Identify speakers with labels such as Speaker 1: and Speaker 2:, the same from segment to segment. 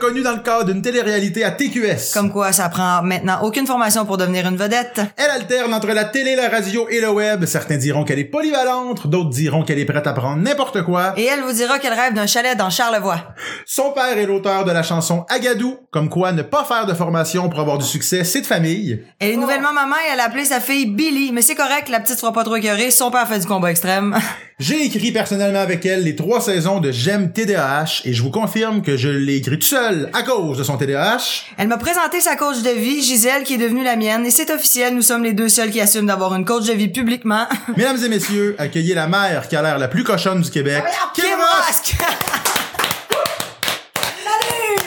Speaker 1: connue dans le cadre d'une télé-réalité à TQS.
Speaker 2: Comme quoi, ça prend maintenant aucune formation pour devenir une vedette.
Speaker 1: Elle alterne entre la télé, la radio et le web. Certains diront qu'elle est polyvalente, d'autres diront qu'elle est prête à prendre n'importe quoi.
Speaker 2: Et elle vous dira qu'elle rêve d'un chalet dans Charlevoix.
Speaker 1: Son père est l'auteur de la chanson Agadou, comme quoi ne pas faire de formation pour avoir du succès, c'est de famille.
Speaker 2: Elle est nouvellement maman et elle a appelé sa fille Billy. Mais c'est correct, la petite sera pas trop écœurée, son père fait du combat extrême.
Speaker 1: J'ai écrit personnellement avec elle les trois saisons de J'aime TDAH et je vous confirme que je l'ai écrit tout seul à cause de son TDAH.
Speaker 2: Elle m'a présenté sa coach de vie, Gisèle, qui est devenue la mienne, et c'est officiel, nous sommes les deux seuls qui assument d'avoir une coach de vie publiquement.
Speaker 1: Mesdames et messieurs, accueillez la mère qui a l'air la plus cochonne du Québec. Kémosque!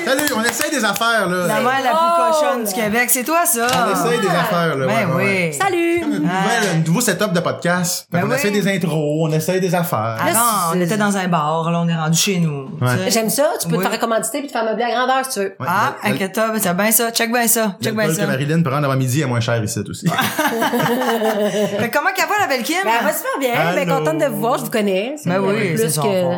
Speaker 1: Salut, on essaye des affaires,
Speaker 2: La
Speaker 1: là.
Speaker 2: mère la
Speaker 3: drôle.
Speaker 2: plus cochonne du Québec, c'est toi ça!
Speaker 1: On essaye des affaires, là.
Speaker 2: Ah. Ben
Speaker 1: ouais, ouais, ouais.
Speaker 2: oui. Ah.
Speaker 3: Salut!
Speaker 1: Comme une nouvelle- un nouveau setup de podcast. Fait
Speaker 2: Ben
Speaker 1: qu'on
Speaker 2: oui. Ah.
Speaker 1: essaye des intros, on essaye des affaires.
Speaker 2: Avant, on
Speaker 3: c'est-
Speaker 2: était dans un bar, là, on est rendu chez nous.
Speaker 1: Ouais.
Speaker 2: tu sais.
Speaker 3: Euh, J'aime ça, tu peux
Speaker 2: Oui.
Speaker 3: te faire recommanditer puis te faire meubler à grandeur si tu veux.
Speaker 1: Ouais,
Speaker 2: Ah,
Speaker 1: l'al-
Speaker 2: inquiète-toi, ben, t'as bien ça, check bien ça, check bien
Speaker 1: L'alcool
Speaker 2: ça. Ah.
Speaker 1: que Marilyn prend l'avant-midi est moins cher ici aussi.
Speaker 2: Fait que comment qu'elle va la belle Kim?
Speaker 3: Ben, elle va super bien, ben,
Speaker 1: Allô.
Speaker 3: contente de vous voir, je vous connais. C'est
Speaker 2: Ben oui,
Speaker 3: euh,
Speaker 2: c'est
Speaker 3: plus
Speaker 2: ça, on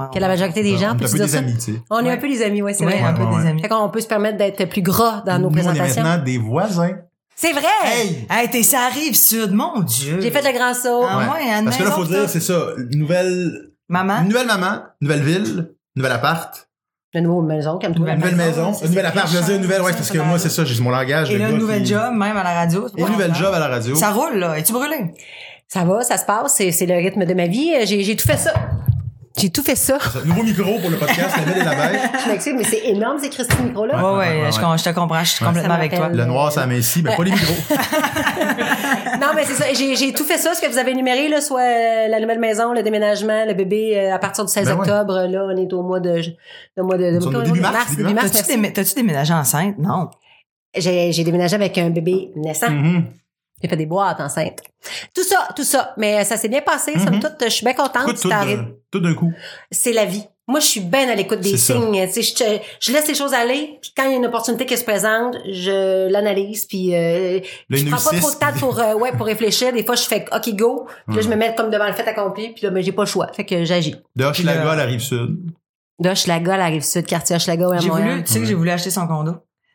Speaker 2: va-
Speaker 3: que, que la majorité des gens.
Speaker 1: Ah, On est
Speaker 3: peux-tu
Speaker 1: un peu
Speaker 3: dire
Speaker 1: des
Speaker 3: ça?
Speaker 1: amis, tu sais.
Speaker 3: On est un
Speaker 2: Ouais.
Speaker 3: peu les amis, ouais, c'est
Speaker 2: Oui, un
Speaker 3: vrai.
Speaker 2: peu
Speaker 1: Ouais,
Speaker 2: des
Speaker 1: ouais.
Speaker 2: amis.
Speaker 3: Fait qu'on peut se permettre d'être plus gras dans nos
Speaker 1: Nous, on est
Speaker 3: présentations.
Speaker 1: maintenant des voisins.
Speaker 3: C'est vrai!
Speaker 1: Hey!
Speaker 2: Hey, t'es, ça arrive sud, mon Dieu.
Speaker 3: J'ai fait le grand saut.
Speaker 2: Ah, ouais, hein,
Speaker 1: Parce que là,
Speaker 2: maison,
Speaker 1: faut
Speaker 2: ça.
Speaker 1: dire, c'est ça. Nouvelle,
Speaker 2: Maman?
Speaker 1: nouvelle maman, nouvelle ville, nouvel appart,
Speaker 3: De nouveau, maison, comme toi.
Speaker 2: Nouvelle
Speaker 1: nouvelle
Speaker 2: maison,
Speaker 1: maison,
Speaker 2: c'est
Speaker 1: nouvelle
Speaker 2: ça,
Speaker 1: appart. Je veux dire
Speaker 2: change,
Speaker 1: nouvelle, ouais,
Speaker 2: ça,
Speaker 1: parce
Speaker 2: ça
Speaker 1: que
Speaker 2: va
Speaker 1: moi,
Speaker 2: aller.
Speaker 1: c'est ça, j'ai mon langage.
Speaker 2: Et
Speaker 1: le
Speaker 2: là,
Speaker 1: gars
Speaker 2: nouvel
Speaker 1: qui-
Speaker 2: job, même à la radio.
Speaker 1: Et nouvel job à la radio.
Speaker 2: Ça roule, là. Es-tu brûlé?
Speaker 3: Ça va, ça se passe, c'est c'est le rythme de ma vie. J'ai j'ai tout fait ça. J'ai tout fait ça.
Speaker 1: Nouveau micro pour le podcast, la ville et la bête.
Speaker 3: Je m'excuse, mais c'est énorme, ces Christine
Speaker 2: Ouais,
Speaker 3: micro-là.
Speaker 2: ouais,
Speaker 1: ouais, ouais,
Speaker 2: je, com- je te comprends. Je suis complètement
Speaker 3: Ça
Speaker 2: avec toi.
Speaker 3: m'appelle.
Speaker 1: Le noir, ça m'incie, mais pas les micros.
Speaker 3: Non, mais c'est ça. J'ai j'ai tout fait ça, ce que vous avez énuméré, là, soit euh, la nouvelle maison, le déménagement, le bébé, euh, à partir du 16
Speaker 1: Ben ouais.
Speaker 3: octobre. Là, on est au mois de, le mois de, de-
Speaker 1: Nous sommes au
Speaker 3: comment on
Speaker 1: début
Speaker 3: dit?
Speaker 1: mars, début
Speaker 3: début mars,
Speaker 2: T'as-tu,
Speaker 3: merci.
Speaker 2: démé- t'as-tu déménagé enceinte? Non.
Speaker 3: J'ai j'ai déménagé avec un bébé naissant.
Speaker 1: Mhm.
Speaker 3: J'ai fait des boîtes enceintes. Tout ça, tout ça. Mais euh, ça s'est bien passé, somme
Speaker 1: Mhm.
Speaker 3: toute. Je suis bien contente.
Speaker 1: Écoute,
Speaker 3: c'est
Speaker 1: tout euh,
Speaker 3: arrivé.
Speaker 1: d'un- tout d'un coup.
Speaker 3: c'est la vie. Moi, je suis bien à l'écoute des
Speaker 1: C'est ça.
Speaker 3: signes. Tu sais, Je, je laisse les choses aller. Puis quand il y a une opportunité qui se présente, je l'analyse. Puis euh,
Speaker 1: Là,
Speaker 3: je
Speaker 1: il y en a
Speaker 3: prends
Speaker 1: eu six,
Speaker 3: pas trop de temps
Speaker 1: puis-
Speaker 3: pour euh, ouais pour réfléchir. Des fois, je fais OK go. Puis là, je me mets comme devant le fait accompli. Puis là, mais j'ai pas le choix. Fait que j'agis.
Speaker 1: De Hochelaga
Speaker 3: euh,
Speaker 2: Puis le-
Speaker 1: à la rive sud.
Speaker 3: D'Hochelaga, elle arrive sud, quartier Hochelaga, à
Speaker 2: J'ai voulu,
Speaker 3: Montréal.
Speaker 2: tu sais que j'ai voulu acheter son condo.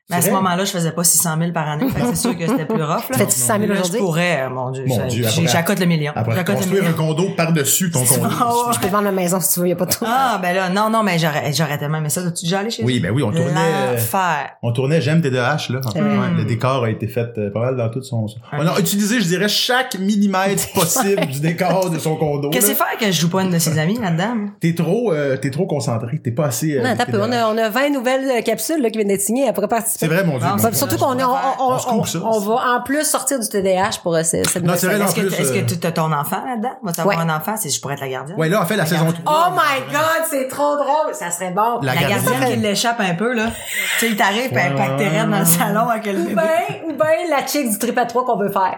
Speaker 2: Mais à
Speaker 1: C'est
Speaker 2: ce
Speaker 1: vrai?
Speaker 2: moment-là, je faisais pas 600 000 par année. Fait que c'est sûr que c'était plus rough, là.
Speaker 3: Fais-tu 600 000
Speaker 2: Là, je
Speaker 3: aujourd'hui?
Speaker 2: pourrais, euh, mon Dieu.
Speaker 1: Mon
Speaker 2: ça-
Speaker 1: Dieu,
Speaker 2: j'ai-
Speaker 1: après-
Speaker 2: J'accote le million.
Speaker 1: Après,
Speaker 2: J'accote le
Speaker 1: construire un
Speaker 2: million.
Speaker 1: condo par-dessus ton condo.
Speaker 2: Ah, ouais.
Speaker 3: Je peux vendre ma maison si tu veux, y a pas de trou.
Speaker 2: Ah, ben là, non, non, mais j'aurais, j'aurais tellement aimé ça. T'as-tu déjà allé chez
Speaker 1: Oui, ben oui, on tournait. euh,
Speaker 2: L'enfer.
Speaker 1: On tournait J'aime TDAH, là. en fait.
Speaker 3: Mm.
Speaker 1: Ouais, le décor a été fait euh, pas mal dans tout son... On a utilisé, je dirais, chaque millimètre possible du décor de son condo.
Speaker 2: Qu'est-ce que
Speaker 1: là.
Speaker 2: c'est faire que je joue pas une de ses amies là-dedans? moi?
Speaker 1: T'es trop, euh, t'es trop concentré, t'es pas assez... euh,
Speaker 3: Non, attends un peu. On
Speaker 1: TDAH.
Speaker 3: a, on a 20 nouvelles euh, capsules là, qui viennent d'être signées. Elle pourrait participer.
Speaker 1: C'est vrai, mon Dieu.
Speaker 2: Non,
Speaker 1: mon Dieu.
Speaker 2: ça-
Speaker 3: Ah, Surtout qu'on est- on, on,
Speaker 1: On se coupe ça.
Speaker 3: on- on va en plus sortir du TDAH pour euh, cette cette
Speaker 1: Non, c'est
Speaker 3: nouvelle
Speaker 1: vrai,
Speaker 2: Est-ce
Speaker 1: En
Speaker 2: que,
Speaker 1: plus,
Speaker 2: est-ce
Speaker 1: euh,
Speaker 2: que tu as ton enfant là-dedans? Moi, t'as avoir
Speaker 3: Ouais.
Speaker 2: un enfant, c'est, je pourrais être la gardienne.
Speaker 1: Ouais, là, en fait, la saison...
Speaker 3: Oh my God, c'est trop drôle. Ça serait bon.
Speaker 1: La
Speaker 2: La gardienne qui
Speaker 1: gardienne.
Speaker 2: l'échappe un peu, là. tu sais, il t'arrive, pis elle
Speaker 1: Ouais.
Speaker 2: pacte tes rênes dans le salon avec le
Speaker 3: Ou
Speaker 2: bébé.
Speaker 3: bien, ou ben la chick du trip à trois qu'on veut faire.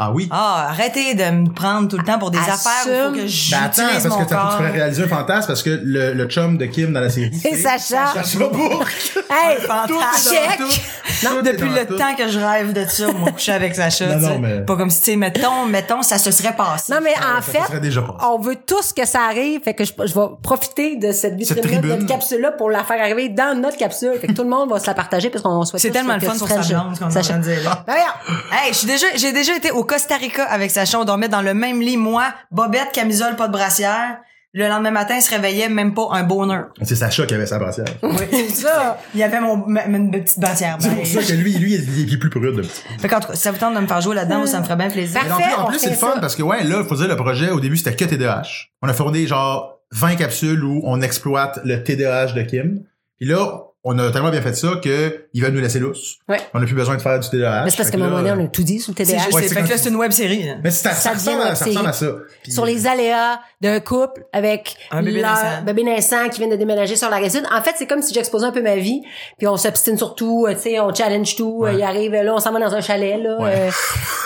Speaker 1: Ah oui.
Speaker 2: Ah, arrêtez de me prendre tout le temps pour des
Speaker 3: Assume.
Speaker 2: affaires où faut que
Speaker 1: Ben attends,
Speaker 2: j'utilise
Speaker 1: parce que
Speaker 2: mon
Speaker 1: t'as- tu
Speaker 2: corps.
Speaker 1: ferais réaliser un fantasme parce que le, le chum de Kim dans la série...
Speaker 3: C'est Sacha.
Speaker 1: Sacha Bourque.
Speaker 3: Hey,
Speaker 2: Fantasme.
Speaker 1: Tout est dans
Speaker 3: check.
Speaker 1: tout.
Speaker 2: Non,
Speaker 1: Tout est
Speaker 2: depuis
Speaker 1: dans
Speaker 2: le
Speaker 1: tout.
Speaker 2: temps que je rêve de ça, mon coucher avec Sacha.
Speaker 1: Non,
Speaker 2: tu
Speaker 1: non,
Speaker 2: sais.
Speaker 1: mais-
Speaker 2: Pas comme si, tu sais, mettons, mettons, ça se serait passé.
Speaker 3: Non, mais en
Speaker 1: ça serait
Speaker 3: fait,
Speaker 1: déjà passé.
Speaker 3: on veut tous que ça arrive. Fait que je, je vais profiter de cette vitrine-là, de
Speaker 1: tribune.
Speaker 3: notre capsule-là, pour la faire arriver dans notre capsule. Fait que tout le monde va se la partager parce qu'on souhaite
Speaker 2: C'est
Speaker 3: tous
Speaker 2: tellement le
Speaker 3: que
Speaker 2: fun
Speaker 3: tu
Speaker 2: pour sa
Speaker 3: French-
Speaker 2: blonde, ce qu'on est en
Speaker 3: Sacha.
Speaker 2: train de dire,
Speaker 1: Ah,
Speaker 2: là.
Speaker 3: Ben, voyons.
Speaker 2: Hey, je suis déjà, j'ai déjà été au Costa Rica avec Sacha. On dormait dans le même lit, moi, bobette, camisole, pas de brassière. Le lendemain matin, il se réveillait même pas un bonheur.
Speaker 1: C'est Sacha qui avait sa brassière.
Speaker 2: Oui, ça. Il y avait mon, ma, ma- ma petite brassière.
Speaker 1: C'est pour ça que lui, lui, il est- il est plus prude.
Speaker 2: Fait qu'en tout cas, si ça vous tente de me faire jouer là-dedans, moi, ça me ferait bien plaisir.
Speaker 1: Mais en
Speaker 3: Parfait,
Speaker 1: plus, en
Speaker 3: on
Speaker 1: plus, c'est
Speaker 3: fait
Speaker 1: le fun
Speaker 3: ça.
Speaker 1: parce que, ouais, là, faut dire, le projet, au début, c'était que TDAH. On a fourni genre 20 capsules où on exploite le TDAH de Kim. Puis là, on a tellement bien fait ça que il va nous laisser lousse.
Speaker 3: Ouais.
Speaker 1: On n'a plus besoin de faire du TDAH.
Speaker 3: Mais c'est parce
Speaker 1: Fait
Speaker 3: qu'à un moment
Speaker 1: là,
Speaker 3: donné, on a tout dit sur le
Speaker 2: C'est
Speaker 3: TDAH.
Speaker 2: juste-
Speaker 1: Ouais,
Speaker 2: c'est-
Speaker 1: c'est
Speaker 2: fait que
Speaker 1: comme-
Speaker 2: là, c'est une web série.
Speaker 1: Mais ça, ça
Speaker 3: Ça devient
Speaker 1: ressemble, à,
Speaker 3: web
Speaker 1: ça ressemble à ça. Puis-
Speaker 3: sur les aléas d'un couple avec
Speaker 2: Un bébé
Speaker 3: leur
Speaker 2: naissant.
Speaker 3: bébé naissant qui vient de déménager sur la rive sud. En fait, c'est comme si j'exposais un peu ma vie, puis on s'obstine sur tout, euh, tu sais, on challenge tout, euh, il arrive là, on s'en va dans un chalet là
Speaker 1: Ouais.
Speaker 3: euh,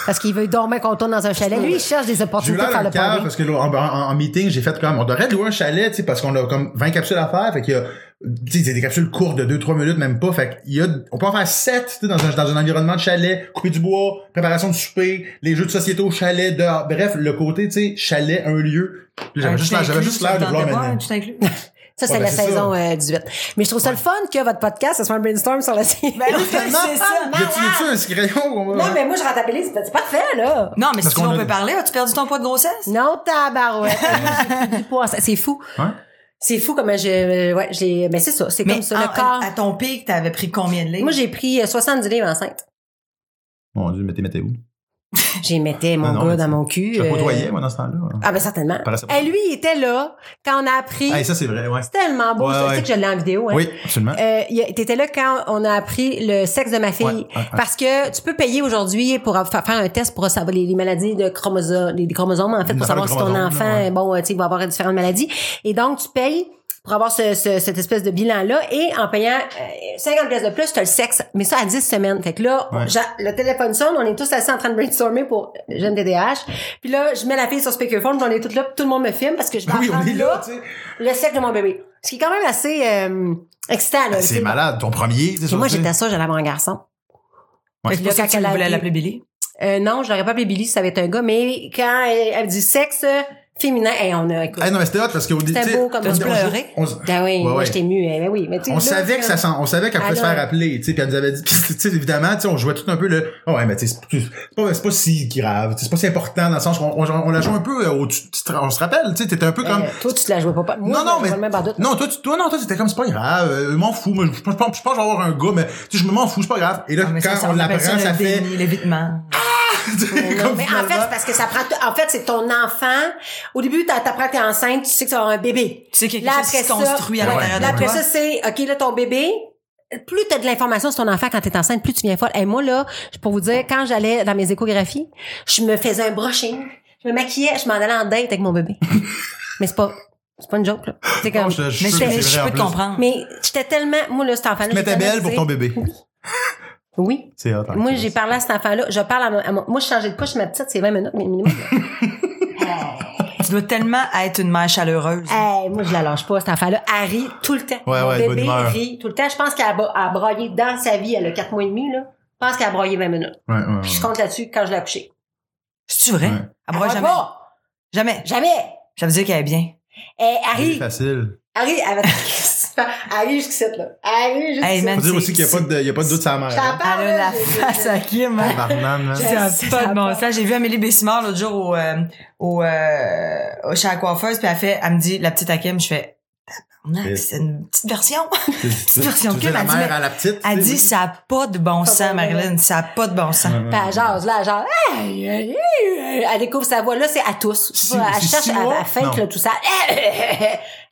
Speaker 3: parce qu'il veut dormir qu'on tourne dans un chalet. Lui, il cherche des
Speaker 1: J'ai eu
Speaker 3: opportunités
Speaker 1: l'air
Speaker 3: de faire
Speaker 1: dans
Speaker 3: le
Speaker 1: le
Speaker 3: pas
Speaker 1: cœur
Speaker 3: bien.
Speaker 1: parce que là, en, en- en meeting, j'ai fait comme, on devrait louer un chalet, tu sais, parce qu'on a comme 20 capsules à faire, fait qu'il y a, tu sais, c'est des capsules courtes de 2-3 minutes, même pas, fait qu'il y a, on peut en faire 7, tu sais, dans un, dans un environnement de chalet, couper du bois, préparation de souper, les jeux de société au chalet, dehors, bref, le côté, tu sais, chalet, un lieu. Puis J'avais juste l'air, j'avais juste l'air de vouloir m'amener.
Speaker 2: Tu t'inclus?
Speaker 3: Ça, c'est
Speaker 1: Ouais, ben,
Speaker 3: la
Speaker 1: c'est ça.
Speaker 3: saison euh, 18. Mais je trouve ça le fun que votre podcast, ça soit un brainstorm sur la série.
Speaker 2: Ben oui,
Speaker 1: Tellement-
Speaker 2: c'est ça.
Speaker 1: Y a-tu un crayon? on va-
Speaker 3: non, mais moi, je rentabilise. ben, C'est parfait, là.
Speaker 2: Non, mais si
Speaker 1: Parce
Speaker 2: tu veux,
Speaker 1: qu'on
Speaker 2: on
Speaker 1: a-
Speaker 2: peut parler. As-tu perdu ton poids de grossesse?
Speaker 3: Non, tabarouette. J'ai plus du poids. C'est- C'est fou.
Speaker 1: Hein?
Speaker 3: C'est fou comment je, euh, ouais, j'ai, mais c'est ça. C'est comme ça,
Speaker 2: en-
Speaker 3: le corps.
Speaker 2: à ton pic, t'avais pris combien de livres?
Speaker 3: Moi, j'ai pris euh, 70 livres enceinte.
Speaker 1: Mon Dieu, mais t'es mettez où?
Speaker 3: J'ai mettais mon
Speaker 1: Ah Non, non,
Speaker 3: gars
Speaker 1: mais
Speaker 3: dans
Speaker 1: c'est-
Speaker 3: mon cul.
Speaker 1: Je la
Speaker 3: euh,
Speaker 1: côtoyais, moi, dans ce temps-là.
Speaker 3: Ah, ben, certainement.
Speaker 1: Paraissait pas.
Speaker 3: Et lui, il était là quand on a appris.
Speaker 1: Hey, ça, c'est vrai, ouais.
Speaker 3: c'est tellement beau.
Speaker 1: Ouais,
Speaker 3: ça.
Speaker 1: ouais.
Speaker 3: Tu sais que je l'ai en vidéo, hein.
Speaker 1: Oui, absolument.
Speaker 3: Euh, il a- t'étais là quand on a appris le sexe de ma fille.
Speaker 1: Ouais, ouais, ouais.
Speaker 3: Parce que tu peux payer aujourd'hui pour avoir- faire un test pour savoir les, les maladies de chromosomes, les, des chromosomes, en fait, pour
Speaker 1: Une affaire de
Speaker 3: savoir si ton
Speaker 1: chromosomes,
Speaker 3: enfant,
Speaker 1: là, ouais.
Speaker 3: bon, euh, tu sais, il va avoir différentes maladies. Et donc, tu payes pour avoir ce, ce- cette espèce de bilan-là et en payant euh, 50 pièces de plus, tu as le sexe. Mais ça, à 10 semaines. Fait que là,
Speaker 1: Ouais.
Speaker 3: j'a- le téléphone sonne, on est tous assis en train de brainstormer pour le jeune TDAH. Puis là, je mets la fille sur speakerphone, puis on est toutes là, puis tout le monde me filme parce que je vais
Speaker 1: oui, on
Speaker 3: apprendre
Speaker 1: est là, tu sais.
Speaker 3: le sexe de mon bébé. Ce qui est quand même assez euh, excitant. Là, Tu
Speaker 1: Ah, C'est
Speaker 3: sais,
Speaker 1: malade, ton premier.
Speaker 3: puis moi, j'étais sûre, j'allais avoir un garçon.
Speaker 2: Fait que pour
Speaker 3: Puis là,
Speaker 2: ça
Speaker 3: quand
Speaker 2: que tu
Speaker 3: elle a
Speaker 2: voulais
Speaker 3: appelé-
Speaker 2: l'appeler Billy.
Speaker 3: Euh, non, je l'aurais pas appelé Billy si ça avait été un gars, mais quand elle, elle dit sexe féminin, hey, on a, écoute.
Speaker 1: Ah non, mais c'était hot parce qu'au début.
Speaker 3: C'était
Speaker 1: tu sais,
Speaker 3: beau comme
Speaker 1: on- on-
Speaker 3: ça.
Speaker 2: Pleurer.
Speaker 1: on-
Speaker 3: Ah oui,
Speaker 1: Ouais,
Speaker 3: moi,
Speaker 1: ouais.
Speaker 3: j'étais mue, eh, ben oui, mais tu sais,
Speaker 1: On
Speaker 3: là, euh,
Speaker 1: savait que ça s'en- on savait qu'elle pouvait se
Speaker 3: Alors-
Speaker 1: faire appeler, tu sais, puis elle nous avait dit, puis tu sais, évidemment, tu sais, on jouait tout un peu le, oh, ouais, mais tu sais, c'est pas- c'est pas, c'est pas si grave, tu sais, c'est pas si important dans le sens qu'on, on, on la joue un peu, euh, au- tu- tu te- on se rappelle, tu sais, t'étais un peu
Speaker 3: euh,
Speaker 1: comme,
Speaker 3: toi, tu te la jouais pas. pas. Moi,
Speaker 1: non, non,
Speaker 3: je
Speaker 1: mais.
Speaker 3: me mets par doute.
Speaker 1: Non, toi, tu, toi, non, toi, c'était comme, c'est pas grave, euh, je m'en fous, moi, je, je, pense- je pense que je vais avoir un gars, mais, tu sais, je m'en fous, c'est pas grave. Et là,
Speaker 2: Ah, mais
Speaker 1: quand
Speaker 2: ça, ça,
Speaker 1: on l'apprend,
Speaker 2: appelle
Speaker 1: ça,
Speaker 2: le
Speaker 1: fait,
Speaker 2: déni, l'évitement.
Speaker 1: tu sais,
Speaker 3: Mais
Speaker 1: comme
Speaker 3: en fait, c'est parce que ça prend, tout- en fait, c'est ton enfant. Au début, t'as- t'apprends que t'es enceinte, tu sais que tu vas avoir un bébé.
Speaker 2: Tu sais qu'il y a
Speaker 3: Là,
Speaker 2: quelque chose qui
Speaker 3: après
Speaker 2: se
Speaker 3: ça-
Speaker 2: construit à
Speaker 1: Ouais.
Speaker 2: l'intérieur
Speaker 3: Là,
Speaker 2: de
Speaker 3: après
Speaker 2: toi.
Speaker 3: ça, c'est, OK, là, ton bébé, plus t'as de l'information sur ton enfant quand t'es enceinte, plus tu viens folle. Et moi, là, je peux vous dire, quand j'allais dans mes échographies, je me faisais un brushing, je me maquillais, je m'en allais en date avec mon bébé. mais c'est pas, c'est pas une joke, là. C'est
Speaker 1: Non,
Speaker 3: comme,
Speaker 1: je-
Speaker 2: Mais
Speaker 1: sûr
Speaker 2: je,
Speaker 1: que
Speaker 2: mais
Speaker 1: c'est
Speaker 2: je
Speaker 1: vrai, en
Speaker 2: peux te
Speaker 1: plus.
Speaker 2: comprendre.
Speaker 3: mais j'étais tellement, moi, là, cet enfant-là.
Speaker 1: Tu
Speaker 3: j'étais
Speaker 1: mettais belle pour ton bébé.
Speaker 3: Oui.
Speaker 1: C'est hot. hein,
Speaker 3: Moi,
Speaker 1: Chris.
Speaker 3: j'ai parlé à cet enfant-là. Je parle à, mon- à mon- moi, je changeais de couche, ma petite, c'est 20 minutes, mais minimum.
Speaker 2: Tu dois tellement être une mère chaleureuse.
Speaker 3: Hey, moi, je la lâche pas, cette affaire-là. Elle rit tout le temps.
Speaker 1: Ouais,
Speaker 3: Mon
Speaker 1: ouais, de bonne
Speaker 3: bébé
Speaker 1: humeur.
Speaker 3: rit tout le temps. Je pense qu'elle a, bro- a broyé dans sa vie, elle a 4 mois et demi, là. Je pense qu'elle a broyé 20 minutes.
Speaker 1: Ouais, ouais, ouais.
Speaker 3: Je compte là-dessus quand je l'ai accouchée.
Speaker 2: C'est-tu vrai?
Speaker 1: Ouais.
Speaker 2: Elle broie
Speaker 3: Elle
Speaker 2: jamais.
Speaker 3: broie pas.
Speaker 2: Jamais.
Speaker 3: Jamais.
Speaker 2: Ça veut dire qu'elle est bien.
Speaker 3: Elle, elle
Speaker 1: C'est
Speaker 3: rit.
Speaker 1: facile.
Speaker 3: Elle rit. Elle, va- elle rit jusqu'ici, là. Elle rit jusqu'ici.
Speaker 2: Hey, man,
Speaker 1: Faut dire
Speaker 2: c'est-
Speaker 1: aussi qu'il n'y a, pas de- il y a pas de doute sur la
Speaker 3: Je
Speaker 1: mère.
Speaker 3: t'en
Speaker 1: hein.
Speaker 3: parle,
Speaker 2: Elle a
Speaker 3: là,
Speaker 2: la
Speaker 3: j'ai-
Speaker 2: face à Kim, hein?
Speaker 1: Tabarnane, hein.
Speaker 3: Je-
Speaker 2: Ça a
Speaker 3: sais,
Speaker 2: pas
Speaker 3: ça
Speaker 2: de
Speaker 3: a
Speaker 2: bon
Speaker 3: pas.
Speaker 2: sens. J'ai vu Amélie Bessimard l'autre jour au, euh, au, euh, au- chez la coiffeuse, puis elle fait, elle me dit, la petite Hakim, je fais, Tabarnak,
Speaker 1: Mais-
Speaker 2: c'est une petite version.
Speaker 1: Tu- tu- tu
Speaker 2: version
Speaker 1: veux
Speaker 2: que
Speaker 1: dire la
Speaker 2: m'a dit,
Speaker 1: mère
Speaker 2: mais-
Speaker 1: à la petite. tu
Speaker 2: Elle
Speaker 1: sais,
Speaker 2: dit,
Speaker 1: oui.
Speaker 2: ça a pas de bon
Speaker 3: Pas
Speaker 2: sens,
Speaker 3: bon,
Speaker 2: Marilyn, ça a pas de bon sens.
Speaker 1: Ouais, ouais.
Speaker 3: Puis elle jase, là, elle jase. Hey, hey, hey. Elle découvre sa voix. Là, c'est à tous. Je sais
Speaker 1: Six-
Speaker 3: pas, elle
Speaker 1: c'est
Speaker 3: cherche,
Speaker 1: six
Speaker 3: elle,
Speaker 1: mois?
Speaker 3: elle fête,
Speaker 1: Non.
Speaker 3: là, tout ça.
Speaker 1: Quel-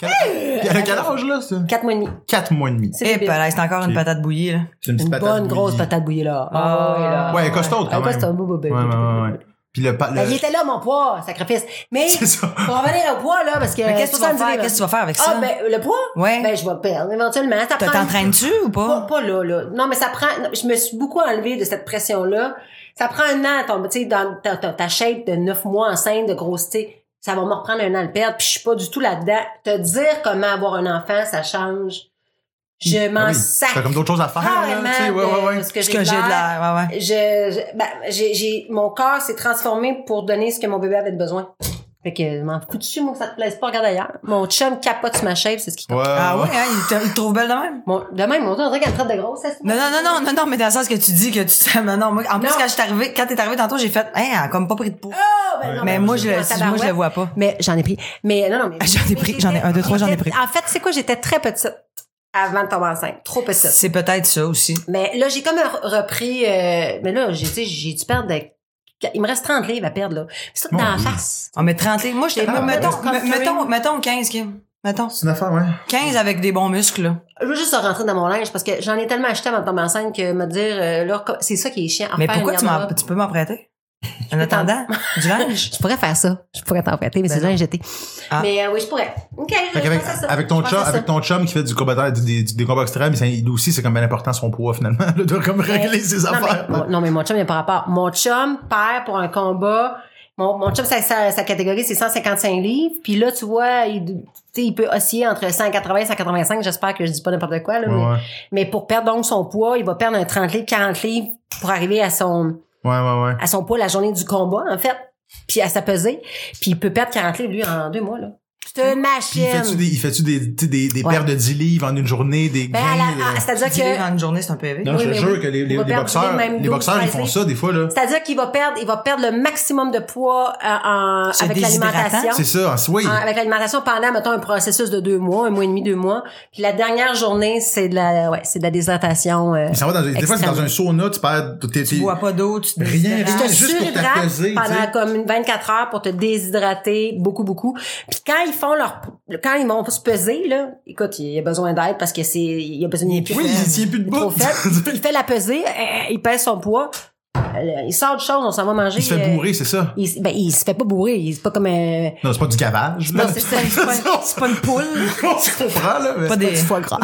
Speaker 1: Puis elle a quel âge, là, ça?
Speaker 3: 4 mois et demi.
Speaker 1: 4 mois et demi.
Speaker 3: C'est
Speaker 2: Et puis
Speaker 3: débile.
Speaker 2: là, Eh, c'est encore une
Speaker 1: Ok.
Speaker 2: patate bouillie, là.
Speaker 1: C'est une
Speaker 3: Une
Speaker 1: petite patate
Speaker 3: bonne grosse
Speaker 1: bouillie.
Speaker 3: patate bouillie là.
Speaker 2: Ah,
Speaker 3: ouais, là.
Speaker 2: ouais,
Speaker 1: Ouais, costaud,
Speaker 3: Ah,
Speaker 1: quand
Speaker 3: quoi,
Speaker 1: même.
Speaker 3: c'est un beau beau
Speaker 1: Ouais,
Speaker 3: bébé.
Speaker 1: ouais, ouais. ouais. Puis le... pa-
Speaker 3: Ben, il
Speaker 1: le...
Speaker 3: était là, mon poids, sacrifice. Mais,
Speaker 1: C'est ça.
Speaker 3: pour revenir au poids, là, parce que...
Speaker 2: Mais qu'est-ce que tu vas
Speaker 3: 70
Speaker 2: faire?
Speaker 3: livres.
Speaker 2: Qu'est-ce que tu vas faire avec
Speaker 3: Ah,
Speaker 2: ça?
Speaker 3: ben, le poids?
Speaker 2: Ouais.
Speaker 3: Ben, je vais perdre, éventuellement. Ça
Speaker 2: T'as-
Speaker 3: prend-
Speaker 2: T'entraînes-tu ou pas?
Speaker 3: Pas, pas là, là. Non, mais ça prend... non, Je me suis beaucoup enlevée de cette pression-là. Ça prend un an, ton, tu sais, dans ta, ta, ta shape de 9 mois enceinte, de grossité. Ça va me reprendre un an à le perdre, puis je suis pas du tout là-dedans. Te dire comment avoir un enfant, ça change. Je m'en
Speaker 1: Ah oui,
Speaker 3: sacre.
Speaker 1: T'as comme d'autres choses à faire, Ah, là, tu sais,
Speaker 3: Carrément
Speaker 1: ouais, ouais,
Speaker 3: de-
Speaker 1: ouais.
Speaker 3: de ce que
Speaker 2: Ce
Speaker 3: j'ai
Speaker 2: que j'ai de
Speaker 3: l'air.
Speaker 2: l'air, ouais, ouais.
Speaker 3: je, je- ben, j'ai, j'ai- mon corps s'est transformé pour donner ce que mon bébé avait besoin. Fait que je m'en fous dessus, moi, que ça te plaise pas, regarde ailleurs. Mon chum capote sur ma shape, c'est ce qui compte.
Speaker 1: Ouais,
Speaker 2: Ah
Speaker 1: ouais.
Speaker 2: ouais, hein, il te- il te trouve belle de même?
Speaker 3: Mon, de même, mon Dieu, on dirait qu'elle me traite de grosse, ça, c'est-
Speaker 2: Non, non, non, non, non, non, mais dans le sens que tu dis que tu te... Non, non, moi, en plus,
Speaker 3: Non.
Speaker 2: quand je suis arrivée, quand t'es arrivée tantôt, j'ai fait, hein, elle a comme pas pris de peau.
Speaker 3: Oh, ben non,
Speaker 2: mais moi, je,
Speaker 3: en
Speaker 2: le- moi, je
Speaker 3: tabarouette.
Speaker 2: le vois pas.
Speaker 3: Mais j'en ai pris. Mais non, non, mais.
Speaker 2: J'en ai pris, j'en ai un, deux, trois, j'en ai pris.
Speaker 3: En fait, c'est quoi, j'étais très petite avant de tomber enceinte. Trop petite.
Speaker 2: C'est peut-être ça aussi.
Speaker 3: Mais là, j'ai comme re- repris. euh, mais là, j'ai tu sais, j'ai dû perdre. de- Il me reste 30 livres à perdre, là. C'est tout
Speaker 1: Mon
Speaker 3: dans la
Speaker 1: Dieu.
Speaker 3: face.
Speaker 2: On met 30 Moi, je t'ai-
Speaker 3: Ah,
Speaker 2: mettons,
Speaker 1: ouais.
Speaker 2: me- mettons, mettons 15, Kim. Mettons.
Speaker 1: C'est une affaire, ouais.
Speaker 2: 15 avec des bons muscles, là.
Speaker 3: Je veux juste rentrer dans mon linge parce que j'en ai tellement acheté avant de tomber enceinte que me dire, euh, là, co- c'est ça qui est chiant. en
Speaker 2: Mais
Speaker 3: faire
Speaker 2: pourquoi
Speaker 3: une
Speaker 2: tu, m'en-
Speaker 3: garde-robe.
Speaker 2: tu peux m'en prêter? En attendant, du linge?
Speaker 3: Je pourrais faire ça. Je pourrais t'en prêter, mais
Speaker 2: Ben
Speaker 3: c'est
Speaker 2: non.
Speaker 3: linge jeté.
Speaker 2: Ah.
Speaker 3: Mais euh, oui, je pourrais. OK, je
Speaker 1: Fait qu'avec
Speaker 3: pense à ça.
Speaker 1: avec ton
Speaker 3: Je pense
Speaker 1: chum,
Speaker 3: à ça.
Speaker 1: avec ton chum qui fait du combat, des, des, des combats extrêmes, c'est- il aussi, c'est comme bien important son poids, finalement. Il doit comme régler ses
Speaker 3: non,
Speaker 1: affaires.
Speaker 3: Mais, mon- non, mais mon chum, il n'y a pas rapport. Mon chum perd pour un combat. Mon, mon chum, sa, sa, sa catégorie, c'est 155 livres. Puis là, tu vois, il, tu sais, il peut osciller entre 180 et 185. J'espère que je dis pas n'importe quoi. Là,
Speaker 1: Ouais,
Speaker 3: mais,
Speaker 1: ouais.
Speaker 3: mais pour perdre donc son poids, il va perdre un 30 livres, 40 livres pour arriver à son...
Speaker 1: Ouais, ouais, ouais.
Speaker 3: à son poids la journée du combat, en fait, puis à sa pesée. Puis il peut perdre 40 livres, lui, en deux mois, là. C'est une
Speaker 1: Puis il fait-tu
Speaker 3: machine.
Speaker 1: des, il fait-tu des, tu sais, des, des
Speaker 3: Ouais.
Speaker 1: paires de 10 livres en une journée, des
Speaker 3: Ben, à la-
Speaker 1: gains,
Speaker 3: à-
Speaker 1: euh,
Speaker 3: c'est-à-dire
Speaker 2: Dix livres
Speaker 3: que
Speaker 2: en une journée, c'est un peu élevé.
Speaker 1: Non, je
Speaker 3: oui,
Speaker 1: te
Speaker 3: mais
Speaker 1: jure
Speaker 3: oui.
Speaker 1: que les, les,
Speaker 3: On va
Speaker 1: les
Speaker 3: perdre
Speaker 1: boxeurs,
Speaker 3: même
Speaker 1: les
Speaker 3: douze,
Speaker 1: boxeurs, ils
Speaker 3: treize
Speaker 1: font
Speaker 3: livres.
Speaker 1: ça des fois, là.
Speaker 3: c'est-à-dire qu'il va perdre, il va perdre le maximum de poids euh, en,
Speaker 2: Se
Speaker 3: avec
Speaker 2: déshydratant.
Speaker 3: l'alimentation.
Speaker 1: C'est ça, en- oui.
Speaker 3: Ah, avec l'alimentation pendant, mettons, un processus de deux mois, un mois et demi, deux mois. Puis la dernière journée, c'est de la, ouais, c'est de la déshydratation. euh,
Speaker 1: Mais ça va dans, des fois, c'est
Speaker 3: extrême.
Speaker 1: dans un sauna, tu perds, t'es, t'es-
Speaker 2: Tu bois pas d'eau, tu te
Speaker 1: Rien,
Speaker 2: déshydrates.
Speaker 1: rien.
Speaker 3: te
Speaker 1: juste pour
Speaker 3: surhydrates
Speaker 1: t'apaiser, tu
Speaker 3: pendant
Speaker 1: sais.
Speaker 3: comme une 24 heures pour te déshydrater beaucoup, beaucoup. Puis quand ils font leur, quand ils vont se peser, là, écoute, il a besoin d'aide parce que c'est, il a besoin d'une
Speaker 1: Oui, il n'y a plus de
Speaker 3: trop
Speaker 1: bouffe.
Speaker 3: faible. il fait la pesée, euh, il pèse son poids, euh, il sort de choses, on s'en va manger.
Speaker 1: Il se fait
Speaker 3: euh,
Speaker 1: bourrer, c'est ça.
Speaker 3: Il, ben, il se fait pas bourrer, il- c'est pas comme un,
Speaker 1: Non, c'est pas du gavage. là.
Speaker 3: Non, c'est ça, c'est pas-
Speaker 2: C'est pas une poule.
Speaker 1: On se comprend, là. mais-
Speaker 2: Pas des-
Speaker 3: du foie gras.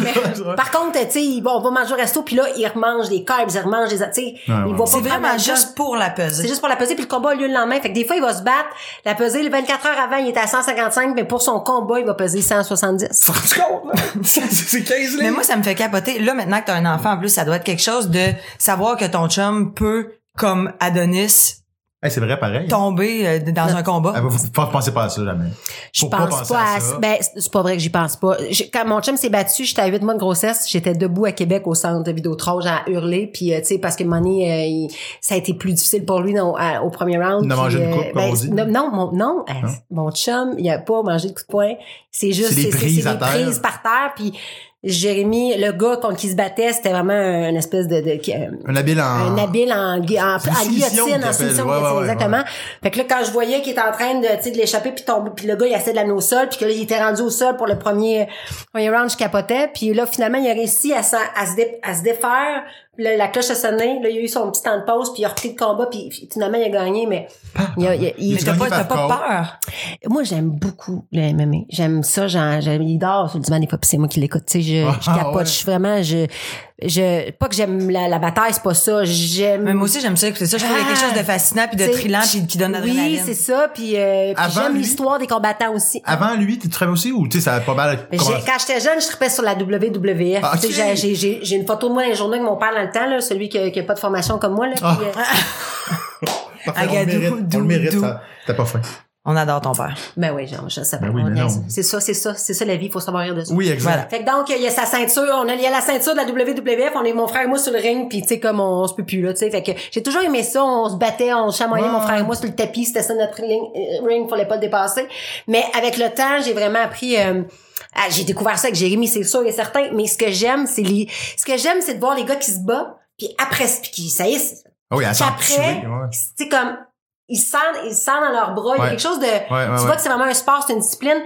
Speaker 3: Mais, par contre, tu sais, il- bon, on va manger au resto, puis là, il remange des carbs, il remange des, tu sais,
Speaker 1: ouais.
Speaker 3: il va pas
Speaker 2: C'est
Speaker 3: prendre
Speaker 2: vraiment
Speaker 3: le temps.
Speaker 2: juste pour la
Speaker 3: C'est
Speaker 2: pesée.
Speaker 3: juste pour la pesée, puis le combat a lieu le lendemain. Fait que des fois, il va se battre. La pesée, le 24 heures avant, il était à 155, mais pour son combat, il va peser 170.
Speaker 1: Tu te rends compte, là? C'est- C'est 15
Speaker 2: Mais
Speaker 1: livres.
Speaker 2: moi, ça me fait capoter. Là, maintenant que t'as un enfant, en plus, ça doit être quelque chose de savoir que ton chum peut, comme Adonis,
Speaker 1: Hey, c'est vrai, pareil.
Speaker 2: tomber euh, dans un combat.
Speaker 1: Ah, Vous ne pensez pas à ça, jamais.
Speaker 3: Je
Speaker 1: Faut pas
Speaker 3: pense
Speaker 1: penser
Speaker 3: pas
Speaker 1: à
Speaker 3: à,
Speaker 1: ça.
Speaker 3: Ben, c'est c'est pas vrai que j'y pense pas. J'ai- Quand mon chum s'est battu, j'étais à 8 mois de grossesse, j'étais debout à Québec au centre de Vidéotron, à hurler, puis euh, tu sais, parce que Money, euh, il- ça a été plus difficile pour lui dans- à- au premier round.
Speaker 1: Il n'a
Speaker 3: puis,
Speaker 1: mangé une
Speaker 3: euh,
Speaker 1: coupe, comme on dit. Hein?
Speaker 3: Non, non, mon, non, euh, mon chum, il a pas mangé de coup de poing. C'est juste,
Speaker 1: C'est des
Speaker 3: c'est c'est-
Speaker 1: prises
Speaker 3: c'est
Speaker 1: à
Speaker 3: des
Speaker 1: terre.
Speaker 3: prises par terre, puis Jérémy, le gars contre qui se battait, c'était vraiment un espèce de... de- qui- euh,
Speaker 1: Un habile en...
Speaker 3: un habile en, gui- en,
Speaker 1: C'est une
Speaker 3: en
Speaker 1: soumission
Speaker 3: guillotine,
Speaker 1: qu'il
Speaker 3: en
Speaker 1: appelle.
Speaker 3: soumission,
Speaker 1: Ouais, ouais,
Speaker 3: guillotine,
Speaker 1: ouais,
Speaker 3: exactement. Fait que là, quand je voyais qu'il était en train de, tu sais, de l'échapper puis tomber, puis le gars, il essaie de l'amener au sol, puis que là, il était rendu au sol pour le premier, premier round, je capotais. Puis là, finalement, il a réussi à, s'en- à, se, dé- à se défaire. Là, la cloche a sonné. Là, il a eu son petit temps de pause, puis il a repris le combat, puis finalement, il a gagné, mais... il a- il a- il-
Speaker 1: Ah. Mais
Speaker 2: Mais t'as
Speaker 1: gagné
Speaker 2: pas, t'as
Speaker 1: par
Speaker 2: pas
Speaker 1: corps.
Speaker 2: peur.
Speaker 3: moi, j'aime beaucoup le MMA. J'aime ça. J'en, j'aime, il dort sur le divan des fois, puis c'est moi qui l'écoute. Tu sais, je, je
Speaker 1: Ah,
Speaker 3: capote.
Speaker 1: ouais.
Speaker 3: Je suis vraiment, je, je, pas que j'aime la, la bataille, c'est pas ça. J'aime.
Speaker 2: Mais moi aussi, j'aime ça écouter ça. Je trouve qu'il y a quelque chose de fascinant puis de
Speaker 3: T'sais,
Speaker 2: thrillant puis qui donne
Speaker 3: Ah. Oui,
Speaker 2: l'adrénaline.
Speaker 3: c'est ça. Puis, euh, puis
Speaker 1: Avant,
Speaker 3: j'aime
Speaker 1: lui-
Speaker 3: l'histoire des combattants aussi.
Speaker 1: Avant lui, tu travailles aussi ou tu sais, ça a pas mal
Speaker 3: J'ai-
Speaker 1: commencé?
Speaker 3: Quand j'étais jeune, je tripais sur la WWF.
Speaker 1: Ah,
Speaker 3: Tu sais,
Speaker 1: ok.
Speaker 3: j'ai- j'ai- J'ai j'ai une photo de moi dans les journaux avec mon père dans le temps, là, celui qui n'a pas de formation comme moi. Là,
Speaker 1: Ah.
Speaker 3: puis, euh,
Speaker 1: Parfait, on le
Speaker 2: Agadou,
Speaker 1: mérite, on
Speaker 2: dou,
Speaker 1: le mérite,
Speaker 2: dou.
Speaker 1: ça- t'as pas faim.
Speaker 2: On adore ton père.
Speaker 3: Ben oui, genre, je sais pas.
Speaker 1: Ben oui,
Speaker 3: on
Speaker 1: mais
Speaker 3: a-
Speaker 1: non.
Speaker 3: C'est ça, c'est ça, c'est ça la vie, il faut savoir rire de ça.
Speaker 1: Oui,
Speaker 2: Voilà.
Speaker 1: exact.
Speaker 3: Fait que donc, il y a sa ceinture, on a, il y a la ceinture de la WWF, on est mon frère et moi sur le ring, puis tu sais, comme on, on se peut plus, là, tu sais. Fait que j'ai toujours aimé ça, on se battait, on chamoyait
Speaker 1: Ouais.
Speaker 3: mon frère et moi sur le tapis, c'était ça notre ring, euh, ring fallait pas le dépasser. Mais avec le temps, j'ai vraiment appris, euh, ah, j'ai découvert ça avec Jérémy, c'est sûr et certain, mais ce que j'aime, c'est les, ce que j'aime, c'est de voir les gars qui se battent, puis après, puis qui, ça y est, c'est-
Speaker 1: Ah Oui,
Speaker 3: puis
Speaker 1: attends.
Speaker 3: après, c'est comme, ils sentent, ils sentent dans leurs bras, il y
Speaker 1: Ouais.
Speaker 3: a quelque chose de,
Speaker 1: Ouais,
Speaker 2: Ah
Speaker 1: ouais,
Speaker 3: tu
Speaker 1: ouais.
Speaker 3: vois que c'est vraiment un sport, c'est une discipline.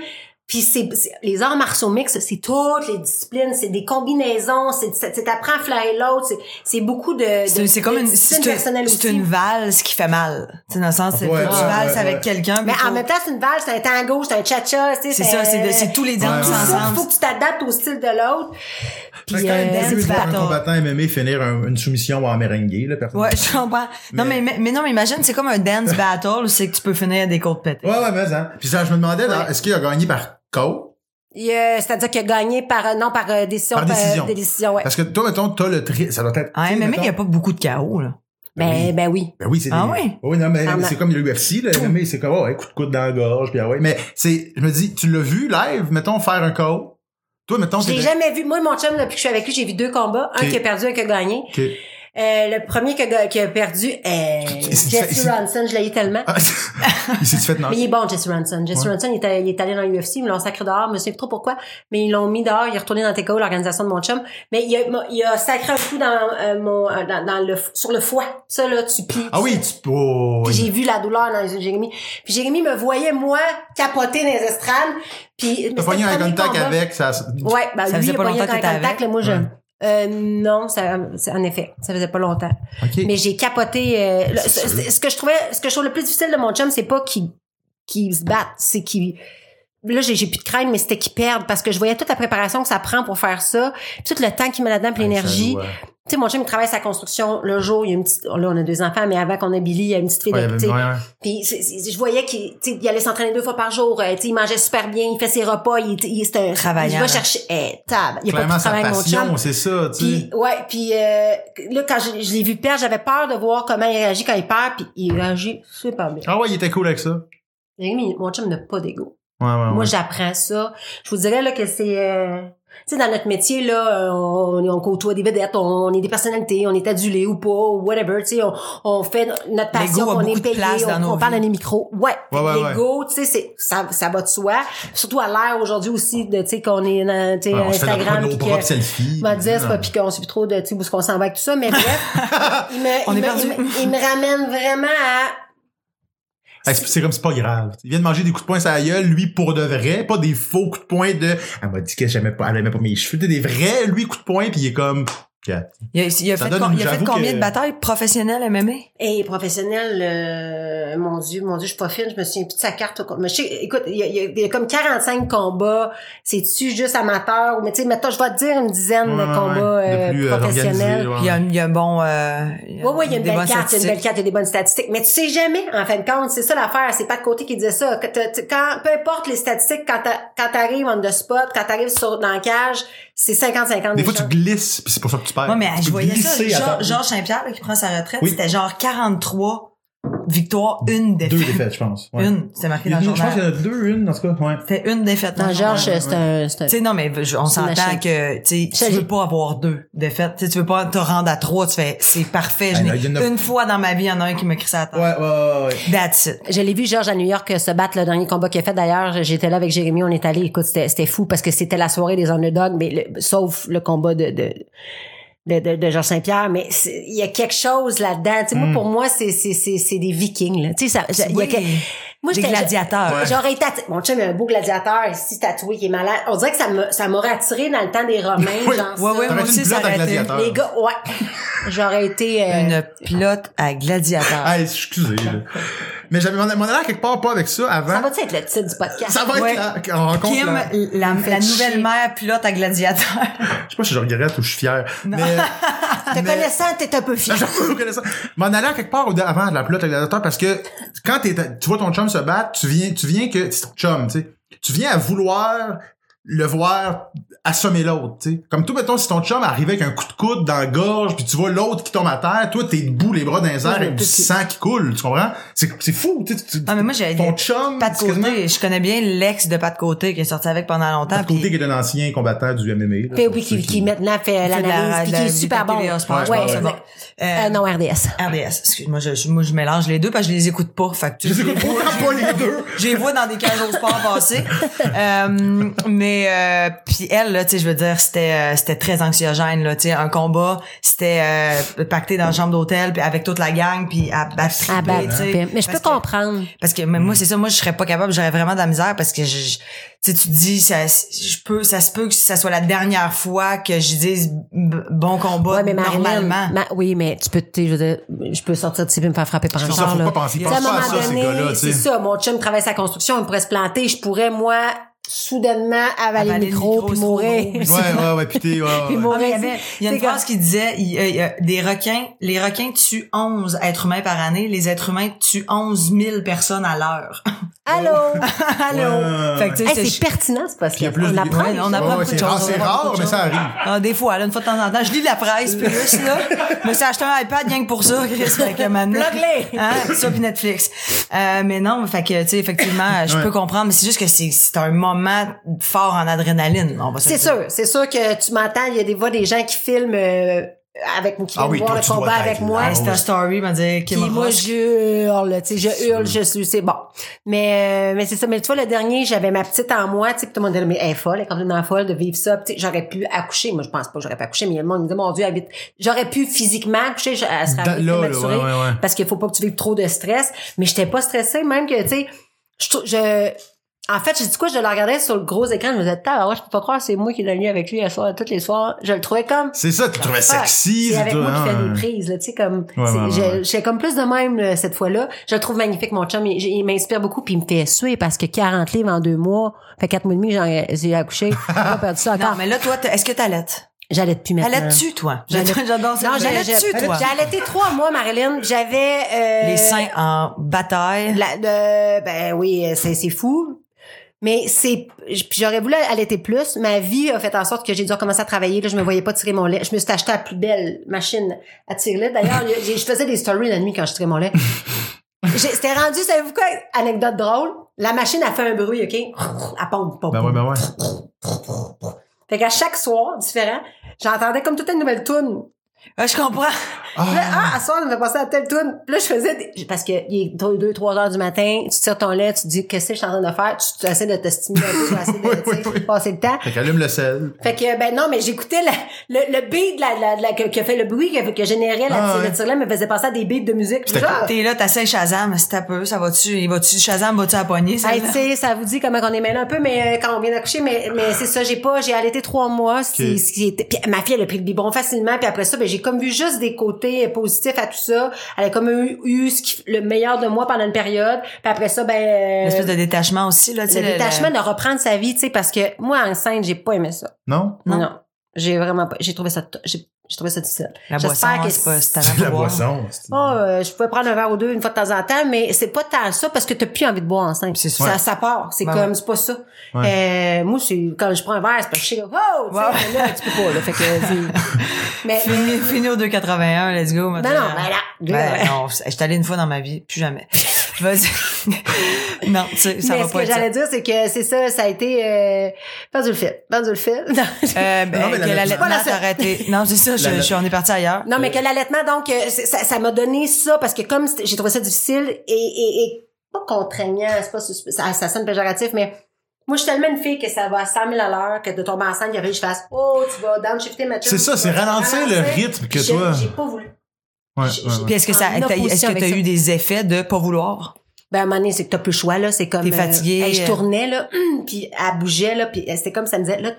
Speaker 3: Puis c'est c'est- les arts martiaux mixtes, c'est toutes les disciplines, c'est des combinaisons, c'est c'est- c'est t'apprends à flyer l'autre, c'est- c'est beaucoup de, de
Speaker 2: C'est c'est comme
Speaker 3: de
Speaker 2: une,
Speaker 3: disciplines
Speaker 2: c'est
Speaker 3: personnelles
Speaker 2: une, c'est une
Speaker 3: aussi.
Speaker 2: valse qui fait mal. C'est dans le sens, c'est
Speaker 1: Ouais,
Speaker 2: tu
Speaker 1: ouais,
Speaker 2: valses
Speaker 1: ouais,
Speaker 2: avec
Speaker 1: ouais.
Speaker 2: quelqu'un.
Speaker 3: Mais
Speaker 2: puis faut-
Speaker 3: en même temps, c'est une valse, c'est un tango, c'est un cha-cha, tu sais,
Speaker 2: c'est ça, c'est de- c'est tous les danses
Speaker 1: Ouais, ouais.
Speaker 3: tout ça, il
Speaker 2: ensemble.
Speaker 3: faut que tu t'adaptes au style de l'autre.
Speaker 1: Fait
Speaker 3: Puis
Speaker 1: que quand
Speaker 3: euh,
Speaker 1: même,
Speaker 2: dance
Speaker 1: lui, il voit un
Speaker 2: battle.
Speaker 1: combattant MMA finir un- une soumission en merengue, là, personne.
Speaker 2: Ouais, je comprends. Non, mais, mais, mais non, mais imagine, c'est comme un dance battle où c'est que tu peux finir à des côtes pétées.
Speaker 1: Ouais, ouais, mais hein. Puis ça, je me demandais, dans-
Speaker 3: Ouais.
Speaker 1: est-ce qu'il a gagné par KO?
Speaker 3: il, euh, c'est-à-dire qu'il a gagné par euh, non par euh, décision
Speaker 1: Par décision.
Speaker 3: des décisions, ouais.
Speaker 1: Parce que toi, mettons, t'as le tri, ça doit être.
Speaker 2: En
Speaker 1: tu sais,
Speaker 2: MMA, il
Speaker 1: mettons-
Speaker 2: n'y a pas beaucoup de chaos, là.
Speaker 3: Ben
Speaker 1: oui.
Speaker 3: ben oui.
Speaker 1: Ben oui, c'est
Speaker 2: Ah
Speaker 1: des-
Speaker 2: ouais?
Speaker 1: Oui, non, mais
Speaker 3: Ah,
Speaker 1: c'est comme l'UFC, là. MMA, c'est comme, oh, ouais, coup de coude dans la gorge, puis ah ouais. Mais c'est, je me dis, tu l'as vu live, mettons, faire un KO? Toi, mettons,
Speaker 3: Je l'ai
Speaker 1: t'étais-
Speaker 3: jamais vu. Moi, mon chum, depuis que je suis avec lui, j'ai vu deux combats.
Speaker 1: Ok.
Speaker 3: Un qui a perdu, un qui a gagné.
Speaker 1: Ok.
Speaker 3: Euh, le premier qui a, qui a perdu, euh,
Speaker 1: c'est-
Speaker 3: Jesse
Speaker 1: c'est-
Speaker 3: Ronson, je l'ai eu tellement.
Speaker 1: Ah, il s'est fait non.
Speaker 3: Mais il est bon, Jesse Ronson. Jesse
Speaker 1: Ouais.
Speaker 3: Ronson, il est, il est allé dans l'UFC, ils l'ont sacré dehors, je me souviens plus trop pourquoi, mais ils l'ont mis dehors, il est retourné dans TKO, l'organisation de mon chum. Mais il a, il a sacré un coup dans, euh, mon, euh, dans, dans le, sur le foie. Ça, là, tu plies.
Speaker 1: Ah oui, tu, oh,
Speaker 3: Puis
Speaker 1: oui.
Speaker 3: j'ai vu la douleur dans les yeux de Jérémy. Puis Jérémy me voyait, moi, capoter dans les estrades. Puis,
Speaker 1: T'as pogné un contact
Speaker 3: avec
Speaker 1: avec, ça.
Speaker 3: Ouais, ben
Speaker 2: Ça
Speaker 3: lui,
Speaker 2: faisait
Speaker 3: il a
Speaker 2: pas
Speaker 3: pas
Speaker 2: longtemps
Speaker 3: longtemps
Speaker 2: que t'étais
Speaker 3: contact,
Speaker 2: avec?
Speaker 3: là, moi, je...
Speaker 1: Ouais.
Speaker 3: Euh, non, ça, c'est- en effet, ça faisait pas longtemps.
Speaker 1: Ok.
Speaker 3: Mais j'ai capoté. euh, le-
Speaker 1: C'est
Speaker 3: ce,
Speaker 1: sûr.
Speaker 3: ce que je trouvais, ce que je trouve le plus difficile de mon chum, c'est pas qu'il qu'il se batte, c'est qu'il Là, j'ai j'ai plus de crainte, mais c'était qu'il perde parce que je voyais toute la préparation que ça prend pour faire ça, puis tout le temps qu'il met là-dedans, puis l'énergie.
Speaker 1: Ça doit-
Speaker 3: Tu sais, mon chum il travaille sa construction le jour, il y a une petite. Là, on a deux enfants, mais avant qu'on ait Billy, il y a une petite fille.
Speaker 1: Ouais,
Speaker 3: de-
Speaker 1: il y avait-
Speaker 3: tu sais,
Speaker 1: ouais, ouais.
Speaker 3: puis c'est- c'est- je voyais qu'il tu sais, il allait s'entraîner deux fois par jour. euh, tu sais, il mangeait super bien, il fait ses repas, il, était- il est un
Speaker 2: Travaillant,
Speaker 3: Il va
Speaker 2: hein.
Speaker 3: chercher eh, tab. Il y a pas
Speaker 1: Clairement,
Speaker 3: de
Speaker 1: sa
Speaker 3: travail avec mon chum.
Speaker 1: passion, hein. c'est ça, tu sais.
Speaker 3: Puis ouais, puis euh, là quand je, je l'ai vu perdre, j'avais peur de voir comment il réagit quand il perd. Puis il réagit super bien.
Speaker 1: Ah ouais, il était cool avec ça.
Speaker 3: Jérémy, Mon chum n'a pas d'ego.
Speaker 1: Ouais, ouais,
Speaker 2: Ah
Speaker 3: Moi,
Speaker 1: ouais.
Speaker 3: j'apprends ça. Je vous dirais là que c'est... euh, Tu sais, dans notre métier, là, euh, on, on côtoie des vedettes, on, on est des personnalités, on est adulé ou pas, ou whatever, tu sais, on, on fait notre passion,
Speaker 2: L'ego a
Speaker 3: on
Speaker 2: beaucoup
Speaker 3: est
Speaker 2: de
Speaker 3: payé,
Speaker 2: place dans
Speaker 3: on,
Speaker 2: nos
Speaker 3: on parle
Speaker 2: vies.
Speaker 3: dans les micros. Ouais,
Speaker 1: Ouais, ouais, ouais.
Speaker 3: l'ego, tu sais, c'est- ça, ça va de soi. Surtout à l'ère aujourd'hui aussi, de, tu sais, qu'on est dans tu sais,
Speaker 1: Ouais, on se fait notre-
Speaker 3: Instagram.
Speaker 1: nos
Speaker 3: puis que-
Speaker 1: propres selfies.
Speaker 3: on va dire, c'est
Speaker 1: Ouais.
Speaker 3: pas puis qu'on sait plus trop de, tu sais, où est-ce qu'on s'en va avec tout ça, mais bref, il me,
Speaker 2: On
Speaker 3: il
Speaker 2: est
Speaker 3: me-
Speaker 2: perdu.
Speaker 3: il me- il me ramène vraiment à,
Speaker 1: Hey, c'est c'est comme c'est pas grave. Il vient de manger des coups de poing sur la gueule, lui pour de vrai, pas des faux coups de poing de elle m'a dit que j'aimais pas, elle aimait pas mes cheveux, T'es des vrais lui coups de poing puis il est comme Ok.
Speaker 2: Il a, il a
Speaker 1: Ça
Speaker 2: fait,
Speaker 1: donne
Speaker 2: com-
Speaker 1: une-
Speaker 2: il a fait
Speaker 1: j'avoue
Speaker 2: combien
Speaker 1: que-
Speaker 2: de batailles professionnelles MMA?
Speaker 3: et professionnel, euh, mon Dieu, mon Dieu, je suis pas fine, je me souviens plus de sa carte. au com- Mais je sais, écoute, il y, a- il y a- il y a comme 45 combats, c'est-tu juste amateur, ou- mais tu sais, maintenant, je vais te dire une dizaine
Speaker 1: Ouais,
Speaker 3: de
Speaker 1: ouais,
Speaker 3: combats
Speaker 1: ouais.
Speaker 3: euh,
Speaker 1: De plus, euh, organisé,
Speaker 3: professionnels.
Speaker 1: ouais.
Speaker 2: Il y a, un- il y a un bon... Euh,
Speaker 3: Oui, oui, il y a une
Speaker 2: des
Speaker 3: belle
Speaker 2: bonnes
Speaker 3: carte, il y a une belle
Speaker 2: statistiques.
Speaker 3: carte, il y a des bonnes statistiques. Mais tu sais jamais, en fin de compte, c'est ça l'affaire. C'est pas de côté qui disait ça. Que t'as- tu- quand, peu importe les statistiques, quand t'a- quand t'arrives on the spot, quand t'arrives sur, dans la cage, c'est 50-50.
Speaker 1: Des
Speaker 3: des
Speaker 1: fois tu
Speaker 3: chances.
Speaker 1: glisses puis c'est pour ça que tu perds.
Speaker 2: Ouais, mais
Speaker 1: Tu
Speaker 2: je
Speaker 1: peux
Speaker 2: voyais ça.
Speaker 1: glisser à
Speaker 2: Jean-
Speaker 1: ta-
Speaker 2: Georges Saint-Pierre, là, qui prend sa retraite,
Speaker 1: Oui.
Speaker 2: c'était genre 43 victoires, une défaite.
Speaker 1: deux défaites, je pense. Ouais.
Speaker 2: Une, c'est marqué dans le
Speaker 1: Une, je pense qu'il y
Speaker 2: journal.
Speaker 1: en a deux, une, en tout cas, ouais.
Speaker 2: C'était une défaite. dans
Speaker 3: Non,
Speaker 2: le
Speaker 3: Georges,
Speaker 2: journal.
Speaker 3: c'est un, c'est un-
Speaker 2: Tu sais, non, mais je- on
Speaker 3: C'est une
Speaker 2: s'entend
Speaker 3: machine.
Speaker 2: que tu sais,
Speaker 3: Ça,
Speaker 2: tu
Speaker 3: j'ai-
Speaker 2: veux pas avoir deux défaites. Tu sais, tu veux pas te rendre à trois, tu fais c'est parfait. je
Speaker 1: Ben,
Speaker 2: n'ai-
Speaker 1: là, il y en a-
Speaker 2: Une fois dans ma vie, il y en a un qui me crie ça à
Speaker 1: Ouais,
Speaker 2: terre.
Speaker 1: ouais, ouais, ouais.
Speaker 2: That's it.
Speaker 3: Je l'ai vu Georges à New York euh, se battre le dernier combat qu'il a fait d'ailleurs. J'étais là avec Jérémy, on est allé. Écoute, c'était c'était fou parce que c'était la soirée des underdogs, mais le- sauf le combat de de de, de, de Georges Saint-Pierre. Mais c'est- il y a quelque chose là-dedans. Tu sais, Moi, pour moi, c'est c'est c'est c'est des Vikings. Là. Tu sais, ça, ça- il y a
Speaker 2: Oui.
Speaker 3: que- moi,
Speaker 2: Des
Speaker 3: j'étais-
Speaker 2: gladiateurs.
Speaker 3: Ouais. J'aurais été atti- Mon chum, il y a un beau gladiateur ici tatoué qui est malade. On dirait que ça me, ça m'aurait attiré dans le temps des Romains.
Speaker 1: Oui.
Speaker 3: genre
Speaker 2: Ouais,
Speaker 3: ça.
Speaker 2: ouais, moi
Speaker 1: T'aurais-tu
Speaker 2: aussi,
Speaker 1: une plate
Speaker 2: ça
Speaker 1: à
Speaker 2: aurait été
Speaker 1: gladiateur?
Speaker 3: Les gars, ouais. J'aurais été, euh,
Speaker 2: Une pilote à gladiateur.
Speaker 1: Ah, excusez. là. mais j'avais mon, mon allure quelque part pas avec ça avant.
Speaker 3: ça va-tu être le titre du podcast?
Speaker 1: Ça va être
Speaker 2: Ouais.
Speaker 1: la- on rencontre
Speaker 2: Kim,
Speaker 1: la-
Speaker 2: la, la
Speaker 3: fait
Speaker 2: nouvelle
Speaker 3: chier.
Speaker 2: mère pilote à gladiateur.
Speaker 1: Je sais pas si je regrette ou je suis fier.
Speaker 2: Non.
Speaker 1: Mais,
Speaker 3: Te
Speaker 1: mais-
Speaker 3: connaissant, t'es un peu
Speaker 1: Non,
Speaker 3: fier.
Speaker 1: je vous reconnais ça. M'en aller à quelque part au- avant de la pilote gladiateur parce que quand t'es- tu vois ton chum se battre, tu viens, tu viens que, c'est ton chum, tu sais. Tu viens à vouloir le voir assommer l'autre, tu sais. Comme tout, mettons, si ton chum arrivait avec un coup de coude dans la gorge puis tu vois l'autre qui tombe à terre, toi, t'es debout, les bras dans les airs
Speaker 3: Ouais,
Speaker 1: avec du
Speaker 3: tout qui-
Speaker 1: sang qui coule, tu comprends? C'est, c'est fou, tu sais. tu- tu-
Speaker 2: Ah, mais moi, j'ai-
Speaker 1: Ton chum,
Speaker 2: Pas de
Speaker 1: c'est quasiment-
Speaker 2: côté. Je connais bien l'ex de Pas de côté qui est sorti avec pendant longtemps.
Speaker 1: Pat Côté
Speaker 2: puis-
Speaker 1: qui est un ancien combattant du MMA. là,
Speaker 3: hein, Puis
Speaker 1: pour
Speaker 3: oui,
Speaker 1: ceux
Speaker 3: qui, qui maintenant fait
Speaker 2: fait de
Speaker 3: l'analyse,
Speaker 2: la- de
Speaker 3: puis qui
Speaker 2: la-
Speaker 3: est
Speaker 2: des
Speaker 3: super bon.
Speaker 2: TVA, je pense,
Speaker 1: Ouais,
Speaker 2: ouais, c'est
Speaker 1: ouais.
Speaker 2: bon. Euh,
Speaker 3: Euh, non, RDS.
Speaker 2: RDS, excuse-moi, je, je- moi, je mélange les deux parce que je les écoute pas. Fait que tu-
Speaker 1: Je les écoute pas, pas les deux.
Speaker 2: Je les vois dans des cages au sport passer. Euh, mais euh, puis elle, là, tu sais, je veux dire, c'était euh, c'était très anxiogène, là, tu sais, un combat, c'était euh, pacté dans la chambre d'hôtel, puis avec toute la gang, puis à, à flipper,
Speaker 3: Ah, bah,
Speaker 2: tu sais.
Speaker 3: mais je peux
Speaker 2: Parce que-
Speaker 3: comprendre.
Speaker 2: parce que même
Speaker 3: Mm.
Speaker 2: moi c'est ça moi je serais pas capable j'aurais vraiment de la misère parce que je, je- tu sais tu te dis ça je peux ça se peut que ça soit la dernière fois que je dise b- bon combat
Speaker 3: Ouais, mais
Speaker 2: normalement
Speaker 3: Marilyn, ma- oui, mais tu peux, tu sais, je veux dire, je peux sortir d'ici et me faire frapper par un
Speaker 1: C'est ça,
Speaker 3: char,
Speaker 1: faut
Speaker 3: là.
Speaker 1: pas penser,
Speaker 3: Tu sais, à un
Speaker 1: pense pas à
Speaker 3: moment
Speaker 1: ça, ces gars-là,
Speaker 3: donné,
Speaker 1: tu
Speaker 3: c'est
Speaker 1: sais.
Speaker 3: ça, mon chum travaille sa construction, il pourrait se planter, je pourrais, moi, soudainement, avaler,
Speaker 2: Avaler
Speaker 3: le micro, puis
Speaker 2: c'est trop
Speaker 3: mourir.
Speaker 2: gros.
Speaker 1: Ouais, ouais, ouais, putain, ouais, ouais.
Speaker 3: Puis mourir.
Speaker 2: Ah, mais il y avait- il y a une
Speaker 3: C'est comme-
Speaker 2: phrase qui disait il y a- il y a des requins les requins tuent 11 êtres humains par année les êtres humains tuent 11 000 personnes à l'heure
Speaker 3: Allô?
Speaker 1: Ouais.
Speaker 2: allô fait que tu sais
Speaker 3: Hey, c'est
Speaker 2: c'est-
Speaker 3: pertinent, c'est parce
Speaker 1: Puis il y a plus
Speaker 3: qu'on
Speaker 1: de-
Speaker 3: apprend.
Speaker 1: Ouais,
Speaker 3: des
Speaker 2: on
Speaker 3: choses.
Speaker 2: apprend beaucoup de
Speaker 1: c'est
Speaker 2: choses,
Speaker 1: rare,
Speaker 2: on
Speaker 1: c'est
Speaker 2: apprend
Speaker 1: rare,
Speaker 2: beaucoup de
Speaker 1: mais ça
Speaker 2: choses.
Speaker 1: arrive.
Speaker 2: ah, des fois, là, une fois de temps en temps, je lis de la presse, puis juste, là, je me suis acheté un iPad rien que pour ça, Chris, fait que maintenant-
Speaker 3: Plug-les!
Speaker 2: Hein, pis ça puis Netflix. Euh, mais non, fait que, tu sais, effectivement, je
Speaker 1: Ouais.
Speaker 2: peux comprendre, mais c'est juste que c'est, c'est un moment fort en adrénaline, on va se
Speaker 3: C'est
Speaker 2: le dire.
Speaker 3: sûr, c'est sûr que tu m'entends, il y a des fois des gens qui filment euh, avec qui
Speaker 1: Ah
Speaker 3: viennent
Speaker 1: oui,
Speaker 3: voir
Speaker 1: toi,
Speaker 3: le
Speaker 1: tu dois
Speaker 3: combat
Speaker 1: être
Speaker 3: avec
Speaker 1: là.
Speaker 3: moi.
Speaker 1: Ah oui.
Speaker 2: Insta Story m'a dit
Speaker 3: Puis
Speaker 2: Kim
Speaker 3: moi,
Speaker 2: Ross.
Speaker 3: je hurle, tu sais, je hurle, je suis, c'est bon. Mais, euh, mais c'est ça. Mais tu vois, le dernier, j'avais ma petite en moi, tu sais, puis tout le monde disait, mais elle est folle, elle est complètement folle de vivre ça. Puis, Tu sais, j'aurais pu accoucher. Moi, je pense pas que j'aurais pas accouché, mais le monde me disait, mon Dieu, elle vite. J'aurais pu physiquement accoucher, je- elle serait
Speaker 1: Dans-
Speaker 3: arrivée
Speaker 1: là, là,
Speaker 3: prématurée,
Speaker 1: ouais, ouais, ouais.
Speaker 3: parce qu'il faut pas que tu vives trop de stress. Mais j'étais pas stressée, même que, tu sais, je, trou- je, en fait, j'ai dit quoi, je le regardais sur le gros écran, je me disais, ouais, je peux pas croire, c'est moi qui ai nuit avec lui à soir, tous les soirs. Je le trouvais comme,
Speaker 1: C'est ça, tu trouvais
Speaker 3: Ouais.
Speaker 1: sexy,
Speaker 3: C'est avec
Speaker 1: tout,
Speaker 3: moi qui
Speaker 1: hein.
Speaker 3: fait des prises, là, tu sais, comme,
Speaker 1: Ouais,
Speaker 3: c'est-
Speaker 1: ouais, ouais,
Speaker 3: j'ai-
Speaker 1: ouais.
Speaker 3: j'ai comme plus de même, là, cette fois-là. Je le trouve magnifique, mon chum. Il, il m'inspire beaucoup, puis il me fait suer parce que 40 livres en deux mois, fait quatre mois et demi, j'en- j'ai accouché. J'ai pas perdu ça
Speaker 2: Non,
Speaker 3: encore.
Speaker 2: mais là, toi, t'as- est-ce que t'allaites?
Speaker 3: J'allais depuis maintenant.
Speaker 2: T'allaites-tu, toi?
Speaker 3: J'allais-
Speaker 2: J'adore ça.
Speaker 3: Non, j'allais
Speaker 2: J'allaites-tu, toi?
Speaker 3: J'ai allaité trois mois, Marilyn. J'avais, euh,
Speaker 2: Les seins en bataille.
Speaker 3: la- le- ben oui, c'est, c'est fou. Mais c'est, j- puis j'aurais voulu allaiter plus. Ma vie a fait en sorte que j'ai dû recommencer à travailler. Là, je me voyais pas tirer mon lait. Je me suis acheté la plus belle machine à tirer le lait. D'ailleurs, j'ai- je faisais des stories la nuit quand je tirais mon lait. J'ai- C'était rendu, savez-vous quoi? Anecdote drôle. La machine a fait un bruit, OK? Elle pompe, pompe.
Speaker 1: Ben ouais, ben ouais.
Speaker 3: Fait qu'à chaque soir, différent, j'entendais comme toute une nouvelle toune.
Speaker 2: Ah, je comprends.
Speaker 3: Puis là,
Speaker 1: Ah,
Speaker 3: ah, à soir, on me fait passer à telle toune. Puis là, je faisais des... Parce que il est 2, 3 heures du matin, tu tires ton lait, tu te dis, qu'est-ce que je suis en train de faire? Tu, tu essaies de te stimuler un peu, tu essaies de,
Speaker 1: Oui,
Speaker 3: tu sais,
Speaker 1: oui, oui.
Speaker 3: passer le temps.
Speaker 1: fait qu'allume le sel.
Speaker 3: Fait que, ben non, mais j'écoutais la- le, le beat de la, de la, de la- que, que fait le bruit que, que générait la,
Speaker 1: Ah,
Speaker 3: tire-
Speaker 1: ouais.
Speaker 3: la tire-lait, me faisait passer à des beats de musique.
Speaker 1: C'était
Speaker 3: Genre,
Speaker 2: T'es là, t'essayes Shazam, c'est un peu, ça va-tu, il va-tu, Shazam va-tu à pogner, ça?
Speaker 3: Hey, Ben, tu sais, ça vous dit comment on est mêlé un peu, mais euh, quand on vient d'accoucher, mais, mais c'est ça, j'ai pas, j'ai allaité trois mois. c'est
Speaker 1: Ok.
Speaker 3: ce qui était- puis ma fille, elle a pris le biberon facilement, puis après ça, ben, j'ai comme vu juste des côtés euh, positifs à tout ça. Elle a comme eu, eu ce qui- le meilleur de moi pendant une période, puis après ça, ben, euh,
Speaker 2: L'espèce de euh, détachement aussi, là, tu
Speaker 3: le
Speaker 2: sais.
Speaker 3: détachement de reprendre sa vie, tu sais, parce que moi, enceinte, j'ai pas aimé ça.
Speaker 1: Non?
Speaker 2: Non.
Speaker 3: Non. J'ai vraiment pas, j'ai trouvé ça, t- j'ai j'ai trouvé ça difficile.
Speaker 2: La boisson,
Speaker 3: J'espère que
Speaker 2: c'est pas, c'est à
Speaker 1: C'est de la
Speaker 2: boire.
Speaker 1: boisson. c'est-
Speaker 3: Ah, euh, je pouvais prendre un verre ou deux une fois de temps en temps, mais c'est pas tant ça parce que t'as plus envie de boire enceinte.
Speaker 2: C'est sûr.
Speaker 3: ça, ça part. C'est
Speaker 2: Ben
Speaker 3: comme,
Speaker 2: ouais.
Speaker 3: c'est pas ça. Euh, moi, c'est, quand je prends un verre, c'est parce que je sais, que, oh, tu sais,
Speaker 2: Ouais.
Speaker 3: mais là, tu peux pas, là. Fait que, c'est- mais, mais-
Speaker 2: Fini, fini au 281, let's go.
Speaker 3: non, non, ben là,
Speaker 2: Ben, non, je suis allée une fois dans ma vie, plus jamais. Vas-y. non, tu sais, ça
Speaker 3: mais
Speaker 2: va
Speaker 3: ce
Speaker 2: pas
Speaker 3: que
Speaker 2: être ça.
Speaker 3: j'allais dire, c'est que c'est ça, ça a été, euh, pas du le fil, pas du le fil. Non,
Speaker 2: Euh, ben,
Speaker 1: Non, mais
Speaker 2: que
Speaker 1: la-
Speaker 2: l'allaitement
Speaker 3: Pas la seule.
Speaker 2: t'aurait été- Non, c'est ça, je,
Speaker 1: La-
Speaker 2: je suis, on est parti ailleurs.
Speaker 3: Non, mais que l'allaitement, donc, euh, c'est- ça ça m'a donné ça parce que comme c'était- j'ai trouvé ça difficile et, et, et pas contraignant, c'est pas, c'est- ça, ça sonne péjoratif, mais moi, je suis tellement une fille que ça va à 100 000 à l'heure que de tomber enceinte, il y avait je fasse, oh, tu vas downshifter ma chum,
Speaker 1: C'est ça,
Speaker 3: tu
Speaker 1: c'est
Speaker 3: vas
Speaker 1: ralentir le rythme que
Speaker 3: J'ai-
Speaker 1: toi-
Speaker 3: J'ai pas voulu.
Speaker 1: Ouais,
Speaker 3: j'ai-
Speaker 1: ouais, ouais.
Speaker 2: Puis est-ce que ça,
Speaker 3: En
Speaker 2: t'as- est-ce
Speaker 3: opposition
Speaker 2: que t'as
Speaker 3: avec
Speaker 2: eu
Speaker 3: ça.
Speaker 2: des effets de pas vouloir?
Speaker 3: Ben, à un moment donné, c'est que t'as plus le choix, là. C'est comme.
Speaker 2: T'es fatiguée.
Speaker 3: euh, hey, je tournais, là. hum, puis elle bougeait, là. Puis euh, c'était comme ça me disait, là.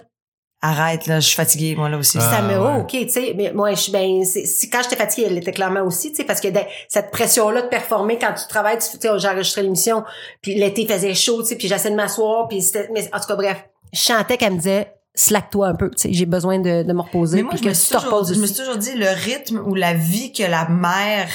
Speaker 2: Arrête, là, je suis fatiguée, moi, là aussi.
Speaker 1: Ah.
Speaker 3: ça me.
Speaker 1: ouais.
Speaker 3: Oh, OK, tu sais. Mais moi, je suis. Ben, c'est- si, quand j'étais fatiguée, elle était clairement aussi, tu sais. Parce que de- cette pression-là de performer quand tu travailles, tu tu sais, j'ai enregistré l'émission. Puis l'été faisait chaud, tu sais. Puis j'essayais de m'asseoir. Puis c'était. Mais en tout cas, bref. Je chantais qu'elle me disait, slack-toi un peu. Tu sais, j'ai besoin de, de me reposer.
Speaker 2: Mais moi,
Speaker 3: puis
Speaker 2: je
Speaker 3: que
Speaker 2: me,
Speaker 3: tu
Speaker 2: suis
Speaker 3: te
Speaker 2: toujours,
Speaker 3: reposes
Speaker 2: je me
Speaker 3: aussi.
Speaker 2: suis toujours dit le rythme ou la vie que la mère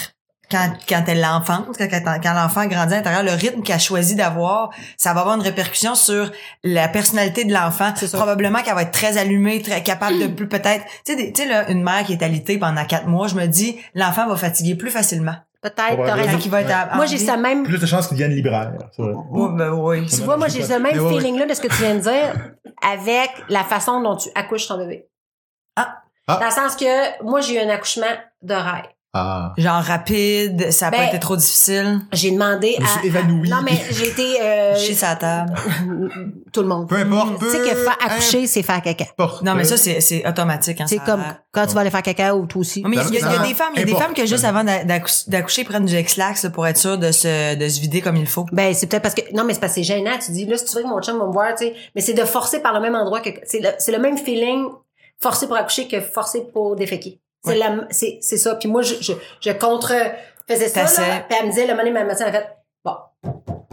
Speaker 2: quand, quand elle l'enfante, quand, quand, quand l'enfant grandit à l'intérieur, le rythme qu'elle choisit d'avoir, ça va avoir une répercussion sur la personnalité de l'enfant.
Speaker 3: C'est sûr.
Speaker 2: Probablement qu'elle va être très allumée, très capable de plus peut-être. Tu sais, des- tu sais, là, une mère qui est alitée pendant quatre mois, je me dis, l'enfant va fatiguer plus facilement.
Speaker 3: Peut-être, t'as
Speaker 1: Probablement.
Speaker 3: raison.
Speaker 2: Fait qu'il va être à-
Speaker 3: Moi,
Speaker 2: en
Speaker 3: j'ai
Speaker 2: vie.
Speaker 3: ça même.
Speaker 1: Plus de chances qu'il devienne libraire. c'est vrai.
Speaker 2: Oui, ben oui.
Speaker 3: Tu vois, moi, j'ai ce même
Speaker 1: Mais ouais, ouais.
Speaker 3: feeling-là de ce que tu viens de dire avec la façon dont tu accouches ton bébé.
Speaker 2: Ah.
Speaker 1: Ah.
Speaker 3: Dans le sens que moi, j'ai eu un accouchement de rêve.
Speaker 1: Ah.
Speaker 2: Genre rapide, ça a
Speaker 3: Ben,
Speaker 2: pas été trop difficile.
Speaker 3: J'ai demandé
Speaker 1: Je me suis
Speaker 3: à...
Speaker 1: évanoui.
Speaker 3: Non, mais j'ai été... euh,
Speaker 2: Chier sa table.
Speaker 3: tout le monde.
Speaker 1: Peu importe,
Speaker 3: Hmm, Tu sais
Speaker 1: peu
Speaker 3: que faire accoucher, c'est faire caca.
Speaker 1: importe.
Speaker 2: Non, mais ça, c'est, c'est automatique. Hein,
Speaker 3: euh, C'est
Speaker 2: Ah, ça a
Speaker 3: comme
Speaker 2: l'air.
Speaker 3: quand tu vas aller faire caca ou toi aussi.
Speaker 2: Non, mais il y, a- il y a
Speaker 1: Non,
Speaker 2: des femmes, il y a des
Speaker 1: importe.
Speaker 2: femmes que juste avant d'a- d'accou- d'accoucher prennent du X-Lax là, pour être sûr de se de se vider comme il faut.
Speaker 3: Ben, c'est peut-être parce que, non, mais c'est parce que c'est gênant. Tu dis, là, si tu veux que mon chum va me voir, tu sais, mais c'est de forcer par le même endroit que, c'est le, c'est le même feeling, forcer pour accoucher que forcer pour déféquer. C'est
Speaker 2: Ouais.
Speaker 3: la, c'est, c'est ça. Puis moi, je, je, je contre, faisais ça,
Speaker 2: T'essaies.
Speaker 3: là, puis elle me disait, le moment donné, ma médecin a fait, bon,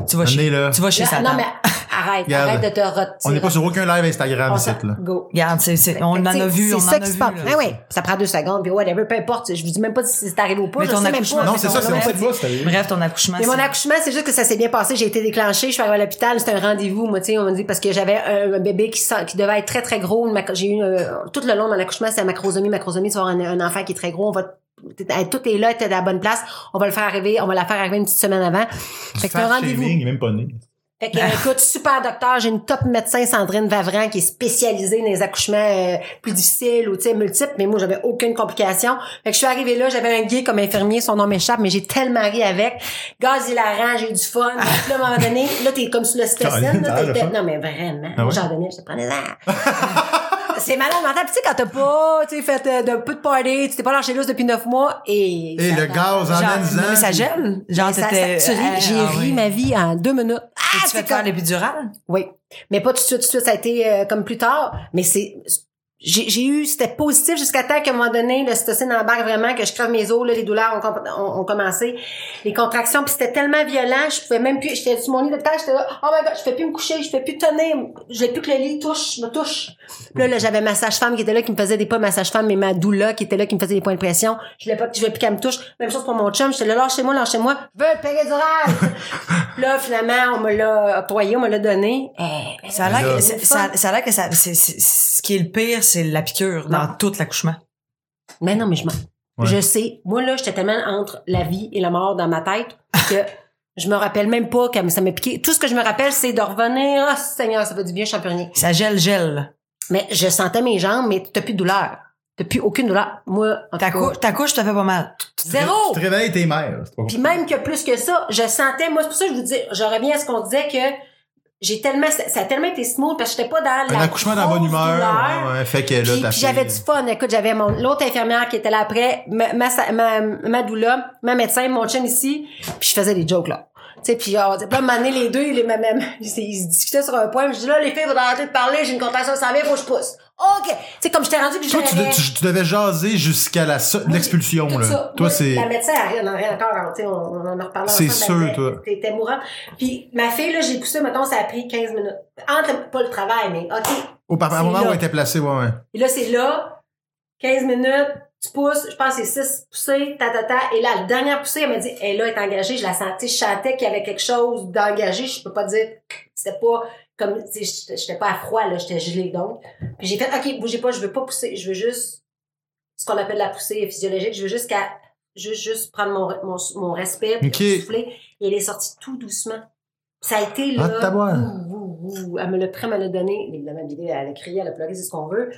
Speaker 2: Tu vas chez
Speaker 1: Venez, là.
Speaker 2: tu vas chez
Speaker 3: là,
Speaker 2: sa
Speaker 3: non, mais
Speaker 2: tante.
Speaker 3: arrête,
Speaker 1: Regarde.
Speaker 3: arrête de te retirer.
Speaker 1: On n'est pas sur aucun live Instagram,
Speaker 3: On
Speaker 1: ici,
Speaker 3: s'en-
Speaker 1: là.
Speaker 3: Go.
Speaker 2: Regarde, c'est, c'est- on en
Speaker 3: Fait que,
Speaker 2: a
Speaker 3: tu sais,
Speaker 2: vu, on
Speaker 3: C'est
Speaker 2: en
Speaker 3: ça
Speaker 2: a
Speaker 3: qui se
Speaker 2: vu.
Speaker 3: passe.
Speaker 2: là.
Speaker 3: Ah ouais, ça prend deux secondes, puis whatever, peu importe. Je vous dis même pas si c'est arrivé ou pas.
Speaker 2: Mais
Speaker 3: je
Speaker 2: ton
Speaker 3: sais même
Speaker 2: accouchement,
Speaker 3: pas.
Speaker 1: Non, c'est ça, c'est on
Speaker 2: Bref.
Speaker 1: sait pas, c'est
Speaker 2: Bref, ton accouchement.
Speaker 3: Mais mon
Speaker 2: c'est-
Speaker 3: accouchement, c'est juste que ça s'est bien passé. J'ai été déclenchée, je suis arrivée à l'hôpital, c'était un rendez-vous, moi, tu sais, on m'a dit parce que j'avais un, un bébé qui, sent- qui devait être très très gros. Une mac- J'ai eu euh, tout le long de mon accouchement, c'est la macrosomie, macrosomie, tu vas avoir un, un enfant qui est très gros, on va t- t- tout est là, t'es à la bonne place. On va le faire arriver, on va la faire arriver une petite semaine avant. Fait que c'est un rendez-vous.
Speaker 1: Il est même pas né.
Speaker 3: Fait que, euh, écoute, super docteur, j'ai une top médecin, Sandrine Vavran, qui est spécialisée dans les accouchements euh, plus difficiles ou, tu sais, multiples, mais moi, j'avais aucune complication. Fait que je suis arrivée là, j'avais un gay comme infirmier, son nom m'échappe, mais j'ai tellement ri avec. Gaz hilarant, j'ai eu du fun. Puis là, à un moment donné, là, t'es comme sous le
Speaker 1: Caroline,
Speaker 3: stocène,
Speaker 1: t'as
Speaker 3: là,
Speaker 1: le
Speaker 3: t'es-
Speaker 1: fun.
Speaker 3: Non, mais vraiment.
Speaker 1: Ah ouais?
Speaker 3: J'en donnais, je te prenais là. C'est malade mental. Puis tu sais, quand t'as pas, tu sais, fait euh, de peu de party, tu t'es pas lâché lousse depuis neuf mois, et...
Speaker 1: Et le gaz en
Speaker 2: Genre,
Speaker 1: amenant.
Speaker 2: non, mais ça gèle. Ah, Genre,
Speaker 3: Ça- ça-
Speaker 2: t'étais.
Speaker 3: tu ris,
Speaker 2: Ah,
Speaker 1: euh,
Speaker 3: j'ai
Speaker 2: ah
Speaker 3: ri
Speaker 2: oui.
Speaker 3: ma vie en deux minutes. Ah,
Speaker 2: T'as-tu
Speaker 3: c'est
Speaker 2: fait faire
Speaker 3: comme-
Speaker 2: l'épidurale?
Speaker 3: oui. Mais pas tout de suite, tout de suite. Ça a été euh, comme plus tard. Mais c'est, j'ai, j'ai eu, c'était positif jusqu'à temps qu'à un moment donné, le cytocine embarque vraiment, que je crève mes os, là, les douleurs ont, com- ont, ont commencé. Les contractions, puis c'était tellement violent, je pouvais même plus, j'étais sur mon lit d'hôpital, j'étais là, oh my god, je fais plus me coucher, je fais plus tenir, je veux plus que le lit touche, me touche. Puis là, là, j'avais ma sage-femme qui était là, qui me faisait des pas, ma sage-femme, mais ma doula qui était là, qui me faisait des points de pression. Je voulais pas, je voulais plus qu'elle me touche. Même chose pour mon chum, j'étais là, lâchez-moi, lâchez-moi, je veux le péridurale. là, finalement, on me l'a octroyé, on me l'a donné. Eh,
Speaker 2: Ça a l'air que,
Speaker 1: Là.
Speaker 2: c'est- ça, ça a l'air que ça, c'est, c'est- ce qui est le pire, c'est la piqûre dans tout l'accouchement.
Speaker 3: Mais Ben non, mais je m'en.
Speaker 1: Ouais.
Speaker 3: Je sais. Moi, là, j'étais tellement entre la vie et la mort dans ma tête que Je me rappelle même pas comme ça m'a piqué. Tout ce que je me rappelle, c'est de revenir. Ah, Seigneur, ça va du bien, championnier.
Speaker 2: Ça gèle, gèle.
Speaker 3: Mais je sentais mes jambes, mais t'as plus de douleur. T'as plus aucune douleur. Moi, en
Speaker 2: Ta,
Speaker 3: tout cas,
Speaker 2: cou ta couche te fait pas mal.
Speaker 3: zéro!
Speaker 1: Tu te réveilles tes mères. c'est pas
Speaker 3: Puis même que plus que ça, je sentais, moi, c'est pour ça que je vous dis, je reviens à ce qu'on disait que j'ai tellement, ça ça a tellement été smooth parce que j'étais pas dans la
Speaker 4: Un accouchement dans la bonne
Speaker 3: grosse
Speaker 4: humeur.
Speaker 3: douleur.
Speaker 4: ouais, ouais, fait que là,
Speaker 3: Puis,
Speaker 4: t'as
Speaker 3: puis j'avais
Speaker 4: fait-
Speaker 3: du fun. Écoute, j'avais mon l'autre infirmière qui était là après, ma ma sa- ma, ma doula, ma médecin, mon chum ici, puis je faisais des jokes là. Tu sais, puis genre, pas m'amener les deux, les ma- ma- ils se- ils se discutaient sur un point, puis je dis là les filles, vous arrêtez de parler, j'ai une contraction de sanguine, faut que je pousse. OK. Tu sais comme j'étais rendu que
Speaker 4: Toi, tu,
Speaker 3: gérais-
Speaker 4: de- tu- tu devais jaser jusqu'à la so- l'expulsion.
Speaker 3: tout
Speaker 4: là.
Speaker 3: ça.
Speaker 4: Toi,
Speaker 3: Moi,
Speaker 4: c'est.
Speaker 3: La médecin, elle n'en a rien encore. hein, tu sais, On, on en a reparlé
Speaker 4: C'est
Speaker 3: ensemble,
Speaker 4: sûr, toi.
Speaker 3: T'étais mourant. Puis ma fille, là, j'ai poussé, mettons, ça a pris 15 minutes. Entre, le- pas le travail, mais OK.
Speaker 4: Au papa,
Speaker 3: c'est
Speaker 4: au moment où
Speaker 3: là.
Speaker 4: elle était placée, ouais, ouais.
Speaker 3: Et là, c'est là, 15 minutes, tu pousses, je pense que c'est 6 poussées, ta, ta, ta. Et là, la dernière poussée, elle m'a dit, elle là, est engagée. Je la sentais, je sentais qu'il y avait quelque chose d'engagé. Je peux pas dire, c'était pas comme, tu sais, j'étais- j'étais pas à froid, là, j'étais gelée, donc. Puis j'ai fait, OK, bougez pas, je veux pas pousser, je veux juste, ce qu'on appelle la poussée physiologique, je veux juste qu'à, juste, juste prendre mon, mon, mon respect, puis
Speaker 4: OK.
Speaker 3: souffler. Et elle est sortie tout doucement. Ça a été là.
Speaker 4: Ah, tabarouette.
Speaker 3: ouh, ouh, ouh. Elle me l'a pris, elle me l'a donné. Mais évidemment, Billy, elle a crié, elle a pleuré, c'est ce qu'on veut.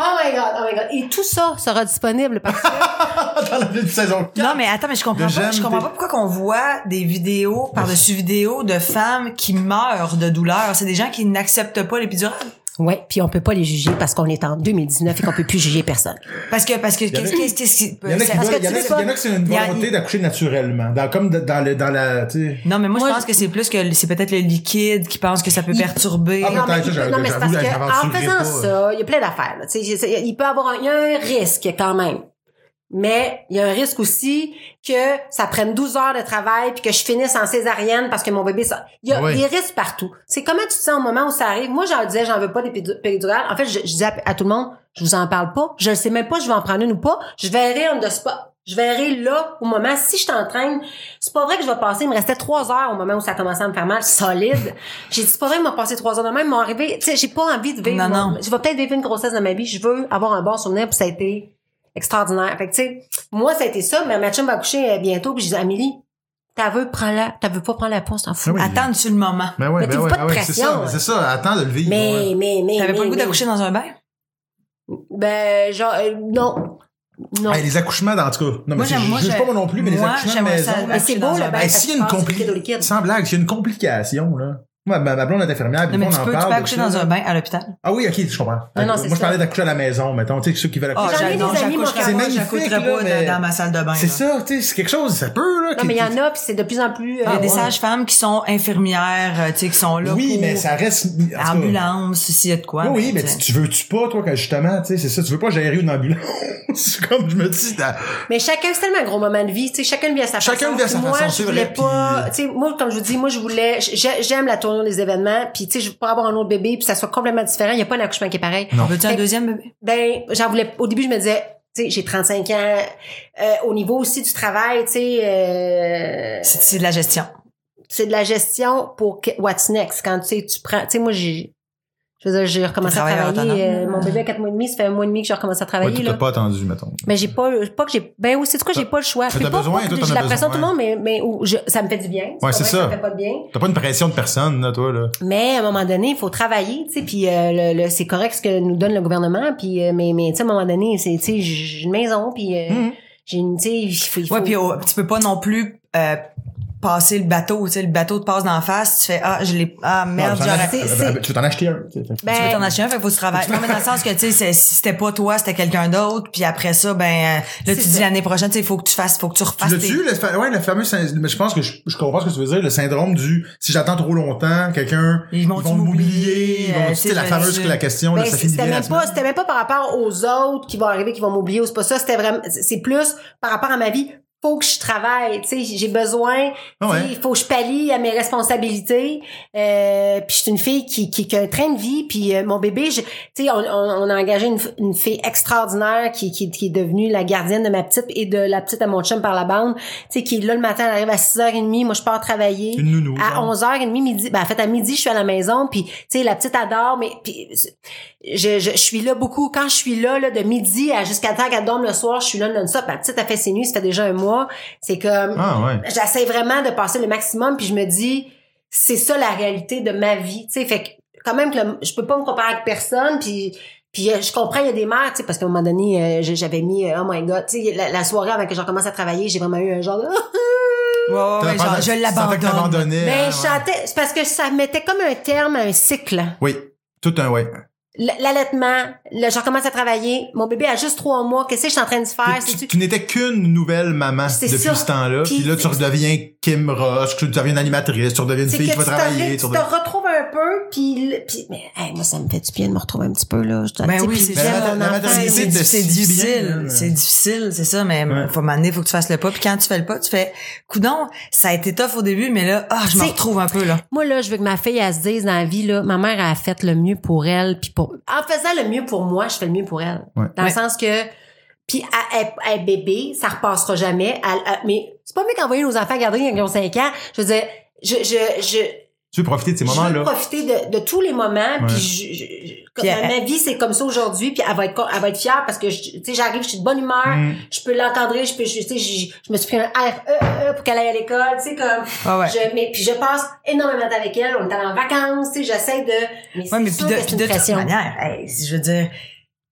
Speaker 3: Oh my god, oh my god. Et tout ça sera disponible parce que
Speaker 1: dans la saison 4.
Speaker 2: Non, mais attends, mais je comprends
Speaker 4: De
Speaker 2: pas, je
Speaker 4: j'aime
Speaker 2: comprends
Speaker 4: tes-
Speaker 2: pas pourquoi qu'on voit des vidéos par-dessus vidéos de femmes qui meurent de douleur. C'est des gens qui n'acceptent pas l'épidurale.
Speaker 3: Ouais, puis on peut pas les juger parce qu'on est en 2019 et qu'on peut plus juger personne.
Speaker 2: Parce que, parce que,
Speaker 1: y en a-
Speaker 2: qu'est-ce qu'est-ce- qu'est-ce qui
Speaker 1: Il y en a qui
Speaker 2: c'est- parce
Speaker 1: veulent-
Speaker 2: que
Speaker 1: il y en
Speaker 2: tu
Speaker 1: a-
Speaker 2: sais
Speaker 1: il y en
Speaker 2: pas.
Speaker 1: a qui c'est une
Speaker 2: Il y a-
Speaker 1: volonté d'accoucher naturellement. Dans, comme de- dans, le, dans la, tu sais.
Speaker 2: Non, mais moi,
Speaker 3: Moi,
Speaker 2: je pense
Speaker 3: je-
Speaker 2: que c'est plus que, c'est peut-être le liquide qui pense que ça peut perturber.
Speaker 1: Ah, mais-
Speaker 3: Non, mais,
Speaker 1: Attends, ça, j'avais-
Speaker 3: non, mais c'est parce
Speaker 1: j'avoue, j'avais
Speaker 3: que en
Speaker 1: assuré
Speaker 3: faisant
Speaker 1: pas. euh.
Speaker 3: ça, il y a plein d'affaires. là. Tu sais, c'est- Il peut avoir un, il y a un risque quand même. Mais il y a un risque aussi que ça prenne 12 heures de travail puis que je finisse en césarienne parce que mon bébé ça. Il y a
Speaker 4: Oui.
Speaker 3: des risques partout. C'est comment tu te sens au moment où ça arrive. Moi, j'en disais, j'en veux pas des pédu- péridurales. En fait, je, je disais à, à tout le monde, je vous en parle pas. Je ne sais même pas, je vais en prendre une ou pas. Je verrai on the spot. Je verrai là, au moment, si je t'entraîne. C'est pas vrai que je vais passer, il me restait trois heures au moment où ça commençait à me faire mal, solide. J'ai dit, c'est pas vrai, ils m'ont passé trois heures de même, m'ont arrivé, tu sais, j'ai pas envie de vivre.
Speaker 2: Non,
Speaker 3: mon-
Speaker 2: non.
Speaker 3: Je vais peut-être vivre une grossesse dans ma vie, je veux avoir un bon souvenir, puis ça a été extraordinaire. Fait que, tu sais, moi, ça a été ça, mais ma chum va coucher euh, bientôt, puis je dis, Amélie, t'as veux, prends-la, t'as veux pas prendre la pause, t'en fous.
Speaker 4: Ah oui.
Speaker 2: Attends-tu le moment?
Speaker 4: Ben ouais,
Speaker 3: Mais
Speaker 4: ben
Speaker 3: tu
Speaker 4: ouais,
Speaker 3: veux pas de
Speaker 4: ben ouais, c'est ça,
Speaker 3: pression.
Speaker 4: c'est
Speaker 2: hein.
Speaker 4: ça, attends de le vivre.
Speaker 3: Mais,
Speaker 4: ouais.
Speaker 3: mais, mais.
Speaker 2: Ah T'avais
Speaker 3: mais,
Speaker 2: pas le goût
Speaker 3: mais.
Speaker 2: d'accoucher dans un bain?
Speaker 1: Ah,
Speaker 3: Ben, genre, euh, non. Non.
Speaker 4: Hey, les accouchements, dans- en tout cas.
Speaker 1: Non,
Speaker 2: Moi,
Speaker 1: mais
Speaker 2: j'aime-
Speaker 1: je
Speaker 2: moi,
Speaker 1: juge
Speaker 2: j'ai-
Speaker 1: pas moi non plus, mais les
Speaker 2: moi,
Speaker 1: accouchements
Speaker 2: j'aimerais
Speaker 1: maison.
Speaker 2: ça
Speaker 1: là,
Speaker 3: Mais c'est
Speaker 2: accoucher
Speaker 3: beau,
Speaker 2: dans
Speaker 3: le
Speaker 2: un
Speaker 3: bain.
Speaker 2: bain.
Speaker 4: Hey,
Speaker 3: ça
Speaker 4: s'il
Speaker 3: se
Speaker 4: y a une
Speaker 3: passe, liquide au liquide.
Speaker 4: complication. Sans blague, s'il y a une complication, là. Moi, ma, ma blonde est infirmière, puis
Speaker 2: Non, mais
Speaker 1: on
Speaker 2: tu
Speaker 1: en
Speaker 2: peux, tu
Speaker 1: parle
Speaker 2: peux
Speaker 1: de
Speaker 2: accoucher
Speaker 1: ça,
Speaker 2: dans
Speaker 1: là.
Speaker 2: un bain à l'hôpital.
Speaker 1: Ah oui, ok, je comprends.
Speaker 3: Non, non,
Speaker 1: moi,
Speaker 3: c'est
Speaker 1: je
Speaker 3: ça.
Speaker 1: parlais d'accoucher à la maison, mettons, tu sais, ceux qui veulent
Speaker 2: Ah,
Speaker 1: accoucher.
Speaker 3: J'en ai
Speaker 2: j'ai-
Speaker 3: des
Speaker 2: non,
Speaker 3: amis, moi,
Speaker 2: j'accoucherais
Speaker 3: qui-
Speaker 2: pas,
Speaker 1: C'est magnifique,
Speaker 2: j'accoucherais
Speaker 1: là,
Speaker 2: pas
Speaker 1: mais-
Speaker 2: dans- dans ma salle de bain.
Speaker 1: c'est
Speaker 2: là.
Speaker 1: ça, tu sais, c'est quelque chose, ça peut, là.
Speaker 3: Non,
Speaker 1: qui-
Speaker 3: mais il y
Speaker 1: qui-
Speaker 3: en a, puis c'est de plus en plus.
Speaker 2: Il y a des
Speaker 3: euh,
Speaker 1: Ah, ouais.
Speaker 2: sages-femmes qui sont infirmières, euh, tu sais, qui sont là
Speaker 1: Oui,
Speaker 2: pour
Speaker 1: mais ça reste. en tout cas,
Speaker 2: ambulance, s'il y a de quoi.
Speaker 1: Oui, oui, mais
Speaker 2: tu sais.
Speaker 1: tu, tu veux-tu pas, toi, quand justement, tu sais, c'est ça, tu veux pas gérer une ambulance. comme je me dis, t'as-
Speaker 3: Mais chacun, c'est tellement un gros moment de vie. Tu sais, chacun le vit à sa
Speaker 4: Chacun
Speaker 3: façon.
Speaker 4: le vit à sa
Speaker 3: Puis moi,
Speaker 4: façon, c'est
Speaker 3: je voulais
Speaker 4: vrai,
Speaker 3: pas...
Speaker 4: puis- euh,
Speaker 3: Tu sais, moi, comme je vous dis, moi, je voulais... j'ai- J'aime la tournure des événements. Puis, tu sais, je veux pas avoir un autre bébé puis ça soit complètement différent. Il n'y a pas un accouchement qui est pareil.
Speaker 4: Non.
Speaker 2: Veux-tu un
Speaker 3: Fait-
Speaker 2: deuxième bébé?
Speaker 3: Ben, j'en voulais... Au début, je me disais... Tu sais, j'ai 35 ans. Euh, au niveau aussi du travail, tu sais... euh,
Speaker 2: C'est c'est de la gestion.
Speaker 3: c'est de la gestion pour que- what's next. Quand tu sais, tu prends, tu sais, moi, j'ai, je veux dire, j'ai recommencé à
Speaker 2: Travailleur
Speaker 3: travailler.
Speaker 2: autonome.
Speaker 3: euh, mon bébé a quatre mois et demi, ça fait un mois et demi que j'ai recommencé à
Speaker 4: Ouais,
Speaker 3: travailler,
Speaker 4: tu
Speaker 3: là.
Speaker 4: t'as pas attendu, mettons.
Speaker 3: Mais j'ai pas, pas que j'ai, ben oui, c'est quoi, j'ai pas le choix.
Speaker 4: t'as
Speaker 3: Puis pas-
Speaker 4: besoin,
Speaker 3: pas que
Speaker 4: toi, t'en
Speaker 3: J'ai
Speaker 4: as
Speaker 3: la pression
Speaker 4: besoin,
Speaker 3: tout le monde, mais, mais où je- ça me fait du bien.
Speaker 4: Ouais,
Speaker 3: pas
Speaker 4: c'est
Speaker 3: vrai que
Speaker 4: ça.
Speaker 3: me fait pas de bien.
Speaker 4: T'as pas une pression de personne, là, toi, là.
Speaker 3: Mais à un moment donné, il faut travailler, tu sais, puis euh, le, le- c'est correct ce que nous donne le gouvernement, puis euh, mais mais tu sais à un moment donné, c'est tu sais j'ai une maison, puis euh,
Speaker 4: Mmh.
Speaker 1: Mm-hmm.
Speaker 3: j'ai une tu sais il faut, il faut-
Speaker 2: Ouais, puis oh, tu peux pas non plus euh, passer le bateau, tu sais, le bateau te passe d'en face, tu fais ah, je l'ai ah
Speaker 1: Ah,
Speaker 2: merde,
Speaker 1: t'en
Speaker 2: j'aurais
Speaker 1: as-
Speaker 3: c'est- c'est-
Speaker 1: Tu veux t'en acheter un, tu sais.
Speaker 3: Ben,
Speaker 2: tu veux t'en acheter un, fait que faut que tu travailles. Non, mais dans le sens que, tu sais, c'est- si c'était pas toi, c'était quelqu'un d'autre, puis après ça, ben, euh, là,
Speaker 3: C'est
Speaker 2: tu
Speaker 3: ça.
Speaker 2: dis l'année prochaine, tu sais, faut que tu fasses, faut que tu refasses. tes-
Speaker 1: L'as-tu, le, fa- ouais, le fameux, syn- mais je pense que je, je comprends ce que tu veux dire, le syndrome du, si j'attends trop longtemps, quelqu'un,
Speaker 2: Ils vont-tu m'oublier,
Speaker 1: ils vont-
Speaker 2: euh,
Speaker 1: tu
Speaker 2: tu
Speaker 1: sais,
Speaker 2: sais,
Speaker 1: la
Speaker 2: je-
Speaker 1: fameuse
Speaker 2: je-
Speaker 1: la question,
Speaker 3: Ben,
Speaker 1: là, ça finit
Speaker 3: c'était
Speaker 1: bien la
Speaker 3: même
Speaker 1: semaine.
Speaker 3: pas, c'était même pas par rapport aux autres qui vont arriver, qui vont m'oublier, ou c'est pas ça, c'était vraiment, c'est plus par rapport à ma vie. Faut que je travaille, tu sais, j'ai besoin,
Speaker 4: Ah
Speaker 3: tu sais,
Speaker 4: ouais.
Speaker 3: il faut que je pallie à mes responsabilités. Euh, puis je suis une fille qui, qui, qui a un train de vie, puis euh, mon bébé, je- tu sais, on, on, on a engagé une, f- une fille extraordinaire qui, qui, qui est devenue la gardienne de ma petite et de la petite à mon chum par la bande, tu sais, qui là le matin, elle arrive à 6h30, moi je pars travailler
Speaker 4: Une nounou.
Speaker 3: à
Speaker 4: genre.
Speaker 3: 11h30 midi ben en fait à midi je suis à la maison puis tu sais la petite adore mais puis je, je, je suis là beaucoup quand je suis là, là de midi à jusqu'à temps qu'elle dorme le soir je suis là non-stop ma petite a fait ses nuits ça fait déjà un mois mois. C'est comme,
Speaker 1: Ah, ouais.
Speaker 3: j'essaie vraiment de passer le maximum puis je me dis c'est ça la réalité de ma vie tu sais fait que quand même que le- je peux pas me comparer avec personne puis puis euh, je comprends il y a des mères tu sais parce qu'à un moment donné euh, j- j'avais mis euh, oh my god tu sais la, la soirée avant que je recommence à travailler j'ai vraiment eu un genre de Ah!
Speaker 2: Ouais, ouais, ouais, genre, je l'abandonne.
Speaker 1: Mais
Speaker 3: mais Ben, je chantais c'est parce que ça mettait comme un terme à un cycle
Speaker 1: Oui. Tout un, ouais.
Speaker 3: L- l'allaitement le, je recommence à travailler mon bébé a juste trois mois qu'est-ce Ah, que je suis en train de faire
Speaker 1: Tu,
Speaker 3: C'est-tu-
Speaker 1: tu n'étais qu'une nouvelle maman
Speaker 3: C'est
Speaker 1: depuis
Speaker 3: ça.
Speaker 1: ce temps-là. Puis
Speaker 3: Puis-
Speaker 1: là, tu redeviens Kim Ross, tu deviens une animatrice, tu redeviens une
Speaker 3: C'est
Speaker 1: fille
Speaker 3: que
Speaker 1: qui va
Speaker 3: tu te
Speaker 1: travailler.
Speaker 3: re-
Speaker 1: tu
Speaker 3: tu
Speaker 1: redeviens-
Speaker 3: te retrouves un peu, puis, le- puis mais hey, moi ça me fait du bien de me retrouver un petit peu là. Je dois-
Speaker 2: Ben
Speaker 3: tu sais,
Speaker 2: oui,
Speaker 3: puis
Speaker 2: c'est
Speaker 3: j'aime
Speaker 1: ça. La-
Speaker 3: mon
Speaker 1: la
Speaker 3: enfant,
Speaker 1: maternité,
Speaker 3: mais-
Speaker 1: de
Speaker 2: c'est c'est
Speaker 1: si bien,
Speaker 2: difficile,
Speaker 1: là.
Speaker 2: c'est difficile, c'est ça, mais
Speaker 1: Ouais.
Speaker 2: faut m'amener, faut que tu fasses le pas. Puis quand tu fais le pas, tu fais, coudon, ça a été tough au début, mais là, ah, je me
Speaker 3: C'est-
Speaker 2: retrouve un peu là.
Speaker 3: Moi là, je veux que ma fille elle se dise dans la vie là, ma mère elle a fait le mieux pour elle, puis pour en faisant le mieux pour moi, je fais le mieux pour elle.
Speaker 1: Ouais.
Speaker 3: Dans
Speaker 2: Ouais.
Speaker 3: le sens que puis elle, elle- elle est bébé, ça repassera jamais. Elle- elle- mais c'est pas mieux qu'envoyer nos enfants garder quand ils ont 5 ans. Je veux dire, je je je
Speaker 1: Tu veux profiter de ces
Speaker 3: je veux
Speaker 1: moments-là.
Speaker 3: profiter de, de tous les moments.
Speaker 1: Ouais.
Speaker 3: Puis je, je- je- comme
Speaker 2: Puis elle-
Speaker 3: ma vie, c'est comme ça aujourd'hui. Puis elle va être, co- elle va être fière parce que je- tu sais, j'arrive, je suis de bonne humeur.
Speaker 1: Mm.
Speaker 3: Je peux l'encadrer. Je peux, je, tu sais, je, je me suis pris un REE E pour qu'elle aille à l'école. Tu sais comme.
Speaker 2: Ah ouais.
Speaker 3: Je, mais puis je passe énormément de temps avec elle. On est allé en vacances. Tu sais, j'essaie de. Mais
Speaker 2: Ouais, mais
Speaker 3: c'est
Speaker 2: puis
Speaker 3: sûr
Speaker 2: de,
Speaker 3: que
Speaker 2: puis
Speaker 3: c'est une
Speaker 2: de toute
Speaker 3: pression.
Speaker 2: manière, hey, je veux dire,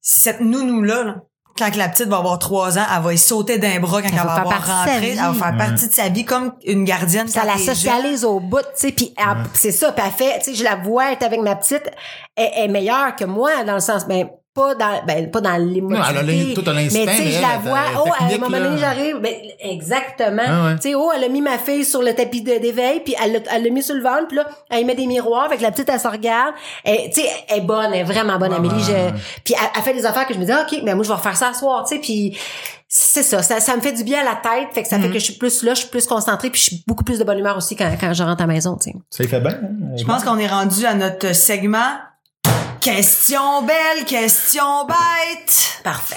Speaker 2: cette nounou-là, là, quand que la petite va avoir trois ans, elle va y sauter d'un bras quand elle,
Speaker 3: va
Speaker 2: va
Speaker 3: faire
Speaker 2: avoir
Speaker 3: partie de sa
Speaker 2: rentré, elle
Speaker 3: vie.
Speaker 2: va faire
Speaker 1: Ouais.
Speaker 2: partie de sa vie comme une gardienne.
Speaker 3: Ça
Speaker 2: quand
Speaker 3: la
Speaker 2: t'es jeune.
Speaker 3: socialise au bout, tu sais, puis elle-
Speaker 1: Ouais.
Speaker 3: c'est ça, puis elle fait, tu sais, je la vois être avec ma petite, elle, elle est meilleure que moi dans le sens, ben pas dans, ben pas dans
Speaker 1: Non,
Speaker 3: l'émotion.
Speaker 1: elle a l'in- tout à l'instant.
Speaker 3: Mais tu sais, je
Speaker 1: elle,
Speaker 3: la
Speaker 1: elle,
Speaker 3: vois.
Speaker 1: elle,
Speaker 3: Oh, à un
Speaker 1: technique,
Speaker 3: moment donné,
Speaker 1: là.
Speaker 3: j'arrive. Ben, exactement.
Speaker 1: Ah ouais.
Speaker 3: Tu sais, oh, elle a mis ma fille sur le tapis de- d'éveil, puis elle l'a elle l'a mis sur le ventre, puis là, elle y met des miroirs, fait que la petite, elle se regarde. Elle- Tu sais, elle est bonne, elle est vraiment bonne,
Speaker 1: Ouais,
Speaker 3: Amélie.
Speaker 1: ouais,
Speaker 3: Je-
Speaker 1: ouais.
Speaker 3: Puis elle, elle fait des affaires que je me dis, ah, OK, mais moi, je vais refaire ça ce soir, tu sais, puis c'est ça, ça, ça me fait du bien à la tête, fait que
Speaker 1: Mhm.
Speaker 3: ça fait que je suis plus là, je suis plus concentrée, puis je suis beaucoup plus de bonne humeur aussi quand, quand je rentre à la maison, tu sais.
Speaker 1: Ça y fait bien. hein?
Speaker 2: Je pense qu'on est rendu à notre segment Question belle, question bête.
Speaker 3: Parfait.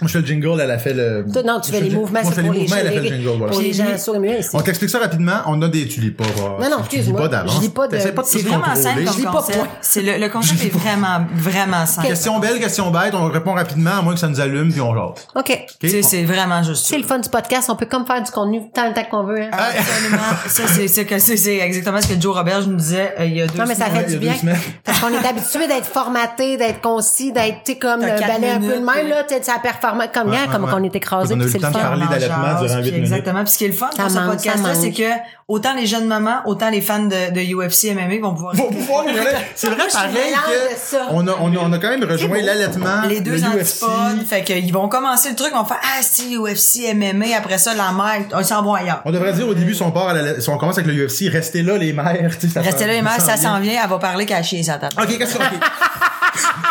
Speaker 1: Moi, je fais le jingle, elle a fait le.
Speaker 3: Toi, non,
Speaker 1: Moi,
Speaker 3: tu fais
Speaker 1: je
Speaker 3: les
Speaker 1: fais-
Speaker 3: mouvements,
Speaker 1: moi,
Speaker 3: c'est
Speaker 1: je fais
Speaker 3: pour
Speaker 1: les
Speaker 3: les gens.
Speaker 1: mouvements, elle a fait le jingle, voilà.
Speaker 3: Pour les gens sur le mur, ici.
Speaker 1: On t'explique ça rapidement. On a des. Tu lis pas.
Speaker 3: Non, non,
Speaker 1: tu lis
Speaker 3: excuse-moi.
Speaker 1: pas d'avance.
Speaker 3: Je lis pas de-
Speaker 1: T'essaies pas de
Speaker 3: C'est
Speaker 1: tout
Speaker 2: Vraiment simple
Speaker 1: contrôler.
Speaker 2: comme
Speaker 3: Je lis pas
Speaker 2: concept.
Speaker 3: point.
Speaker 2: C'est le, le concept est vraiment, vraiment simple.
Speaker 1: Question belle, question bête. On répond rapidement, à moins que ça nous allume, puis on jase.
Speaker 3: OK.
Speaker 1: OK?
Speaker 2: Tu sais, c'est vraiment juste ça. Ah,
Speaker 3: C'est le fun du podcast, on peut comme faire du contenu tant le temps qu'on
Speaker 1: Ah,
Speaker 3: veut. hein.
Speaker 2: Absolument. ça, c'est, c'est, que- c'est, c'est exactement ce que Joe Robert nous disait euh, il y a deux
Speaker 3: Non, mais ça
Speaker 2: semaines.
Speaker 3: fait
Speaker 1: il y
Speaker 3: du
Speaker 1: a deux
Speaker 3: bien.
Speaker 1: semaines.
Speaker 3: Parce qu'on est habitué d'être formaté, d'être concis, d'être, tu sais, comme,
Speaker 2: T'as
Speaker 3: euh,
Speaker 2: quatre
Speaker 3: balai un peu
Speaker 2: minutes,
Speaker 3: de même,
Speaker 2: euh.
Speaker 3: là, tu sais, ça performant, comme
Speaker 1: Ouais,
Speaker 3: hier,
Speaker 1: ouais,
Speaker 3: comme
Speaker 1: ouais.
Speaker 3: on est écrasé,
Speaker 1: On a
Speaker 3: puis
Speaker 1: eu
Speaker 3: c'est
Speaker 1: le temps
Speaker 3: le
Speaker 1: de
Speaker 3: fun.
Speaker 1: parler
Speaker 2: On en
Speaker 1: d'allaitement
Speaker 2: jase,
Speaker 1: durant
Speaker 2: puis
Speaker 1: huit minutes.
Speaker 2: Exactement. Puis ce qui est le fun
Speaker 3: Ça
Speaker 2: dans ce
Speaker 3: manque,
Speaker 2: podcast-là,
Speaker 3: ça
Speaker 2: c'est
Speaker 3: manque.
Speaker 2: que autant les jeunes mamans, autant les fans de, de UFC MMA vont pouvoir.
Speaker 1: Faut pouvoir ouvrir. C'est vrai,
Speaker 3: Moi, je suis
Speaker 1: pareil
Speaker 3: malade de
Speaker 1: que.
Speaker 3: ça.
Speaker 1: On a, on, a, on a quand même rejoint
Speaker 3: beau.
Speaker 1: l'allaitement.
Speaker 2: Les deux
Speaker 1: le UFC.
Speaker 2: antipodes. Fait qu'ils vont commencer le truc, ils vont faire Ah si UFC MMA, après ça, la mère, on s'en va ailleurs.
Speaker 1: On devrait dire au début, si on, part à la- si on commence avec le UFC, restez là, les mères. tu sais, ça
Speaker 2: Restez
Speaker 1: s'en-
Speaker 2: là, les mères, ça
Speaker 1: vient.
Speaker 2: s'en vient, elle va parler qu'elle a chié sa table.
Speaker 1: OK, question. ok.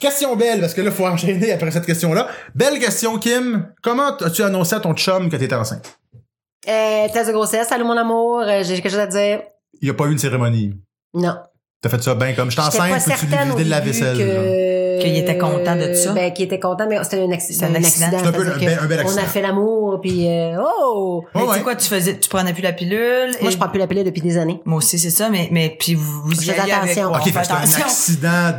Speaker 1: question belle, parce que là, faut enchaîner après cette question-là. Belle question, Kim. Comment as-tu annoncé à ton chum que t'étais enceinte?
Speaker 3: Euh, test de grossesse, salut mon amour, euh, j'ai quelque chose à te dire.
Speaker 1: Il n'y a pas eu une cérémonie.
Speaker 3: Non.
Speaker 1: T'as fait ça bien comme je
Speaker 3: J'étais pas
Speaker 1: t'enseigne, peux-tu lui
Speaker 3: certaine au
Speaker 1: vider de la
Speaker 3: début
Speaker 1: vaisselle? genre?
Speaker 3: que...
Speaker 2: Qu'il était content de ça.
Speaker 3: Ben, qu'il était content, mais c'était un, acci-
Speaker 2: C'est un accident.
Speaker 1: C'est un peu
Speaker 3: c'est-à-dire
Speaker 1: le- ben, un bel
Speaker 3: que On
Speaker 1: accident.
Speaker 3: a fait l'amour, puis euh, oh!
Speaker 2: Mais
Speaker 1: Ouais,
Speaker 2: tu
Speaker 1: ouais.
Speaker 2: sais quoi, tu faisais, tu prenais plus la pilule.
Speaker 3: Moi,
Speaker 2: et-
Speaker 3: je prends plus la pilule depuis des années.
Speaker 2: Moi aussi, c'est ça, mais, mais puis vous, vous y
Speaker 3: Fais
Speaker 2: allez avec
Speaker 3: attention.
Speaker 2: quoi?
Speaker 1: Ok, fait
Speaker 2: Fais
Speaker 1: que c'était un
Speaker 2: attention.
Speaker 1: accident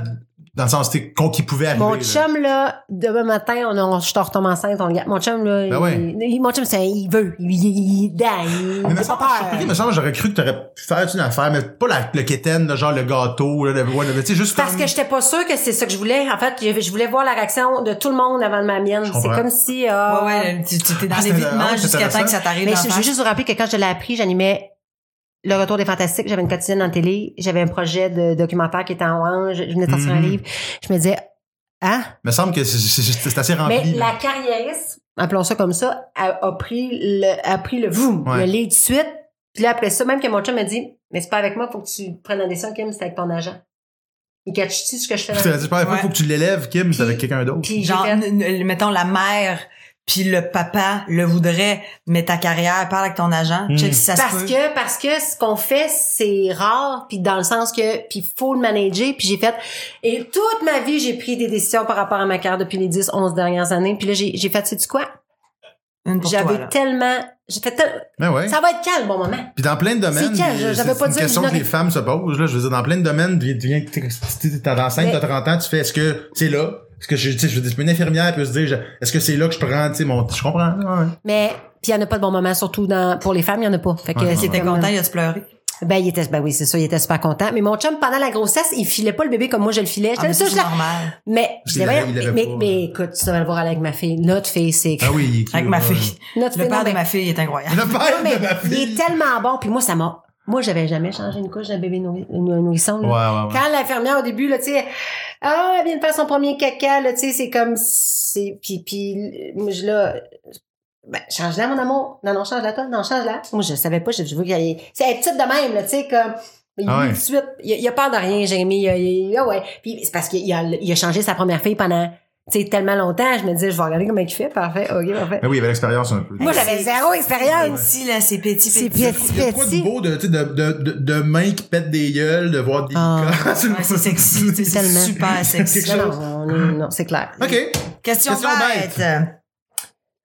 Speaker 1: dans le sens c'était con qui pouvait arriver.
Speaker 3: Mon
Speaker 1: là.
Speaker 3: chum, là, demain matin, on, on, je te retombe enceinte, on le garde. Mon chum, là,
Speaker 1: Ben
Speaker 3: il,
Speaker 1: ouais.
Speaker 3: il- mon chum, c'est un, il veut. Il, il, il, il, il,
Speaker 1: Mais
Speaker 3: il
Speaker 1: il me
Speaker 3: a pas
Speaker 1: semble, je suis surpris, il
Speaker 3: peur.
Speaker 1: me semble, j'aurais cru que t'aurais pu faire une affaire, mais pas la, le quétaine, le genre le gâteau, là, le, ouais, le- tu sais, juste
Speaker 3: Parce
Speaker 1: comme-
Speaker 3: que j'étais pas sûre que c'est ça que je voulais. En fait, je, je voulais voir la réaction de tout le monde avant de ma mienne. C'est
Speaker 1: comprends.
Speaker 3: comme si... euh,
Speaker 2: Ouais, ouais, tu, tu t'es dans
Speaker 1: Ah, c'était-
Speaker 2: l'évitement
Speaker 1: ah ouais,
Speaker 2: jusqu'à
Speaker 1: c'était
Speaker 2: temps que ça t'arrive
Speaker 3: Mais
Speaker 2: dans
Speaker 3: je, je veux juste vous rappeler que quand je l'ai appris, j'animais Le Retour des Fantastiques, j'avais une quotidienne en télé, j'avais un projet de documentaire qui était en orange, je venais de sortir
Speaker 1: Mhm.
Speaker 3: un livre. Je me disais, hein?
Speaker 1: Il me semble que c'est- c'est c'est- c'est assez
Speaker 3: Mais
Speaker 1: rempli. là.
Speaker 3: la carriériste, appelons ça comme ça, a, a pris le, a pris le voum,
Speaker 1: Ouais.
Speaker 3: le lit de suite. Puis là, après ça, même que mon chum m'a dit, mais c'est pas avec moi, faut que tu prennes la décision, Kim, c'est avec ton agent. Il catch-tu ce que je fais?
Speaker 1: C'est
Speaker 3: dans-
Speaker 1: la première fois
Speaker 2: Ouais.
Speaker 1: faut que tu l'élèves, Kim, c'est
Speaker 3: Puis-
Speaker 1: avec quelqu'un d'autre.
Speaker 3: Puis j'ai
Speaker 2: Genre,
Speaker 3: fait,
Speaker 2: n- n- mettons, la mère puis le papa le voudrait, mais ta carrière, parle avec ton agent,
Speaker 1: Mm.
Speaker 2: check si ça se
Speaker 3: parce
Speaker 2: peut.
Speaker 3: que parce que ce qu'on fait c'est rare puis dans le sens que puis faut le manager puis j'ai fait et toute ma vie j'ai pris des décisions par rapport à ma carrière depuis les 10 11 dernières années puis là j'ai j'ai fait sais tu quoi
Speaker 2: Une pour toi,
Speaker 3: j'avais
Speaker 2: là.
Speaker 3: tellement j'ai fait tel-
Speaker 1: Mais Ben ouais.
Speaker 3: ça va être calme bon moment
Speaker 1: Puis dans plein de domaines,
Speaker 3: C'est quel?
Speaker 1: les-
Speaker 3: Je- j'avais
Speaker 1: c'est
Speaker 3: pas
Speaker 1: une
Speaker 3: dit
Speaker 1: question que
Speaker 3: l'ignorer.
Speaker 1: les femmes se posent. Là, je veux dire, dans plein de domaines, tu viens, tu viens- t'es t'es- t'es enceinte,
Speaker 3: Mais-
Speaker 1: t'as 30 ans, tu fais est-ce que c'est là, Parce que je, tu sais, je veux dire, une infirmière peut se dire, je- est-ce que c'est là que je prends, tu sais, mon, je comprends. ouais.
Speaker 3: Mais puis il y en a pas de bon moment, surtout dans, pour les femmes, il y en a pas. Fait que
Speaker 1: Ouais,
Speaker 3: c'était
Speaker 2: T'es
Speaker 3: comme-
Speaker 2: content, il a-tu pleuré?
Speaker 3: Ben il était, ben oui, c'est ça, il était super content. Mais mon chum pendant la grossesse, il filait pas le bébé comme moi je le filais.
Speaker 2: Ah, mais
Speaker 3: J'étais là,
Speaker 2: ça,
Speaker 3: ça,
Speaker 2: c'est
Speaker 3: je la-
Speaker 2: normal.
Speaker 3: Mais je
Speaker 1: Il
Speaker 3: disais,
Speaker 1: l'avait-
Speaker 3: voyons,
Speaker 1: il l'avait
Speaker 3: mais,
Speaker 1: pas.
Speaker 3: mais écoute, tu vas le voir avec ma fille. Notre fille, c'est
Speaker 1: Ah oui, il est cute,
Speaker 2: Avec ma
Speaker 1: ouais.
Speaker 2: fille.
Speaker 3: Notre
Speaker 2: Le
Speaker 3: fille,
Speaker 2: père
Speaker 3: non,
Speaker 2: de
Speaker 3: mais-
Speaker 2: ma fille est incroyable.
Speaker 1: Le père
Speaker 3: mais
Speaker 1: de ma
Speaker 3: il
Speaker 1: fille.
Speaker 3: est tellement bon. Puis moi, ça m'a. Moi, j'avais jamais changé une couche d'un bébé nourri- un nourrisson. là.
Speaker 1: Ouais, ouais, ouais.
Speaker 3: Quand l'infirmière au début, là, tu sais, ah, elle vient de faire son premier caca, là, tu sais, c'est comme, c'est, puis, puis, moi, je là, ben, change-la, mon amour. Non, non, change-la, toi. Non, change-la. Moi, je savais pas, je, je veux qu'elle ait- c'est elle est petite de même, là, tu sais, comme, il
Speaker 1: Ah
Speaker 3: est
Speaker 1: ouais.
Speaker 3: 18, il, a- il a peur de rien, Jérémy, il, a- il, ah ouais. Puis, c'est parce qu'il a, il a changé sa première fille pendant, tu sais, tellement longtemps, je me disais, je vais regarder comment il fait, parfait, ok, parfait.
Speaker 1: Mais oui, il avait l'expérience un peu.
Speaker 3: Moi, j'avais zéro expérience.
Speaker 2: Petit, là, c'est petit,
Speaker 3: C'est
Speaker 2: petit.
Speaker 3: petit,
Speaker 1: Il y a de quoi de
Speaker 3: petit.
Speaker 1: beau de, tu sais, de, de, de, de mains qui pètent des gueules, de voir des
Speaker 3: Ah.
Speaker 1: licornes sur le-
Speaker 2: Ouais, c'est sexy. tu sais, C'est
Speaker 3: Tellement.
Speaker 2: super sexy.
Speaker 3: Non, non, non, non, c'est clair.
Speaker 1: OK. Question
Speaker 2: Question, bête.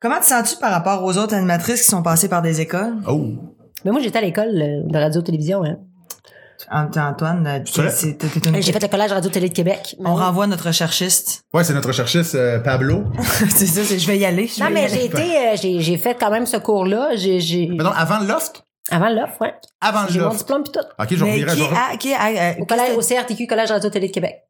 Speaker 2: Comment te sens-tu par rapport aux autres animatrices qui sont passées par des écoles?
Speaker 1: Oh.
Speaker 3: Mais moi, j'étais à l'école euh, de radio-télévision, hein.
Speaker 2: Ant- Antoine, euh, t'es-
Speaker 1: vrai?
Speaker 2: c'est- t'es- t'es une-
Speaker 3: J'ai fait le collège Radio-Télé de Québec.
Speaker 2: on renvoie notre recherchiste.
Speaker 1: Ouais, c'est notre recherchiste euh, Pablo.
Speaker 2: c'est ça, c'est je vais y aller. je
Speaker 3: Non,
Speaker 2: vais y
Speaker 3: mais
Speaker 2: aller.
Speaker 3: j'ai été, euh, j'ai, j'ai fait quand même ce cours-là. J'ai, j'ai...
Speaker 1: Mais non, avant Loft.
Speaker 3: Avant l'offre, ouais.
Speaker 1: Avant
Speaker 3: J'ai mon
Speaker 1: Loft.
Speaker 3: diplôme pis tout.
Speaker 1: OK, je
Speaker 2: Mais
Speaker 1: revirai.
Speaker 2: qui
Speaker 1: je re-
Speaker 2: a, qui a, euh,
Speaker 3: Au, collège, au
Speaker 2: qu'est-ce que-
Speaker 3: CRTQ, Collège Radio-Télé de Québec.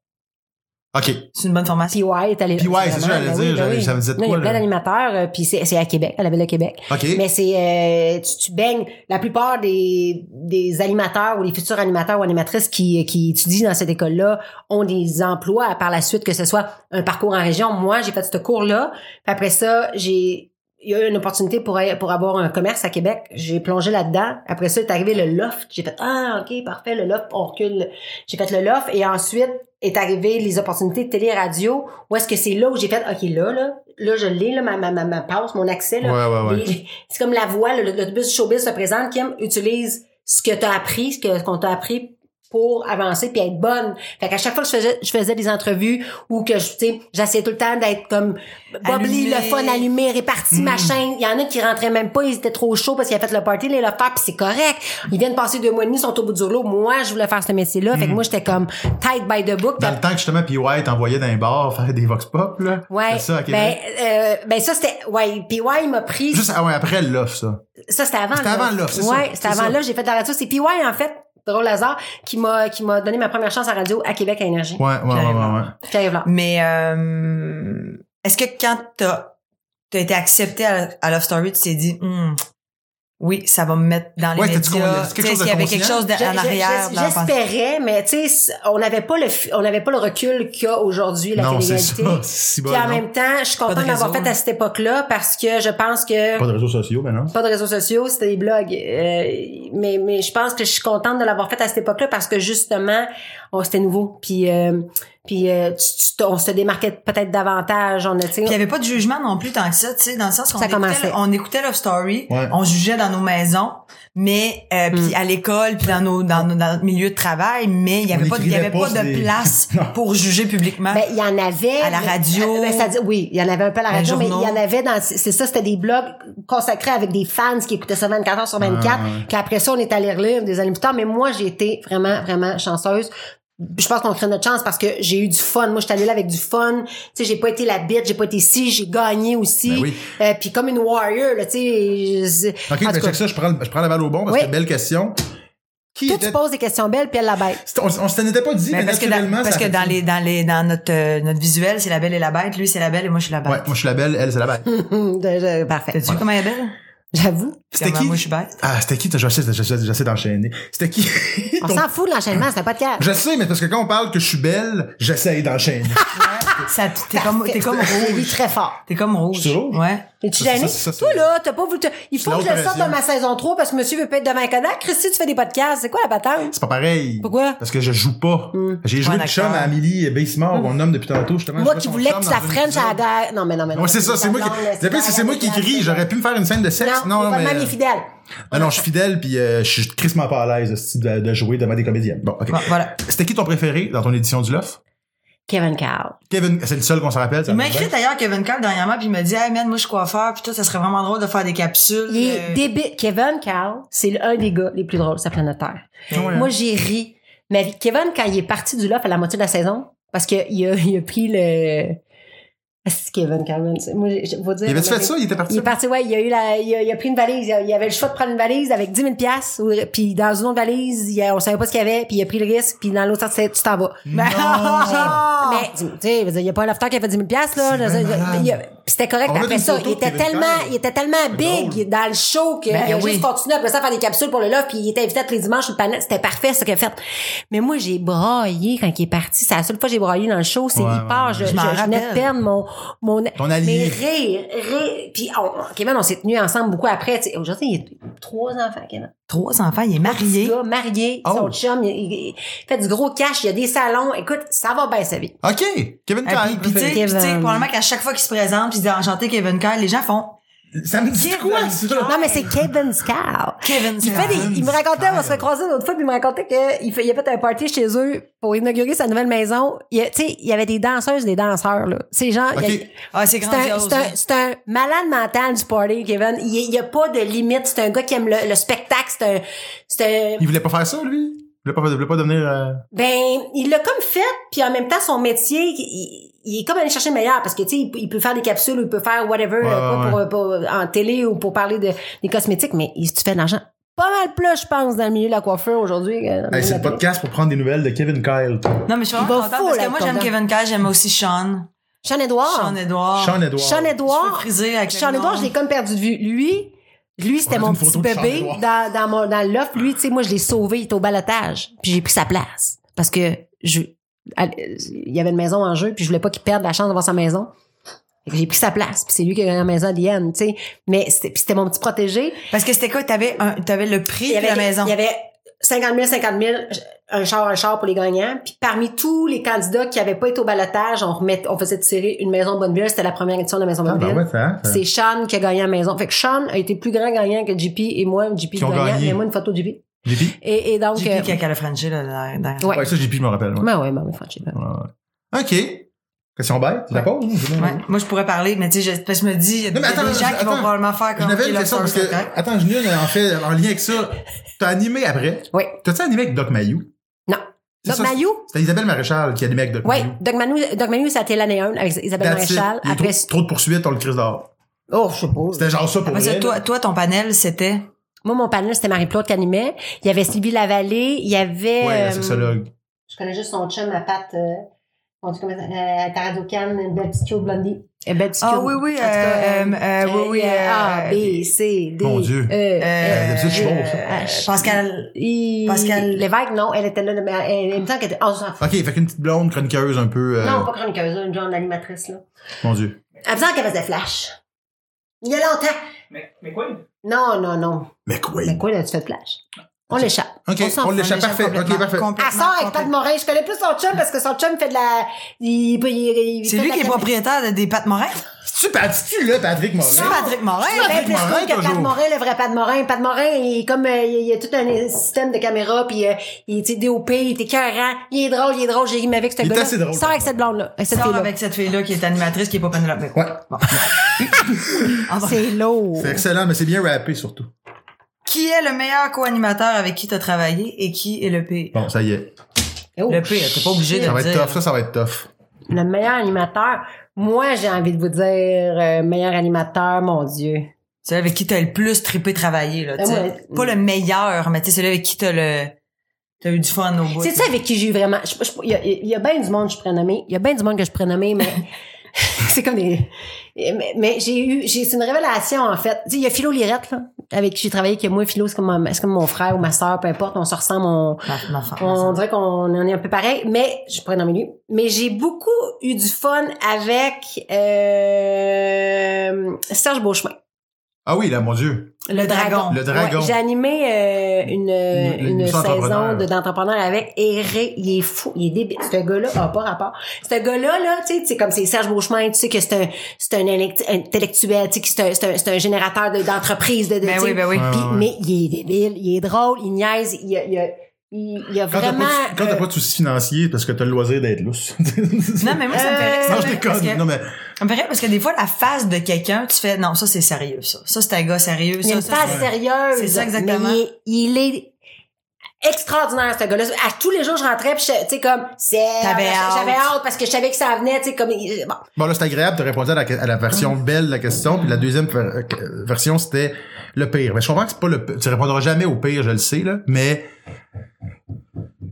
Speaker 1: OK.
Speaker 2: c'est une bonne
Speaker 3: PY
Speaker 2: formation.
Speaker 3: est allé.
Speaker 1: PY, c'est ça, j'allais
Speaker 3: Ben
Speaker 1: dire,
Speaker 3: oui, ben
Speaker 1: j'allais-
Speaker 3: oui.
Speaker 1: ça me disait de
Speaker 3: Non, Il y
Speaker 1: quoi,
Speaker 3: a plein
Speaker 1: là?
Speaker 3: d'animateurs, euh, puis c'est, c'est à Québec, à la ville de Québec.
Speaker 1: OK.
Speaker 3: Mais c'est euh, tu, tu baignes la plupart des, des animateurs ou les futurs animateurs ou animatrices qui, qui étudient dans cette école-là ont des emplois par la suite, que ce soit un parcours en région. Moi, j'ai fait ce cours-là. Puis Après ça, j'ai il y a eu une opportunité pour a- pour avoir un commerce à Québec. J'ai plongé là-dedans. Après ça, est arrivé le loft. J'ai fait ah ok parfait le loft. On recule. J'ai fait le loft et ensuite est arrivé les opportunités de télé-radio. Où est-ce que c'est là où j'ai fait ok là là là je l'ai là ma ma ma, ma passe mon accès là.
Speaker 1: Ouais, ouais, Ah ouais.
Speaker 3: Et C'est comme la voix, le- l'autobus showbiz se présente, Kim utilise ce que t'as appris, ce que- ce qu'on t'a appris pour avancer puis être bonne. Fait qu'à chaque fois que je faisais, je faisais des entrevues ou que je, tu sais, j'essayais tout le temps d'être comme
Speaker 2: Allumé.
Speaker 3: bubbly, le fun allumé, réparti,
Speaker 1: Mm.
Speaker 3: machin. Il y en a qui rentraient même pas, ils étaient trop chauds parce qu'ils avaient fait le party, les le faire puis c'est correct. Ils viennent passer deux mois et demi, ils sont au bout du rouleau. Moi, je voulais faire ce métier-là. Fait que moi, j'étais comme tight by the book.
Speaker 1: Mm. Dans le temps que justement, puis ouais, t'envoyais dans les bars faire des vox pop, là.
Speaker 3: Ouais.
Speaker 1: C'est ça, à
Speaker 3: ben,
Speaker 1: Québec.
Speaker 3: euh, ben ça c'était ouais, puis ouais, il m'a pris
Speaker 1: Juste, ah ouais, après Loft, ça.
Speaker 3: Ça, c'était avant.
Speaker 1: C'était
Speaker 3: là.
Speaker 1: avant là, c'est ça,
Speaker 3: Ouais, c'était
Speaker 1: c'est
Speaker 3: avant
Speaker 1: ça.
Speaker 3: là. J'ai fait de la radio. C'est PY, en fait, drôle hasard, qui m'a, qui m'a donné ma première chance en radio à Québec à Énergie.
Speaker 1: Ouais, ouais, ouais, ouais, ouais.
Speaker 3: J'arrive là.
Speaker 2: Mais euh, est-ce que quand t'as as été accepté à, à Love Story, tu t'es dit Hmm, oui, ça va me mettre dans les
Speaker 1: Ouais,
Speaker 2: médias.
Speaker 1: t'as-tu con-
Speaker 2: Tu
Speaker 1: c'est quelque
Speaker 2: sais,
Speaker 1: chose de
Speaker 2: Est-ce qu'il y avait quelque
Speaker 1: conscient?
Speaker 2: chose de-
Speaker 3: Je-
Speaker 2: en
Speaker 3: je-
Speaker 2: arrière?
Speaker 3: je-
Speaker 2: dans la pensée?
Speaker 3: J'espérais, mais tu sais, c- on n'avait pas le, fu- on n'avait pas le recul qu'il y a aujourd'hui, la
Speaker 1: non, c'est
Speaker 3: télé-réalité.
Speaker 1: ça. Si bon,
Speaker 3: Puis en
Speaker 1: non.
Speaker 3: même temps, je suis
Speaker 2: de
Speaker 3: contente d'avoir
Speaker 2: réseau,
Speaker 3: fait
Speaker 2: hein.
Speaker 3: à cette époque-là parce que je pense que
Speaker 1: Pas de réseaux sociaux, ben non.
Speaker 3: pas de réseaux sociaux, c'était des blogs. Euh, mais, mais je pense que je suis contente de l'avoir fait à cette époque-là parce que justement, on c'était nouveau. Puis, euh, puis euh, tu- tu- on se démarquait peut-être davantage. On a, tu sais,
Speaker 2: Puis il n'y avait pas de jugement non plus tant que ça, tu sais, dans le sens qu'on
Speaker 3: Ça
Speaker 2: écoutait,
Speaker 3: commençait.
Speaker 2: on écoutait Love Story,
Speaker 1: Ouais.
Speaker 2: on jugeait dans nos maisons, mais
Speaker 3: Mm.
Speaker 2: euh, puis à l'école, puis dans nos dans nos dans notre milieu de travail, mais il n'y
Speaker 1: On
Speaker 2: avait pas de- il y
Speaker 1: écrivait
Speaker 2: avait
Speaker 1: pas
Speaker 2: pas
Speaker 1: sur
Speaker 2: de
Speaker 1: des-
Speaker 2: place pour juger
Speaker 1: Ah.
Speaker 2: publiquement.
Speaker 3: Ben, il y en avait.
Speaker 2: À la radio.
Speaker 3: Ben, c'est-à-dire- oui, il y en avait un peu à la
Speaker 1: Ben,
Speaker 2: Dans les
Speaker 3: radio, mais il y
Speaker 2: journaux.
Speaker 3: en avait dans, c'est ça, c'était des blogs consacrés avec des fans qui écoutaient ça 24 heures sur 24.
Speaker 1: Ah, ouais.
Speaker 3: Puis après ça, on est allé relire des années plus tard. Mais moi, j'ai été vraiment, vraiment chanceuse. Je pense qu'on crée notre chance parce que j'ai eu du fun. Moi, je suis allée là avec du fun. Tu sais, j'ai pas été la bête, j'ai pas été si, j'ai gagné aussi.
Speaker 1: Ben oui.
Speaker 3: Euh, puis comme une warrior, là, tu sais. je-
Speaker 1: OK,
Speaker 3: en
Speaker 1: ben
Speaker 3: tout cas,
Speaker 1: check ça, je prends, le- je prends la balle au bon parce
Speaker 3: Oui.
Speaker 1: que belle question. Qui
Speaker 3: toi,
Speaker 1: était...
Speaker 3: tu poses des questions belles, puis elle la bête.
Speaker 1: On, on s'en était pas dit,
Speaker 2: Ben,
Speaker 1: mais,
Speaker 2: parce que dans,
Speaker 1: naturellement,
Speaker 2: parce
Speaker 1: ça
Speaker 2: que
Speaker 1: a
Speaker 2: dans
Speaker 1: fait-
Speaker 2: les dans les dans notre euh, notre visuel, c'est la belle et la bête, lui c'est la belle et moi je suis la bête.
Speaker 1: Ouais, moi, je suis la belle, elle, c'est la bête.
Speaker 3: Hum, de- de-
Speaker 2: T'as
Speaker 3: Parfait.
Speaker 2: vu comment elle est belle
Speaker 3: J'avoue.
Speaker 1: C'était
Speaker 2: Comment
Speaker 1: qui?
Speaker 2: Moi je suis bête.
Speaker 1: Ah, c'était qui? t'as- J'essaie, j'essaie, j'essaie d'enchaîner. C'était qui?
Speaker 3: On
Speaker 1: ton-
Speaker 3: s'en fout de l'enchaînement, c'est un podcast.
Speaker 1: Je sais, mais parce que quand on parle que je suis belle, j'essaie d'enchaîner.
Speaker 2: Ça t'es comme t'es comme
Speaker 3: J'ai ri
Speaker 2: rouge.
Speaker 3: très fort.
Speaker 2: T'es comme rouge.
Speaker 1: Je suis rouge?
Speaker 2: Ouais.
Speaker 3: Es-tu
Speaker 1: Ça, ça,
Speaker 3: gêné?
Speaker 1: ça, ça,
Speaker 3: Toi,
Speaker 1: c'est-
Speaker 3: là, t'as pas voulu... te- Il faut
Speaker 1: C'est
Speaker 3: que je le
Speaker 1: l'autre
Speaker 3: sorte de
Speaker 1: raison.
Speaker 3: ma saison 3 parce que monsieur veut pas être devant un connard. Christy, tu fais des podcasts. C'est quoi la patente?
Speaker 1: C'est pas pareil.
Speaker 3: Pourquoi?
Speaker 1: Parce que je joue pas. J'ai joué
Speaker 2: Ouais,
Speaker 1: le chum
Speaker 2: d'accord. Hmm.
Speaker 1: à Amélie Bassemore, mon homme depuis tantôt, justement.
Speaker 3: Moi
Speaker 1: Je
Speaker 3: qui
Speaker 1: jouais son
Speaker 3: voulais
Speaker 1: chum
Speaker 3: que tu
Speaker 1: dans
Speaker 3: la
Speaker 1: une
Speaker 3: frenches à la
Speaker 1: épisode.
Speaker 3: guerre. Non, mais non, mais non.
Speaker 1: Ouais, c'est ça, c'est moi qui, c'est pas- c'est moi qui crie, j'aurais pu me faire une scène de sexe. Non, non,
Speaker 3: mais...
Speaker 1: mais. euh,
Speaker 3: Maman est fidèle.
Speaker 1: Ah non, je suis fidèle, puis euh, je suis crissement pas à l'aise hostie, de, de jouer devant des comédiennes. Bon, ok.
Speaker 2: Bon, voilà.
Speaker 1: C'était qui ton préféré dans ton édition du Loft?
Speaker 3: Kevin Carl.
Speaker 1: Kevin, c'est le seul qu'on se rappelle. ça
Speaker 2: Il m'a
Speaker 1: me
Speaker 2: écrit
Speaker 1: rappelle.
Speaker 2: d'ailleurs Kevin Carl dernièrement puis il m'a dit Hey man, moi je suis coiffeur puis tout, ça serait vraiment drôle de faire des capsules.
Speaker 3: Il est
Speaker 2: euh,
Speaker 3: débile. Kevin Carl, c'est le- un des gars les plus drôles sur la planète Terre.
Speaker 1: Ouais.
Speaker 3: Moi, j'ai ri. Ma vie. Kevin, quand il est parti du loft à la moitié de la saison, parce que il a, il a pris le... C'est Kevin Cameron. c'est- Moi, je je- faut dire.
Speaker 1: Il avait-tu
Speaker 3: on
Speaker 1: fait ça? Il était parti?
Speaker 3: Il est parti, ouais, il a eu la, il a, il a pris une valise, il, a- il avait le choix de prendre une valise avec 10 000 piastres, ou- puis dans une autre valise, il a- on savait pas ce qu'il y avait, puis il a pris le risque, puis dans l'autre sens, c'est, tu t'en vas.
Speaker 2: Non!
Speaker 3: Mais, tu sais, je veux dire, il y a pas un lafter qui a fait 10 000 piastres, là. Je veux dire,
Speaker 1: malade.
Speaker 3: il a- puis c'était correct
Speaker 1: On a
Speaker 3: après
Speaker 1: une
Speaker 3: ça.
Speaker 1: photo
Speaker 3: Il
Speaker 1: de
Speaker 3: était
Speaker 1: Kevin
Speaker 3: tellement,
Speaker 1: Cameron.
Speaker 3: il était tellement big
Speaker 1: drôle.
Speaker 3: dans le show qu'il
Speaker 2: Ben
Speaker 3: a
Speaker 2: oui.
Speaker 3: juste continué après ça à faire des capsules pour le love puis il était invité tous les dimanches sur le panel. C'était parfait, ce qu'il a fait. Mais moi, j'ai braillé quand il est parti. C'est la seule fois que j'ai braillé dans le show. C'est
Speaker 1: Ouais,
Speaker 3: il part.
Speaker 1: ouais,
Speaker 3: Je,
Speaker 2: ouais.
Speaker 3: je,
Speaker 2: Je m'en
Speaker 3: je venais de
Speaker 2: rappelle.
Speaker 3: perdre mon, mon,
Speaker 1: Ton allié.
Speaker 3: Mais rire, rire. Puis, on, Kevin, on s'est tenus ensemble beaucoup après. tu sais. Aujourd'hui, il y a trois enfants, Kevin.
Speaker 2: Trois enfants, il est marié.
Speaker 3: Petit gars, marié,
Speaker 1: Oh.
Speaker 3: son chum, il, il- il fait du gros cash, il y a des salons. Écoute, ça va bien sa vie.
Speaker 1: OK. Kevin
Speaker 2: Ah, puis-
Speaker 1: Kyle.
Speaker 2: Puis tu sais,
Speaker 1: parfait.
Speaker 2: puis tu sais,
Speaker 3: Kevin.
Speaker 2: probablement qu'à chaque fois qu'il se présente, puis il dit Ah, enchanté Kevin Kyle, les gens font
Speaker 1: Ça me dit quoi, ça?
Speaker 3: Non, mais c'est Kevin Scow.
Speaker 2: Kevin
Speaker 3: Il, fait des- il me racontait, on se croisé l'autre fois, puis il me racontait qu'il fait, il a fait un party chez eux pour inaugurer sa nouvelle maison. Il, y a- tu sais, il y avait des danseuses, des danseurs, là. C'est genre, il y a-
Speaker 1: OK.
Speaker 2: Ah, c'est
Speaker 3: c'est un,
Speaker 2: grandiose.
Speaker 3: c'est un- c'est un malade mental du party, Kevin. Il y a- il y a, pas de limite. C'est un gars qui aime le, le spectacle. C'est un, c'est un,
Speaker 1: Il voulait pas faire ça, lui? Il voulait pas, il voulait pas devenir... euh,
Speaker 3: ben, il l'a comme fait, puis en même temps, son métier, il, il est comme allé chercher le meilleur, parce que, tu sais, il, peut- il peut faire des capsules, ou il peut faire whatever,
Speaker 1: Ouais,
Speaker 3: euh,
Speaker 1: ouais,
Speaker 3: quoi, pour- pour- en télé ou pour parler de, des cosmétiques, mais il se fait de l'argent. Pas mal plus, je pense, dans le milieu de la coiffure aujourd'hui. que dans le
Speaker 1: Hey,
Speaker 3: milieu
Speaker 1: c'est le
Speaker 3: de la télé.
Speaker 1: podcast pour prendre des nouvelles de Kevin Kyle.
Speaker 2: Non, mais je suis
Speaker 3: Il
Speaker 2: vraiment
Speaker 3: va
Speaker 2: contente
Speaker 3: fou,
Speaker 2: parce
Speaker 3: là,
Speaker 2: que moi, j'aime
Speaker 3: content.
Speaker 2: Kevin Kyle, j'aime aussi Sean.
Speaker 3: Sean Edouard.
Speaker 2: Sean
Speaker 1: Ah.
Speaker 2: Edouard.
Speaker 1: Sean Edouard.
Speaker 3: Sean
Speaker 2: Cheveux
Speaker 3: Edouard.
Speaker 2: frisés avec le
Speaker 3: Sean Edouard,
Speaker 2: blond.
Speaker 3: je l'ai comme perdu de vue. Lui, lui, c'était
Speaker 1: On a
Speaker 3: mon
Speaker 1: une
Speaker 3: petit
Speaker 1: photo de Sean
Speaker 3: bébé
Speaker 1: Edouard.
Speaker 3: dans, dans, mon, dans l'offre. Lui, tu sais, moi, je l'ai sauvé. Il était au balotage. Puis j'ai pris sa place. Parce que je, elle- il y avait une maison en jeu, puis je voulais pas qu'il perde la chance d'avoir sa maison. Fait que J'ai pris sa place, puis c'est lui qui a gagné la maison à the end, tu sais. Mais c'était puis c'était mon petit protégé.
Speaker 2: Parce que c'était quoi? T'avais un, t'avais le prix de la maison.
Speaker 3: Il y avait 50 000, 50 000, un char, un char pour les gagnants. Puis parmi tous les candidats qui n'avaient pas été au balotage, on, remet- on faisait tirer une maison Bonneville. C'était la première édition de la maison
Speaker 1: Ah,
Speaker 3: Bonneville.
Speaker 1: ben ouais, ça. ça.
Speaker 3: C'est Sean qui a gagné la maison. Fait que Sean a été plus grand gagnant que JP et moi, JP
Speaker 1: Qui ont
Speaker 3: gagnant.
Speaker 1: gagné.
Speaker 3: Mais moi, une photo de JP.
Speaker 1: J'ai dit?
Speaker 3: Et, et donc,
Speaker 2: J'ai
Speaker 3: euh,
Speaker 2: vu qu'elle a Frenchie, là, derrière. derrière.
Speaker 3: Ouais.
Speaker 1: Ouais, ça, j'ai pu, je me rappelle. ouais.
Speaker 3: ben ouais, ben ouais, franchement.
Speaker 1: Ouais, ouais. OK. Question bête, tu d'accord?
Speaker 2: Ouais. Moi, je pourrais parler, mais tu sais, je, parce que je me dis, il y a
Speaker 1: Non, mais attends,
Speaker 2: des gens qui
Speaker 1: attends.
Speaker 2: vont probablement faire
Speaker 1: Je
Speaker 2: comme.
Speaker 1: n'avais
Speaker 2: Ok,
Speaker 1: une
Speaker 2: là,
Speaker 1: question parce
Speaker 2: c'est
Speaker 1: que.
Speaker 2: correct.
Speaker 1: Attends, je en fait en lien avec ça. T'as animé après?
Speaker 3: Oui.
Speaker 1: T'as-tu animé avec Doc Mayou?
Speaker 3: Non.
Speaker 1: C'est
Speaker 3: Doc
Speaker 1: ça,
Speaker 3: Mayou?
Speaker 1: C'était Isabelle Maréchal qui animait avec Doc
Speaker 3: Ouais,
Speaker 1: Mayou.
Speaker 3: Doc Manu, Doc Manu, c'était l'année 1 avec Isabelle
Speaker 1: That's it.
Speaker 3: Ah ben, Maréchal.
Speaker 1: Il y a
Speaker 3: Après,
Speaker 1: trop, trop de poursuites, on le crise dehors.
Speaker 3: oh, je sais pas.
Speaker 1: C'était genre ça pour
Speaker 2: Parce
Speaker 1: vrai,
Speaker 2: que toi,
Speaker 1: là.
Speaker 2: toi, ton panel, c'était.
Speaker 3: Moi, mon panel, c'était Marie-Claude qui animait. Il y avait Sylvie Lavallée. Il y avait...
Speaker 1: Ouais, la
Speaker 3: euh,
Speaker 1: sexologue.
Speaker 3: je connais juste son chum, la patte... Euh, on dit comment ça, euh, Tara Dukan, une belle petite queue blondie. Une belle petite
Speaker 2: Ah
Speaker 3: queue.
Speaker 2: oui, oui,
Speaker 3: En tout cas,
Speaker 2: euh, euh, oui, oui,
Speaker 3: A,
Speaker 2: euh,
Speaker 3: B, C, D,
Speaker 1: Mon Dieu.
Speaker 3: E, F.
Speaker 1: Euh, d'habitude, je suis bon, ça.
Speaker 3: Ah,
Speaker 2: euh, Pascal.
Speaker 3: Et-
Speaker 2: Pascal-
Speaker 3: Lévesque, non, elle était là, mais elle, elle me semble qu'elle était. Oh, on s'en fout.
Speaker 1: Ok, fait qu'une petite blonde chroniqueuse un peu. euh,
Speaker 3: Non, pas chroniqueuse, une genre d'animatrice, là.
Speaker 1: Mon Dieu.
Speaker 3: Elle me semble qu'elle faisait flash. Il y a longtemps.
Speaker 5: Mais, mais quoi?
Speaker 3: Non, non, non.
Speaker 1: Mais quoi?
Speaker 3: Mais quoi, là, tu fais flash? On l'échappe.
Speaker 1: Ok,
Speaker 3: on s'en
Speaker 1: on l'échappe
Speaker 2: Ben, on
Speaker 3: fout,
Speaker 2: l'échappe
Speaker 1: parfait. Ok,
Speaker 2: Ah, complètement,
Speaker 1: parfait.
Speaker 2: complètement,
Speaker 3: Elle Ah, sort avec Pat
Speaker 2: complètement.
Speaker 3: Morin. Je connais plus son chum parce que son chum fait de la. il- il- il- il
Speaker 2: C'est
Speaker 3: fait
Speaker 2: lui
Speaker 3: de la
Speaker 2: qui est
Speaker 3: cam-
Speaker 2: propriétaire de- des Pat Morin?
Speaker 1: Ah, Tu tu là, Patrick
Speaker 2: C'est
Speaker 1: Morin?
Speaker 2: Patrick Morin?
Speaker 3: Il est bien
Speaker 1: Patrick
Speaker 3: plus
Speaker 1: Morin,
Speaker 3: cool que Pat
Speaker 1: toujours.
Speaker 3: Morin, le vrai Pat Morin. Pat Morin, il est comme, euh, il y a tout un système de caméra, puis euh, il est DOP, il est écœurant, il est drôle, il est drôle, j'ai rimé avec ce
Speaker 1: Il est
Speaker 3: gars-là.
Speaker 1: assez drôle,
Speaker 3: Sors avec
Speaker 1: Pat
Speaker 3: cette blonde-là, avec cette
Speaker 2: Sors
Speaker 3: fille-là.
Speaker 2: avec cette fille-là qui est animatrice, qui est pas Penelope. Mais quoi?
Speaker 1: Ouais.
Speaker 2: Ah, bon.
Speaker 3: C'est lourd.
Speaker 1: C'est excellent, mais c'est bien rappé surtout.
Speaker 2: Qui est le meilleur co-animateur avec qui t'as travaillé et qui est le pire?
Speaker 1: Bon, ça y est.
Speaker 3: Oh,
Speaker 2: Le pire, t'es pas obligé de
Speaker 1: Ça va être
Speaker 2: dire.
Speaker 1: tough, ça, ça va être tough.
Speaker 3: Le meilleur animateur, moi, j'ai envie de vous dire, euh, meilleur animateur, mon Dieu.
Speaker 2: Celui avec qui t'as le plus trippé travailler, là,
Speaker 3: Ben
Speaker 2: tu sais.
Speaker 3: ouais.
Speaker 2: Pas le meilleur, mais tu sais, celui avec qui t'as le, t'as eu du fun au bout.
Speaker 3: C'est ça avec qui j'ai eu vraiment. je- je- Il y a, il y a bien du monde que je pourrais nommer. Il y a bien du monde que je pourrais nommer, mais c'est comme des. Mais, mais j'ai eu, j'ai, c'est une révélation en fait. Tu sais, il y a Philo Lirette là, avec qui j'ai travaillé, que moi Philo c'est comme, mon- c'est comme mon frère ou ma sœur, peu importe, on se ressemble, on,
Speaker 2: Ma- ma femme,
Speaker 3: on dirait qu'on en est un peu pareil, mais je pourrais nommer lui. Mais j'ai beaucoup eu du fun avec euh, Serge Beauchemin.
Speaker 1: Ah oui, là, mon Dieu.
Speaker 2: Le dragon.
Speaker 1: Le dragon.
Speaker 3: Ouais, j'ai animé euh,
Speaker 1: Une-
Speaker 3: une,
Speaker 1: une
Speaker 3: une
Speaker 1: émission
Speaker 3: saison
Speaker 1: d'entrepreneur.
Speaker 3: de- d'entrepreneur avec Héré. Il est fou, il est débile. Ce gars-là a pas rapport. Ce gars-là, là, tu sais, c'est comme c'est Serge Beauchemin, tu sais que c'est un, c'est un intellect- intellectuel, tu sais, que c'est un, c'est un, c'est un générateur de- d'entreprise, de, de,
Speaker 2: Ben
Speaker 3: tu sais.
Speaker 2: oui, ben oui.
Speaker 1: Ouais,
Speaker 3: Puis-
Speaker 1: ouais, ouais.
Speaker 3: Mais il est débile, il est drôle, il niaise, il y a, il y a, il il y a
Speaker 1: Quand t'as
Speaker 3: vraiment... euh,
Speaker 1: pas, de- quand t'as pas de soucis financiers, parce que t'as le loisir d'être lousse.
Speaker 2: euh, Non, mais moi, ça me fait rire.
Speaker 1: Non,
Speaker 2: ça me
Speaker 1: je
Speaker 2: fait rire parce
Speaker 1: déconne.
Speaker 2: que-
Speaker 1: Non, mais
Speaker 2: ça me fait rire parce que des fois, la face de quelqu'un, tu fais, non, ça, c'est sérieux, ça. Ça, c'est un gars sérieux,
Speaker 3: Il y a
Speaker 2: ça.
Speaker 3: une
Speaker 2: ça,
Speaker 3: face
Speaker 2: c'est-
Speaker 3: sérieuse.
Speaker 2: C'est ça, exactement.
Speaker 3: Mais il, est- il est extraordinaire ce gars-là. À tous les jours je rentrais puis je- tu sais comme c'est
Speaker 2: T'avais hâte.
Speaker 3: j'avais hâte parce que je savais que ça venait, tu sais comme il- bon.
Speaker 1: Bon, là, c'est agréable, t'as répondu à la, que- à la version belle de la question, puis la deuxième ver- euh, version, c'était le pire. Mais je comprends que c'est pas le p- Tu répondras jamais au pire, je le sais, là, mais.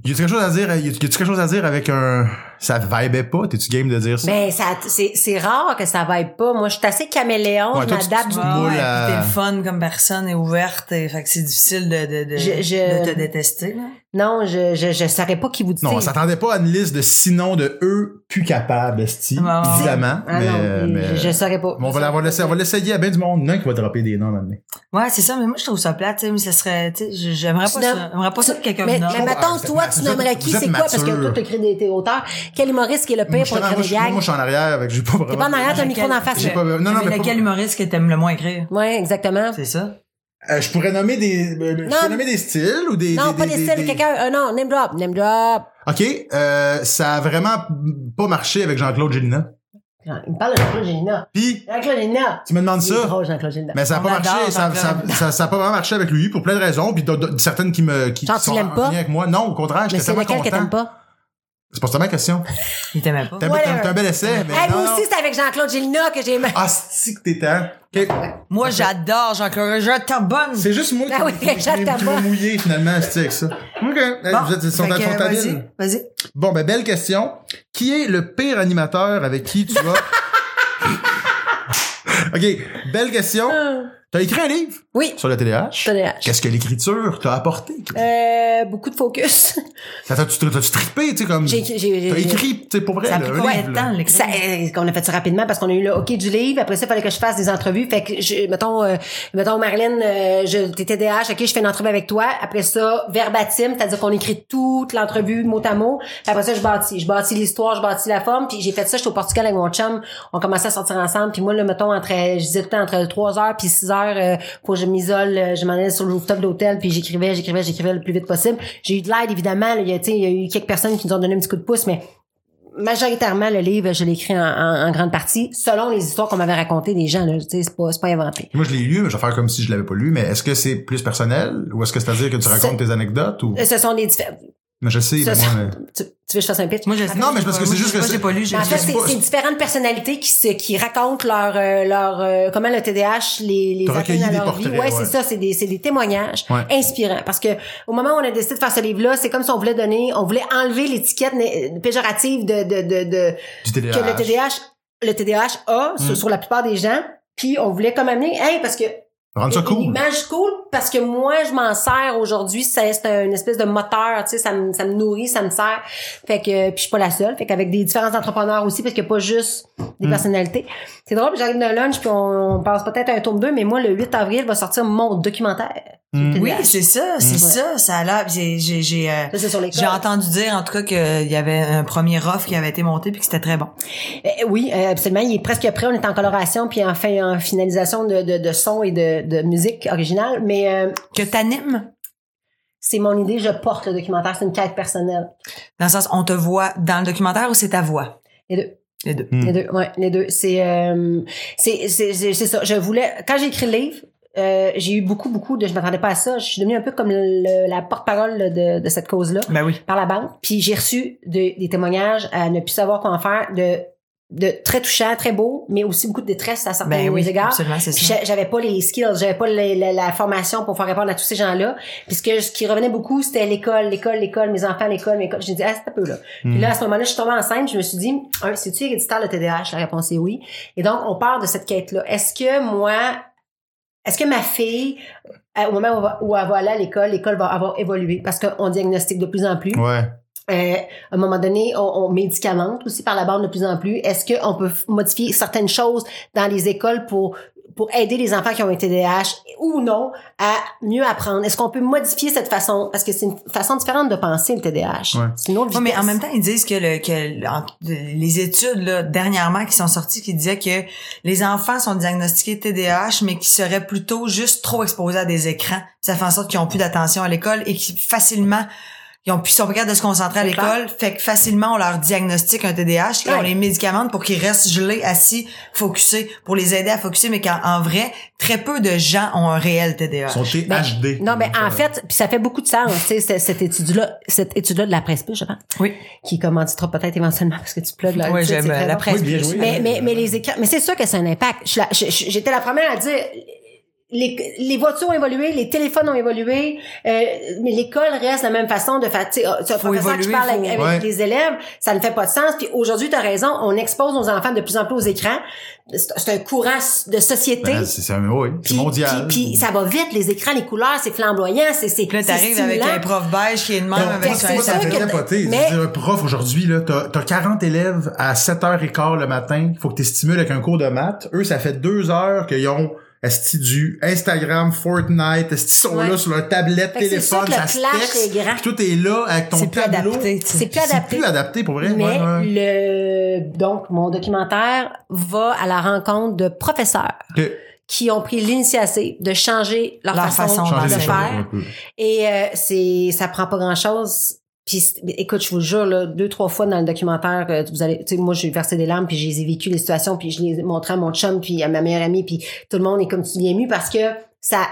Speaker 1: Y a-tu quelque chose à dire, euh, y a-tu y a-tu quelque chose à dire avec un. Ça vibait pas? T'es-tu game de dire ça?
Speaker 3: Ben ça c'est c'est rare que ça vibe pas. Moi je suis assez caméléon,
Speaker 1: Ouais,
Speaker 3: je
Speaker 1: toi, tu-
Speaker 3: m'adapte
Speaker 1: tu-
Speaker 3: du
Speaker 1: Moi,
Speaker 2: Ah Ouais, ouais,
Speaker 1: la-
Speaker 2: puis t'es le fun comme personne et ouverte, et fait que c'est difficile de, de, de,
Speaker 3: Je- je-
Speaker 2: de te détester. Là.
Speaker 3: Non, je je je saurais pas qui vous dit.
Speaker 1: Non, on s'attendait pas à une liste de sinon de eux plus capables, esti,
Speaker 2: Ouais, ouais.
Speaker 1: évidemment.
Speaker 3: Ah
Speaker 1: mais,
Speaker 3: non,
Speaker 1: euh, mais-
Speaker 3: je, je saurais pas.
Speaker 1: mais on va l'avoir laissé, on va l'essayer à bien du monde, non, qui va dropper des noms maintenant.
Speaker 2: Ouais, c'est ça, mais moi je trouve ça plate, tu sais, mais ça serait, tu sais, je- j'aimerais pas
Speaker 3: Tu
Speaker 2: ça,
Speaker 3: n'as-
Speaker 2: j'aimerais pas ça que quelqu'un me
Speaker 3: Mais,
Speaker 2: nomme.
Speaker 3: mais mettons,
Speaker 1: Ah, vous
Speaker 3: toi,
Speaker 1: êtes-
Speaker 3: tu
Speaker 1: vous êtes-
Speaker 3: nommerais qui,
Speaker 1: vous êtes
Speaker 3: c'est quoi? Parce que
Speaker 1: mature.
Speaker 3: toi, t'as créé des, des auteurs. Quel humoriste qui est le pire pour
Speaker 1: Justement, moi,
Speaker 3: écrire
Speaker 1: je
Speaker 3: des
Speaker 1: suis- moi,
Speaker 3: gags?
Speaker 1: moi, je suis en arrière, avec, j'ai pas
Speaker 3: T'es pas en
Speaker 1: vraiment.
Speaker 3: arrière, t'as un micro d'en face.
Speaker 1: J'ai pas- non, non,
Speaker 2: mais,
Speaker 1: mais pas-
Speaker 2: laquelle humoriste que t'aimes le moins écrire?
Speaker 3: Oui, exactement.
Speaker 2: C'est ça?
Speaker 1: Euh, je pourrais nommer des, euh, je
Speaker 3: mais-
Speaker 1: pourrais nommer des styles ou des.
Speaker 3: Non,
Speaker 1: des-
Speaker 3: pas
Speaker 1: des-
Speaker 3: des
Speaker 1: des-
Speaker 3: styles,
Speaker 1: des-
Speaker 3: quelqu'un. euh, non, name drop, name drop.
Speaker 1: OK, euh, ça a vraiment pas marché avec Jean-Claude Gélina.
Speaker 3: Non, Il me parle de Jean-Claude Gélina.
Speaker 1: Puis,
Speaker 3: Jean-Claude Gélina.
Speaker 1: tu me demandes
Speaker 3: Il est
Speaker 1: ça,
Speaker 3: drôle, Jean-Claude Gélina.
Speaker 1: mais ça a
Speaker 2: On
Speaker 1: pas marché,
Speaker 2: adore
Speaker 1: ça, ça,
Speaker 2: Jean-Claude.
Speaker 1: ça, ça a pas vraiment marché avec lui pour plein de raisons, puis d'autres- d'autres- certaines qui me qui,
Speaker 3: Genre,
Speaker 1: qui
Speaker 3: tu l'aimes
Speaker 1: en
Speaker 3: pas?
Speaker 1: lien avec moi. Non, au contraire,
Speaker 3: Mais
Speaker 1: j'étais
Speaker 3: c'est
Speaker 1: tellement
Speaker 3: lequel que
Speaker 1: content.
Speaker 3: t'aimes pas?
Speaker 1: C'est pas ça ma question.
Speaker 2: Il t'aimait pas.
Speaker 1: T'as
Speaker 3: Whatever.
Speaker 1: t'as- t'as un bel essai, mais
Speaker 3: Ah,
Speaker 1: non,
Speaker 3: moi
Speaker 1: non.
Speaker 3: aussi, c'est avec Jean-Claude Gélina que j'ai aimé.
Speaker 1: Ah, c'est que t'es hein. OK.
Speaker 2: Moi j'adore Jean-Claude, je t'abonne!
Speaker 1: C'est juste moi
Speaker 3: Ah oui,
Speaker 1: qui, qui, qui,
Speaker 3: j'attends
Speaker 1: qui
Speaker 3: pas.
Speaker 1: m'a mouillé finalement, c'est avec ça. OK.
Speaker 2: Bon,
Speaker 1: Vous êtes ils sont
Speaker 2: fait
Speaker 1: à
Speaker 2: que,
Speaker 1: sont à
Speaker 2: vas-y,
Speaker 1: l'île.
Speaker 2: Vas-y.
Speaker 1: Bon, ben, belle question. Qui est le pire animateur avec qui tu vas? OK, belle question. T'as écrit un livre
Speaker 3: Oui.
Speaker 1: sur le TDAH.
Speaker 3: TDAH.
Speaker 1: Qu'est-ce que l'écriture t'a apporté?
Speaker 3: Euh, beaucoup de focus.
Speaker 1: Ça T'as-tu t'as-tu trippé, tu sais, comme...
Speaker 3: J'ai j'ai- j'ai-
Speaker 1: T'as écrit, tu sais, pour vrai,
Speaker 2: Ça a
Speaker 1: là,
Speaker 2: pris
Speaker 1: un
Speaker 2: combien
Speaker 1: livre,
Speaker 2: de
Speaker 1: là.
Speaker 2: temps
Speaker 3: Ça,
Speaker 2: l'écrire?
Speaker 3: euh, qu'on a fait ça rapidement parce qu'on a eu le OK du livre. Après ça, il fallait que je fasse des entrevues. Fait que, je, mettons, euh, mettons Marlène, euh, je- t'es TDAH, OK, je fais une entrevue avec toi. Après ça, verbatim, c'est-à-dire qu'on écrit toute l'entrevue mot à mot. Puis après ça, je bâtis. Je bâtis l'histoire, je bâtis la forme. Puis j'ai fait ça, j'étais au Portugal avec mon chum. On commençait à sortir ensemble. Puis moi, là, mettons, entre, je disais tout le temps, entre 3 heures puis 6 heures, euh, faut que je m'isole, euh, je m'en allais sur le rooftop d'hôtel, puis j'écrivais, j'écrivais, j'écrivais le plus vite possible. J'ai eu de l'aide, évidemment. là. Il y a, tu sais, il y a eu quelques personnes qui nous ont donné un petit coup de pouce, mais majoritairement le livre, je l'ai écrit en, en- en grande partie selon les histoires qu'on m'avait racontées des gens. Là, Tu sais, c'est pas, c'est pas inventé.
Speaker 1: Moi, je l'ai lu, mais je vais faire comme si je l'avais pas lu, mais est-ce que c'est plus personnel, ou est-ce que c'est-à-dire que tu racontes tes anecdotes, ou...
Speaker 3: Euh, Ce sont des différents.
Speaker 1: Mais je sais,
Speaker 3: ce
Speaker 1: mais
Speaker 3: sont-
Speaker 1: moi, mais-
Speaker 3: tu, tu veux que je fasse un pitch?
Speaker 2: Moi, je
Speaker 1: Non, mais parce que
Speaker 2: moi,
Speaker 1: c'est juste que
Speaker 2: moi,
Speaker 1: c'est-
Speaker 2: j'ai pas lu, j'ai
Speaker 3: Mais en fait,
Speaker 1: c'est
Speaker 3: c'est
Speaker 1: pas-
Speaker 3: c'est différentes personnalités qui, se, qui racontent leur, euh, leur euh, comment le TDAH les, les
Speaker 1: T'as
Speaker 3: atteint
Speaker 1: recueilli
Speaker 3: dans
Speaker 1: des
Speaker 3: leur
Speaker 1: portraits,
Speaker 3: vie. Ouais,
Speaker 1: ouais.
Speaker 3: c'est ça, c'est des, c'est des témoignages
Speaker 1: Ouais.
Speaker 3: inspirants. Parce que au moment où on a décidé de faire ce livre-là, c'est comme si on voulait donner, on voulait enlever l'étiquette né- péjorative de, de, de, de
Speaker 1: du TDAH.
Speaker 3: que le TDAH, le TDAH a sur,
Speaker 1: Mm.
Speaker 3: sur la plupart des gens. Puis on voulait comme amener, hey, parce que
Speaker 1: Rendre ça
Speaker 3: une
Speaker 1: cool.
Speaker 3: image cool parce que moi je m'en sers aujourd'hui c'est c'est un- une espèce de moteur tu sais ça me ça me nourrit ça me sert fait que puis je suis pas la seule fait qu'avec des différents entrepreneurs aussi parce qu'il n'y a pas juste
Speaker 1: Hmm.
Speaker 3: des personnalités c'est drôle j'arrive de lunch puis on, on passe peut-être à un tome 2 mais moi le 8 avril va sortir mon documentaire
Speaker 1: Mm.
Speaker 2: Oui, c'est ça, c'est ça, ça a l'air, j'ai, j'ai, j'ai, euh,
Speaker 3: ça c'est sur l'école
Speaker 2: j'ai entendu dire, en tout cas, qu'il y avait un premier offre qui avait été monté puis que c'était très bon.
Speaker 3: Eh, oui euh, absolument il est presque prêt on est en coloration puis en fin en finalisation de, de, de son et de, de musique originale mais euh,
Speaker 2: Que t'animes,
Speaker 3: c'est mon idée je porte le documentaire c'est une quête personnelle
Speaker 2: dans le sens, on te voit dans le documentaire ou c'est ta voix?
Speaker 3: et de
Speaker 2: Les deux.
Speaker 1: Mm.
Speaker 3: Les deux, ouais, les deux. C'est, euh, c'est, c'est, c'est, c'est ça. Je voulais, quand j'ai écrit le livre, euh, j'ai eu beaucoup, beaucoup de, je m'attendais pas à ça. Je suis devenue un peu comme le- la porte-parole de, de cette cause-là
Speaker 2: Ben oui.
Speaker 3: par la banque. Puis j'ai reçu de- des témoignages à ne plus savoir quoi en faire de, de très touchants, très beaux, mais aussi beaucoup de détresse à certains
Speaker 2: Ben oui,
Speaker 3: égards.
Speaker 2: absolument, c'est
Speaker 3: Puis
Speaker 2: ça.
Speaker 3: j'a- j'avais pas les skills, j'avais pas les- la, la formation pour faire répondre à tous ces gens-là. Puisque ce qui revenait beaucoup, c'était l'école, l'école, l'école, mes enfants, l'école, mes écoles. J'ai dit, ah, c'est un peu là. Puis
Speaker 1: Mm.
Speaker 3: là, à ce moment-là, je suis tombée enceinte, je me suis dit, un, c'est-tu héréditaire le TDAH? La réponse est oui. Et donc, on part de cette quête-là. Est-ce que moi, est-ce que ma fille, euh, au moment où elle va- où elle va aller à l'école, l'école va avoir évolué? Parce qu'on diagnostique de plus en plus.
Speaker 1: Ouais.
Speaker 3: Euh, à un moment donné, on, on médicamente aussi par la bande de plus en plus. Est-ce qu'on peut f- modifier certaines choses dans les écoles pour pour aider les enfants qui ont un TDAH ou non à mieux apprendre? Est-ce qu'on peut modifier cette façon? Parce que c'est une façon différente de penser le TDAH.
Speaker 1: Ouais.
Speaker 3: C'est une autre
Speaker 2: Ouais, mais en
Speaker 3: vitesse.
Speaker 2: même temps, ils disent que, le, que le- en- les études là, dernièrement qui sont sorties qui disaient que les enfants sont diagnostiqués TDAH, mais qui seraient plutôt juste trop exposés à des écrans. Ça fait en sorte qu'ils ont plus d'attention à l'école et qui facilement Ils ont puis ils sont pas capables de se concentrer à
Speaker 3: C'est
Speaker 2: l'école. Fait que facilement, on leur diagnostique un TDAH et on
Speaker 3: Ouais.
Speaker 2: les médicamente pour qu'ils restent gelés, assis, focusés, pour les aider à focuser, mais qu'en en vrai, très peu de gens ont un réel TDAH.
Speaker 1: Son THD.
Speaker 3: Ben, Non, mais en fait, puis ça fait beaucoup de sens, tu sais, cette- cette étude-là, cette étude-là de la presse, je pense,
Speaker 2: Oui.
Speaker 3: qui commanditera peut-être éventuellement parce que tu plugues là.
Speaker 2: Oui,
Speaker 3: tu sais,
Speaker 2: j'aime
Speaker 3: c'est
Speaker 2: euh,
Speaker 3: très
Speaker 2: la
Speaker 3: bon.
Speaker 2: presse.
Speaker 1: Oui, bien joué.
Speaker 3: Mais, mais, mais les écrans, mais c'est sûr que c'est un impact. Je suis la- je- je- J'étais la première à dire, les, les voitures ont évolué, les téléphones ont évolué, euh, mais l'école reste de la même façon de faire, tu sais, tu as un
Speaker 2: Faut
Speaker 3: professeur qui
Speaker 2: évoluer,
Speaker 3: parle
Speaker 2: faut-
Speaker 3: avec, avec
Speaker 1: Ouais.
Speaker 3: les élèves, ça ne fait pas de sens. Puis aujourd'hui, tu as raison, on expose nos enfants de plus en plus aux écrans. C'est c'est un courant de société.
Speaker 1: Ben, c'est c'est un, oui, c'est
Speaker 3: Puis-
Speaker 1: mondial.
Speaker 3: Puis, puis ça va vite, les écrans, les couleurs, c'est flamboyant, c'est c'est.
Speaker 2: Puis là, t'arrives avec un prof beige qui est de même
Speaker 1: Non,
Speaker 2: avec
Speaker 1: moi,
Speaker 2: son
Speaker 1: moi, ça me fait
Speaker 3: que-
Speaker 1: capoter. Je
Speaker 3: mais-
Speaker 1: veux dire, un prof, aujourd'hui, là, t'as, t'as 40 élèves à 7h15 le matin. Faut que tu stimules avec un cours de maths. Eux, ça fait deux heures qu'ils ont esti du Instagram, Fortnite, esti sont
Speaker 3: Ouais.
Speaker 1: là sur leur tablette,
Speaker 3: Fait que c'est sûr
Speaker 1: téléphone,
Speaker 3: que
Speaker 1: ça
Speaker 3: le
Speaker 1: se
Speaker 3: clash
Speaker 1: texte.
Speaker 3: est grand.
Speaker 1: Puis tout est là avec ton
Speaker 2: C'est plus
Speaker 1: tableau.
Speaker 2: adapté, tu sais.
Speaker 3: C'est plus adapté.
Speaker 1: C'est plus adapté, pour vrai.
Speaker 3: Mais
Speaker 1: ouais, ouais.
Speaker 3: le donc mon documentaire va à la rencontre de professeurs
Speaker 1: Que-
Speaker 3: qui ont pris l'initiative de changer leur,
Speaker 2: Leur
Speaker 3: façon,
Speaker 2: façon
Speaker 1: changer
Speaker 3: de
Speaker 1: les choses
Speaker 3: faire.
Speaker 1: un peu.
Speaker 3: Et euh, c'est ça prend pas grand chose. Puis c'est- mais écoute, je vous le jure, là, deux trois fois dans le documentaire, euh, vous allez, tu sais, moi j'ai versé des larmes, puis j'ai vécu les situations, puis je les ai montrées à mon chum, puis à ma meilleure amie, puis tout le monde est comme tu dis ému parce que ça,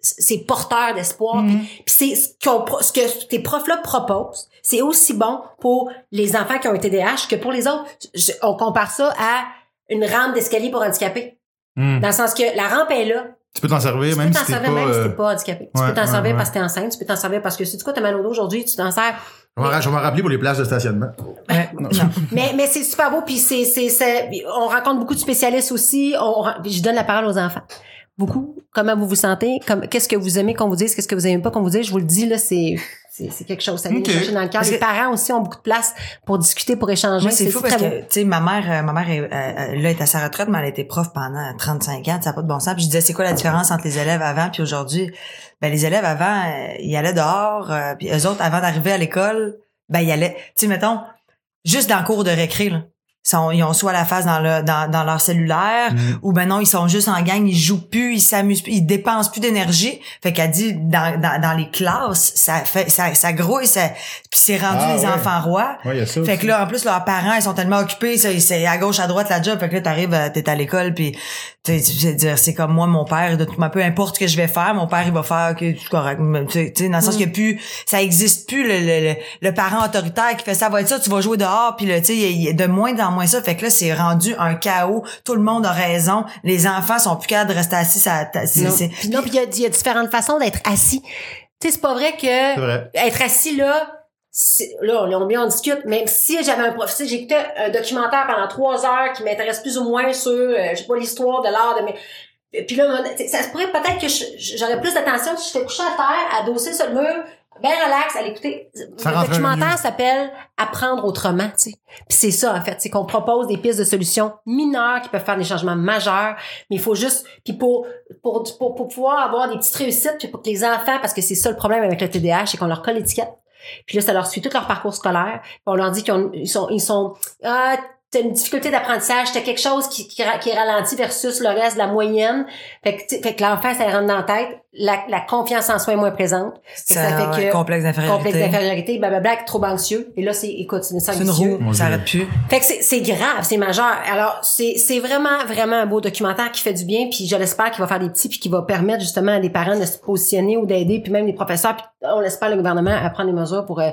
Speaker 3: c'est porteur d'espoir.
Speaker 1: Mm.
Speaker 3: puis- Puis c'est ce, qu'on pro- ce que tes profs là proposent, c'est aussi bon pour les enfants qui ont un TDAH que pour les autres. Je- on compare ça à une rampe d'escalier pour handicapés,
Speaker 1: Hum.
Speaker 3: dans le sens que la rampe est là,
Speaker 1: Tu peux t'en servir,
Speaker 3: tu
Speaker 1: même
Speaker 3: peux t'en
Speaker 1: si t'es
Speaker 3: servir
Speaker 1: pas,
Speaker 3: même si
Speaker 1: euh,
Speaker 3: t'es pas handicapé. Tu
Speaker 1: ouais,
Speaker 3: peux t'en
Speaker 1: ouais,
Speaker 3: servir
Speaker 1: ouais.
Speaker 3: parce que t'es enceinte, tu peux t'en servir parce que si tu quoi t'as mal au dos aujourd'hui, tu t'en sers.
Speaker 1: Je vais m'en- je vais m'en rappeler pour les places de stationnement.
Speaker 2: Ouais. Non.
Speaker 3: Mais mais c'est super beau puis c'est c'est c'est on rencontre beaucoup de spécialistes aussi, on ren- puis je donne la parole aux enfants. Beaucoup, comment vous vous sentez, comme qu'est-ce que vous aimez qu'on vous dise, qu'est-ce que vous aimez pas qu'on vous dise, je vous le dis là, c'est c'est c'est quelque chose ça vient
Speaker 1: Ok.
Speaker 3: nous chercher dans le cœur.
Speaker 2: Parce
Speaker 3: Les
Speaker 2: que-
Speaker 3: parents aussi ont beaucoup de place pour discuter, pour échanger,
Speaker 2: Moi, c'est fou
Speaker 3: très
Speaker 2: parce
Speaker 3: beau.
Speaker 2: que, tu sais, ma mère, euh, ma mère, est, euh, euh, là, est à sa retraite, mais elle était prof pendant 35 ans, ça n'a pas de bon sens. Puis je disais, c'est quoi la différence entre les élèves avant puis aujourd'hui? Ben, les élèves avant, euh, ils allaient dehors, euh, puis eux autres, avant d'arriver à l'école, ben, ils allaient, tu sais, mettons, juste dans le cours de récré, là. Ils sont- ils ont soit la face dans, le, dans, dans leur cellulaire,
Speaker 1: Mm.
Speaker 2: ou ben non, ils sont juste en gang, ils jouent plus, ils s'amusent plus, ils dépensent plus d'énergie. Fait qu'elle dit, dans, dans, dans les classes, ça fait, ça, ça grouille, ça, puis c'est rendu
Speaker 1: Ah,
Speaker 2: les
Speaker 1: ouais.
Speaker 2: enfants rois.
Speaker 1: Ouais, il y a ça.
Speaker 2: Fait
Speaker 1: aussi.
Speaker 2: que là, en plus, leurs parents, ils sont tellement occupés, ça, ils- c'est à gauche, à droite, la job. Fait que là, t'arrives, euh, t'es à l'école, puis t'es- tu sais dire, c'est comme moi, mon père, de tout, ma- peu importe ce que je vais faire, mon père, il va faire, ok, c'est correct. mais Tu sais, tu sais, dans le
Speaker 3: Mm.
Speaker 2: sens qu'il y a plus, ça existe plus le, le, le, le parent autoritaire qui fait ça, va être ça, tu vas jouer dehors, puis là, tu sais, il y a de moins en moins ça. Fait que là, c'est rendu un chaos. Tout le monde a raison. Les enfants sont plus capables de rester assis. Ça, c'est,
Speaker 3: Non.
Speaker 2: c'est-
Speaker 3: Puis non, puis il y a, il y a différentes façons d'être assis. Tu sais, c'est pas vrai que
Speaker 1: C'est vrai.
Speaker 3: être assis là, c'est- là, on, on, bien, on discute, même si j'avais un prof, si j'écoutais un documentaire pendant trois heures qui m'intéresse plus ou moins sur, euh, je sais pas, l'histoire de l'art de mes... Puis là, à un moment donné, ça se pourrait peut-être que je- j'aurais plus d'attention si j'étais couché à terre, adossé sur le mur, bien relax, à l'écouter.
Speaker 1: Ça
Speaker 3: Le
Speaker 1: rentrait mieux.
Speaker 3: documentaire s'appelle Apprendre autrement, tu sais. Puis c'est ça, en fait, c'est qu'on propose des pistes de solutions mineures qui peuvent faire des changements majeurs, mais il faut juste, puis pour, pour, pour, pour pouvoir avoir des petites réussites, puis pour que les enfants, parce que c'est ça le problème avec le TDAH, c'est qu'on leur colle l'étiquette. Puis là, ça leur suit tout leur parcours scolaire. Puis on leur dit qu'ils ont- ils sont, ils sont, ah, t'as une difficulté d'apprentissage, t'as quelque chose qui, qui, ra- qui est ralenti versus le reste de la moyenne. Fait que, tu sais, fait que l'enfant, ça lui rentre dans la tête. La, la confiance en soi est moins présente. Fait que
Speaker 2: ça, ouais, complexe d'infériorité.
Speaker 3: complexe d'infériorité, blablabla, trop anxieux. Et là, c'est, écoute, c'est une,
Speaker 2: C'est une
Speaker 3: anxieux.
Speaker 2: roue,
Speaker 1: Mon
Speaker 2: ça
Speaker 1: Dieu.
Speaker 2: arrête plus.
Speaker 3: Fait que c'est c'est grave, c'est majeur. Alors, c'est c'est vraiment, vraiment un beau documentaire qui fait du bien, puis je l'espère qu'il va faire des petits, puis qui va permettre justement à des parents de se positionner ou d'aider, puis même des professeurs, puis on l'espère le gouvernement à prendre des mesures pour euh,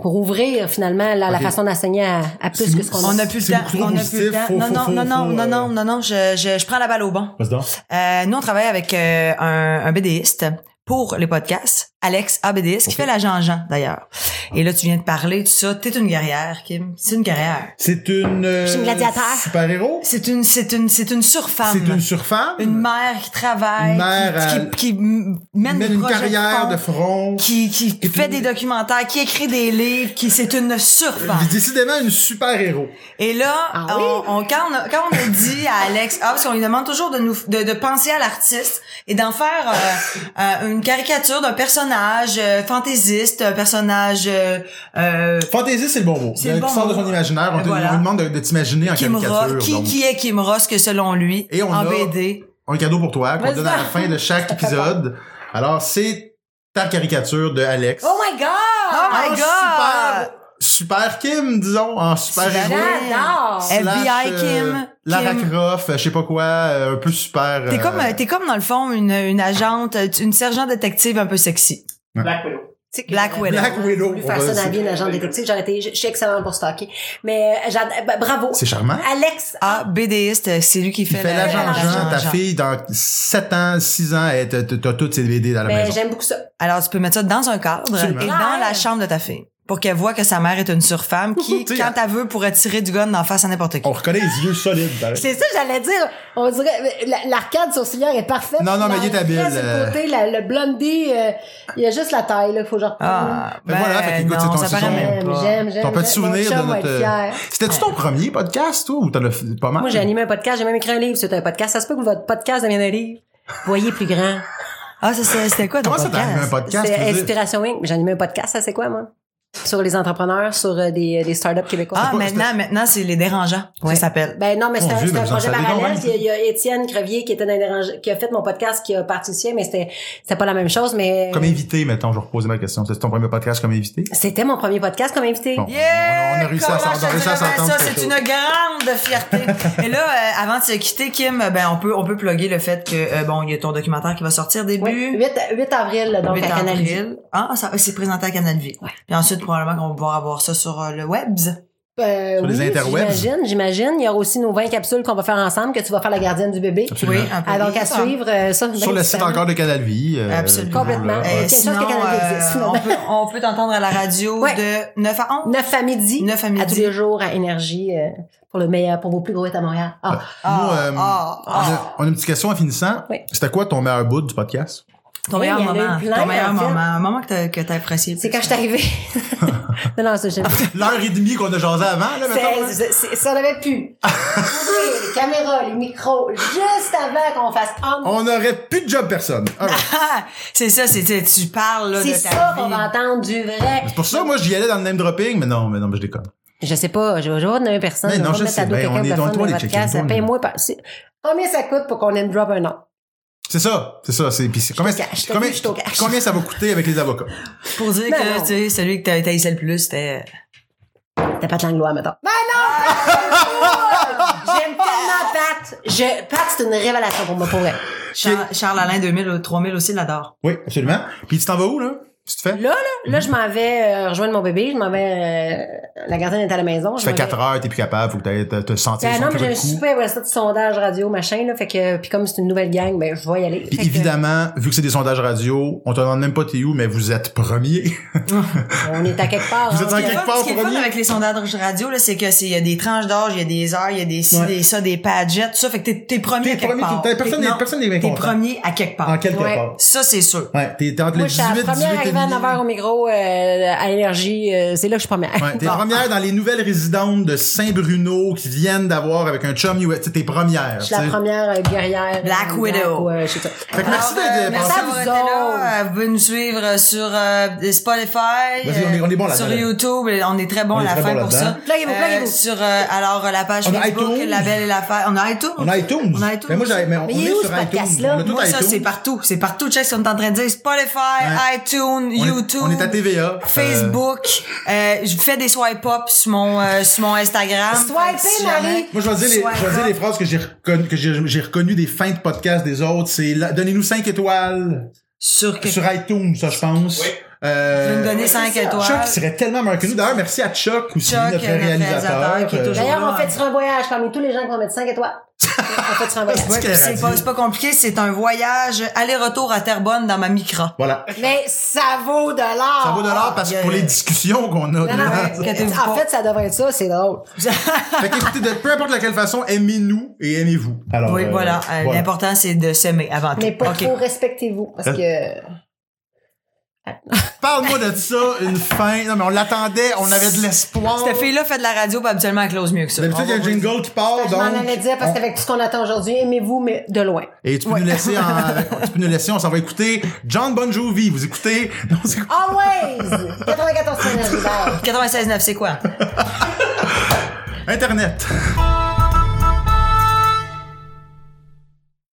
Speaker 3: pour ouvrir euh, finalement la, la
Speaker 1: Ok.
Speaker 3: façon d'enseigner à, à plus que ce qu'on a.
Speaker 2: On n'a plus
Speaker 1: C'est
Speaker 2: le temps.
Speaker 1: beaucoup trop
Speaker 2: On n'a plus
Speaker 1: positif.
Speaker 2: le temps.
Speaker 1: Faut-
Speaker 2: non,
Speaker 1: faut-
Speaker 2: non,
Speaker 1: faut-
Speaker 2: non, non,
Speaker 1: faut,
Speaker 2: non,
Speaker 1: euh,
Speaker 2: non, non, non, je, je, je prends la balle au bon.
Speaker 1: Vas-y donc.
Speaker 2: Euh, nous, on travaille avec euh, un, un BDiste pour les podcasts, Alex ABDiste, qui fait la Jean-Jean, d'ailleurs. Et là, tu viens de parler de ça. T'es une guerrière, Kim. C'est une guerrière.
Speaker 1: C'est une. euh,
Speaker 3: Je suis une gladiateur.
Speaker 1: Super-héros.
Speaker 2: C'est une, c'est une, c'est une surfemme.
Speaker 1: C'est une surfemme.
Speaker 2: Une mère qui travaille,
Speaker 1: Une mère,
Speaker 2: qui,
Speaker 1: euh,
Speaker 2: qui, qui mène, des
Speaker 1: mène une
Speaker 2: projets
Speaker 1: carrière de
Speaker 2: fond,
Speaker 1: front.
Speaker 2: qui, qui
Speaker 1: Et
Speaker 2: fait
Speaker 1: puis-
Speaker 2: des documentaires, qui écrit des livres, qui c'est une surfemme.
Speaker 1: Décidément une super-héros.
Speaker 2: Et là,
Speaker 3: Ah
Speaker 2: on,
Speaker 3: oui?
Speaker 2: on- quand, on a, quand on a dit à Alex, ah, parce qu'on lui demande toujours de nous de, de penser à l'artiste et d'en faire euh, euh, une caricature d'un personnage euh, fantaisiste, un personnage euh, euh,
Speaker 1: Fantaisie, c'est le bon mot. Euh,
Speaker 2: C'est le bon
Speaker 1: qui sort de
Speaker 2: mot.
Speaker 1: son imaginaire. On, te,
Speaker 2: Voilà.
Speaker 1: on nous demande de, de t'imaginer en
Speaker 2: Kim Ross.
Speaker 1: caricature.
Speaker 2: Qui,
Speaker 1: donc.
Speaker 2: qui est Kim Ross que selon lui
Speaker 1: Et on
Speaker 2: en
Speaker 1: a-
Speaker 2: BD?
Speaker 1: On a un cadeau pour toi qu'on
Speaker 3: Vas-y
Speaker 1: donne à la
Speaker 3: donc.
Speaker 1: fin de chaque épisode. Alors, c'est ta caricature de Alex.
Speaker 3: Oh my god!
Speaker 2: Oh my
Speaker 1: en
Speaker 2: God!
Speaker 1: Super, super Kim, disons, en super héros.
Speaker 3: J'adore!
Speaker 2: Eh, FBI
Speaker 1: Slash, euh,
Speaker 2: Kim,
Speaker 1: Lara
Speaker 2: Kim.
Speaker 1: Croft, je sais pas quoi, euh, un peu super.
Speaker 2: T'es
Speaker 1: euh,
Speaker 2: comme, t'es comme dans le fond une, une agente, une sergent détective un peu sexy.
Speaker 5: Black Widow.
Speaker 3: Tu sais que
Speaker 2: Black
Speaker 3: j'aurais
Speaker 2: Widow.
Speaker 1: Black Widow.
Speaker 3: voulu
Speaker 1: on
Speaker 3: faire
Speaker 1: va-
Speaker 3: ça dans la
Speaker 1: c'est-
Speaker 3: vie, une agent détective. J'aurais été, je je suis excellente pour stocker. Mais euh, j'ad- bah, bravo.
Speaker 1: C'est charmant.
Speaker 3: Alex,
Speaker 2: Ah, BDiste, c'est lui qui
Speaker 1: Il
Speaker 2: fait,
Speaker 1: fait
Speaker 2: la-
Speaker 1: l'agent
Speaker 3: l'agent
Speaker 1: Jean, ta
Speaker 2: Jean.
Speaker 1: fille, dans 7 ans, 6 ans, elle- t'as t'as toutes ses BD dans la
Speaker 3: ben,
Speaker 1: maison.
Speaker 3: j'aime beaucoup ça.
Speaker 2: Alors, tu peux mettre ça dans un cadre
Speaker 1: Absolument.
Speaker 2: et dans la chambre de ta fille pour qu'elle voit que sa mère est une surfemme qui,
Speaker 1: Tu sais, Oh.
Speaker 2: quand elle veut, pourrait tirer du gun d'en face à n'importe qui.
Speaker 1: On reconnaît les yeux solides. ben. pareil.
Speaker 3: C'est ça, j'allais dire. On dirait, la- l'arcade sourcilière est parfaite.
Speaker 1: Non, non, mais
Speaker 3: Dans
Speaker 1: il est habile,
Speaker 3: le reste, le
Speaker 1: euh.
Speaker 3: côté, la- le blondie, euh, il y a juste la taille, là, faut que je reprenne.
Speaker 2: Ah,
Speaker 1: Ben voilà, fait qu'écoute, c'est
Speaker 2: non,
Speaker 1: ton-
Speaker 2: ça
Speaker 1: c'est
Speaker 2: paraît
Speaker 1: ton-
Speaker 2: même
Speaker 3: J'aime,
Speaker 2: pas.
Speaker 3: j'aime, j'aime.
Speaker 1: Ton petit
Speaker 3: j'aime.
Speaker 1: souvenir
Speaker 3: Mon chum
Speaker 1: de
Speaker 3: va être fier.
Speaker 1: notre. euh, C'était-tu ton premier podcast, toi, ou t'en as fait pas mal?
Speaker 3: Moi, j'ai animé un podcast, j'ai même écrit un livre sur un podcast. Ça se peut que votre podcast devienne un livre. Voyez plus grand.
Speaker 2: Ah, ça, c'est- c'était quoi ton
Speaker 1: Comment ça, t'as animé un podcast?
Speaker 2: podcast?
Speaker 3: C'est
Speaker 1: tu veux dire?
Speaker 3: Inspiration Inc. J'ai animé un podcast, ça c'est quoi, moi? Sur les entrepreneurs, sur euh, des, des startups québécois.
Speaker 2: Ah,
Speaker 1: pas-
Speaker 2: maintenant, maintenant, c'est les dérangeants, ça s'appelle.
Speaker 3: Ben non, mais c'est
Speaker 1: Mon
Speaker 3: un,
Speaker 1: Dieu,
Speaker 3: c'est
Speaker 1: mais
Speaker 3: un
Speaker 1: vous en
Speaker 3: projet
Speaker 1: savez
Speaker 3: parallèle.
Speaker 1: donc, hein?
Speaker 3: Il y a- il y a Étienne Crevier qui était dans les dérange- qui a fait mon podcast, qui a participé, mais c'était c'était pas la même chose, mais
Speaker 1: Comme invité, mettons, je vais reposer ma question. C'était ton premier podcast comme invité?
Speaker 3: c'était mon premier podcast comme invité.
Speaker 1: Bon. On a- on a réussi à
Speaker 2: Comment
Speaker 1: s'entendre,
Speaker 2: je
Speaker 1: on a réussi à
Speaker 2: dirais bien
Speaker 1: s'entendre,
Speaker 2: ça,
Speaker 1: c'est
Speaker 2: C'est une
Speaker 1: chaud.
Speaker 2: grande fierté. Et là, euh, avant de se quitter, Kim, ben on peut on peut plugger le fait que euh, bon, il y a ton documentaire qui va sortir
Speaker 3: Oui,
Speaker 2: début.
Speaker 3: 8, 8 avril, là, donc,
Speaker 2: 8
Speaker 3: à Canal
Speaker 2: avril.
Speaker 3: Vie.
Speaker 2: Ah, ça c'est présenté à Canal Vie.
Speaker 3: Ouais.
Speaker 2: Puis ensuite probablement qu'on va pouvoir avoir ça sur euh, le web.
Speaker 3: Euh,
Speaker 1: Sur les
Speaker 3: oui,
Speaker 1: interwebs.
Speaker 3: J'imagine, j'imagine. Il y aura aussi nos 20 capsules qu'on va faire ensemble, que tu vas faire la gardienne du bébé.
Speaker 1: Absolument.
Speaker 2: un peu. hein.
Speaker 3: Ah, donc, à
Speaker 2: bizarre.
Speaker 3: suivre, euh, ça.
Speaker 1: Sur le
Speaker 3: ben,
Speaker 1: site
Speaker 3: ça-
Speaker 1: encore de Canal Vie. euh,
Speaker 2: Absolument.
Speaker 3: Complètement.
Speaker 1: toujours là,
Speaker 2: Euh,
Speaker 1: ouais.
Speaker 3: quelque chose
Speaker 2: sinon,
Speaker 3: que Canal Vie existe,
Speaker 2: euh, on
Speaker 3: finalement.
Speaker 2: peut on peut t'entendre à la radio
Speaker 3: Ouais.
Speaker 2: de 9 à 11.
Speaker 3: 9 à midi.
Speaker 2: 9 à
Speaker 3: à tous
Speaker 2: midi.
Speaker 3: les jours à Énergie euh, pour le meilleur, pour vos plus gros hits à Montréal. Ah,
Speaker 1: Nous,
Speaker 2: Ah,
Speaker 1: euh,
Speaker 2: ah,
Speaker 1: on,
Speaker 2: ah.
Speaker 1: a, on a une petite question en finissant.
Speaker 3: Oui.
Speaker 1: C'était quoi ton meilleur bout du podcast?
Speaker 2: Ton
Speaker 3: Oui,
Speaker 2: meilleur
Speaker 3: il y en a eu
Speaker 2: moment,
Speaker 3: plein,
Speaker 2: ton meilleur
Speaker 3: en fait.
Speaker 2: moment, un moment que t'as que t'as apprécié. le
Speaker 3: c'est
Speaker 2: plus.
Speaker 3: quand je suis arrivée. non, non, c'est jamais.
Speaker 2: Ah,
Speaker 1: L'heure et demie qu'on a jasé avant, là, mettons. là.
Speaker 3: C'est- c'est- c'est- Ça n'avait plus.
Speaker 1: Ah.
Speaker 3: les caméras, les micros, juste avant qu'on fasse oh, on.
Speaker 1: On n'aurait plus de job personne. All right.
Speaker 2: Ah, c'est ça, c'est tu- tu parles là, de
Speaker 3: C'est
Speaker 2: ta
Speaker 3: ça qu'on
Speaker 2: vie.
Speaker 3: va entendre du vrai.
Speaker 1: C'est pour ça, moi, j'y allais dans le name dropping, mais non, mais non, mais je déconne.
Speaker 3: Je sais pas, je vais voir nommer personne.
Speaker 1: Mais
Speaker 3: je vais
Speaker 1: non,
Speaker 3: pas
Speaker 1: je
Speaker 3: mettre
Speaker 1: sais
Speaker 3: à dos
Speaker 1: bien,
Speaker 3: quelqu'un
Speaker 1: on est
Speaker 3: pour
Speaker 1: dans
Speaker 3: faire
Speaker 1: toi,
Speaker 3: le
Speaker 1: les
Speaker 3: podcast.
Speaker 1: check-in, toi,
Speaker 3: Paye-moi par- c'est- Combien ça coûte pour qu'on aime drop un nom?
Speaker 1: C'est ça, c'est ça. C'est, puis c'est combien,
Speaker 3: te cache, je te
Speaker 1: combien,
Speaker 3: dis, je te cache.
Speaker 1: combien ça va coûter avec les avocats?
Speaker 2: Pour dire
Speaker 3: Non,
Speaker 2: que
Speaker 3: non.
Speaker 2: tu sais, celui que t'as t'as haïssé le plus, c'était.
Speaker 3: T'as pas de Langlois, mettons. Mais non! J'aime tellement Pat. Je, Pat, c'est une révélation pour moi, pour vrai.
Speaker 2: Char- Charles Alain 2000 ou 3000 aussi l'adore.
Speaker 1: Oui, absolument. Puis tu t'en vas où, là? Tu te fais?
Speaker 3: Là, là, là, je m'en vais euh, rejoindre mon bébé. Je m'en vais... euh, la gardienne est à la maison.
Speaker 1: Tu
Speaker 3: je
Speaker 1: fais
Speaker 3: m'en
Speaker 1: 4
Speaker 3: vais-
Speaker 1: heures, t'es plus capable, faut que t'ailles te, te sentir
Speaker 3: Ben
Speaker 1: sur
Speaker 3: non,
Speaker 1: le
Speaker 3: mais j'ai un
Speaker 1: coup.
Speaker 3: super ouais, ça, de sondage radio, machin, là. Fait que, puis comme c'est une nouvelle gang, ben, je vais y aller.
Speaker 1: Puis
Speaker 3: Fait que,
Speaker 1: évidemment, vu que c'est des sondages radio, on te demande même pas t'es où, mais vous êtes premier.
Speaker 3: on est à quelque part.
Speaker 1: Vous êtes en
Speaker 3: hein.
Speaker 1: quelque
Speaker 2: Ce qui
Speaker 1: part
Speaker 2: est fun- ce qui est fun
Speaker 1: premier.
Speaker 2: avec les sondages radio, là, c'est que c'est, il y a des tranches d'âge, il y a des heures, il y a des ci,
Speaker 1: Ouais.
Speaker 2: des ça, des pagettes, tout ça. Fait que t'es, t'es premier
Speaker 1: T'es
Speaker 2: à quelque
Speaker 1: premier
Speaker 2: part.
Speaker 1: tout le temps. Personne
Speaker 2: T'es-
Speaker 1: n'est-
Speaker 2: non,
Speaker 1: personne n'est bien
Speaker 2: T'es
Speaker 1: content.
Speaker 2: premier à quelque part.
Speaker 1: En quelque
Speaker 3: Ouais.
Speaker 1: part.
Speaker 2: Ça, c'est sûr.
Speaker 1: Ouais, t'es t'es entre les
Speaker 3: Moi, je suis la
Speaker 1: 18 18 et
Speaker 3: première arrivée à
Speaker 1: demi.
Speaker 3: 9h au micro euh, à Énergie. euh, c'est là que je suis première.
Speaker 1: Ouais, t'es première dans les nouvelles résidentes de Saint-Bruno qui viennent d'avoir avec un chum US. T'sais, T'es première.
Speaker 3: Je suis la
Speaker 1: t'sais.
Speaker 3: première euh, guerrière.
Speaker 2: Black
Speaker 3: euh,
Speaker 2: Widow.
Speaker 3: ouais, je sais ça.
Speaker 1: Fait que merci
Speaker 2: Alors, euh,
Speaker 1: d'être
Speaker 2: merci
Speaker 1: passé.
Speaker 3: à
Speaker 2: d'avoir
Speaker 3: vous
Speaker 2: été
Speaker 3: autres.
Speaker 2: là. Euh, Vous pouvez nous suivre euh, sur euh, Spotify,
Speaker 1: Vas-y, on est- on est bon
Speaker 2: euh, sur
Speaker 1: là-dedans.
Speaker 2: YouTube, et on est très bon
Speaker 1: On
Speaker 2: à
Speaker 1: est
Speaker 2: la
Speaker 1: très
Speaker 2: fin
Speaker 1: bon
Speaker 2: pour
Speaker 1: là-dedans.
Speaker 2: ça.
Speaker 3: Pluguez-vous,
Speaker 2: Euh,
Speaker 3: pluguez-vous.
Speaker 2: sur euh, alors euh, la page
Speaker 1: On a
Speaker 2: Facebook,
Speaker 1: iTunes.
Speaker 2: La Belle et la Fa- On a iTunes.
Speaker 1: On a iTunes.
Speaker 2: On a iTunes.
Speaker 1: Mais moi, j'avais- mais on
Speaker 3: Mais
Speaker 1: on
Speaker 3: il est
Speaker 1: est
Speaker 3: où,
Speaker 1: sur
Speaker 3: ce
Speaker 1: iTunes.
Speaker 3: podcast-là?
Speaker 1: On a tout
Speaker 2: Moi, ça,
Speaker 1: iTunes.
Speaker 2: c'est partout. C'est partout. Check ce qu'on est en train de dire. Spotify,
Speaker 1: Ouais.
Speaker 2: iTunes,
Speaker 1: On est-
Speaker 2: YouTube.
Speaker 1: On est à TVA. euh,
Speaker 2: Facebook. Euh, je fais des swipe up sur mon, euh, sur mon Instagram.
Speaker 3: Swipez,
Speaker 2: Si
Speaker 3: Marie.
Speaker 2: jamais-
Speaker 1: Moi, je vais dire les, je vais dire les phrases que j'ai reconnues, que j'ai j'ai reconnues des fins de podcast des autres. C'est la- donnez-nous 5 étoiles
Speaker 2: Sur que
Speaker 1: sur iTunes, ça, je pense.
Speaker 5: Oui.
Speaker 1: Euh,
Speaker 2: Vous me donnez 5 étoiles.
Speaker 1: Chuck serait tellement meilleur que nous. D'ailleurs, merci à Chuck aussi,
Speaker 2: Chuck,
Speaker 1: notre
Speaker 2: notre réalisateur,
Speaker 1: réalisateur.
Speaker 2: qui est
Speaker 1: Euh,
Speaker 2: toujours-
Speaker 3: D'ailleurs, on
Speaker 2: Voilà.
Speaker 3: fait sur un voyage parmi tous les gens qui vont mettre 5 étoiles. on fait sur un voyage.
Speaker 1: Ouais.
Speaker 2: Ouais,
Speaker 1: Quelle
Speaker 2: c'est
Speaker 1: radio.
Speaker 2: pas, c'est pas compliqué, c'est un voyage aller-retour à Terrebonne dans ma micra.
Speaker 1: Voilà.
Speaker 3: Mais ça vaut de l'or.
Speaker 1: Ça vaut de l'or parce que
Speaker 2: yeah,
Speaker 1: pour les
Speaker 2: Ah, yeah.
Speaker 1: discussions qu'on a.
Speaker 3: Non, non,
Speaker 1: là.
Speaker 2: Ouais, inquiétez-vous
Speaker 3: en
Speaker 2: pas.
Speaker 3: fait, ça devrait être ça, c'est drôle.
Speaker 1: Fait qu'écoutez, de peu importe laquelle façon, aimez-nous et aimez-vous. Alors,
Speaker 2: oui,
Speaker 1: euh,
Speaker 2: voilà. Euh, L'important, c'est de s'aimer avant tout.
Speaker 3: Mais pas
Speaker 2: OK.
Speaker 3: trop, respectez-vous.
Speaker 1: Euh,
Speaker 3: Parce que.
Speaker 1: Parle-moi de ça, une fin. Non, mais on l'attendait, on avait de l'espoir.
Speaker 2: Cette fille-là fait de la radio, pas habituellement, elle close mieux que ça.
Speaker 1: D'habitude, il y a
Speaker 2: On
Speaker 1: un
Speaker 2: va vous-
Speaker 1: jingle qui part,
Speaker 3: Je
Speaker 1: donc.
Speaker 3: m'en allais dire parce
Speaker 1: on-
Speaker 3: qu'avec tout ce qu'on attend aujourd'hui, aimez-vous, mais de loin.
Speaker 1: Et tu peux nous laisser en- tu peux nous laisser, on s'en va écouter John Bon Jovi. Vous écoutez? Non, c'est quoi?
Speaker 3: Always! 94 semaines
Speaker 2: 96.9, c'est quoi?
Speaker 1: Internet.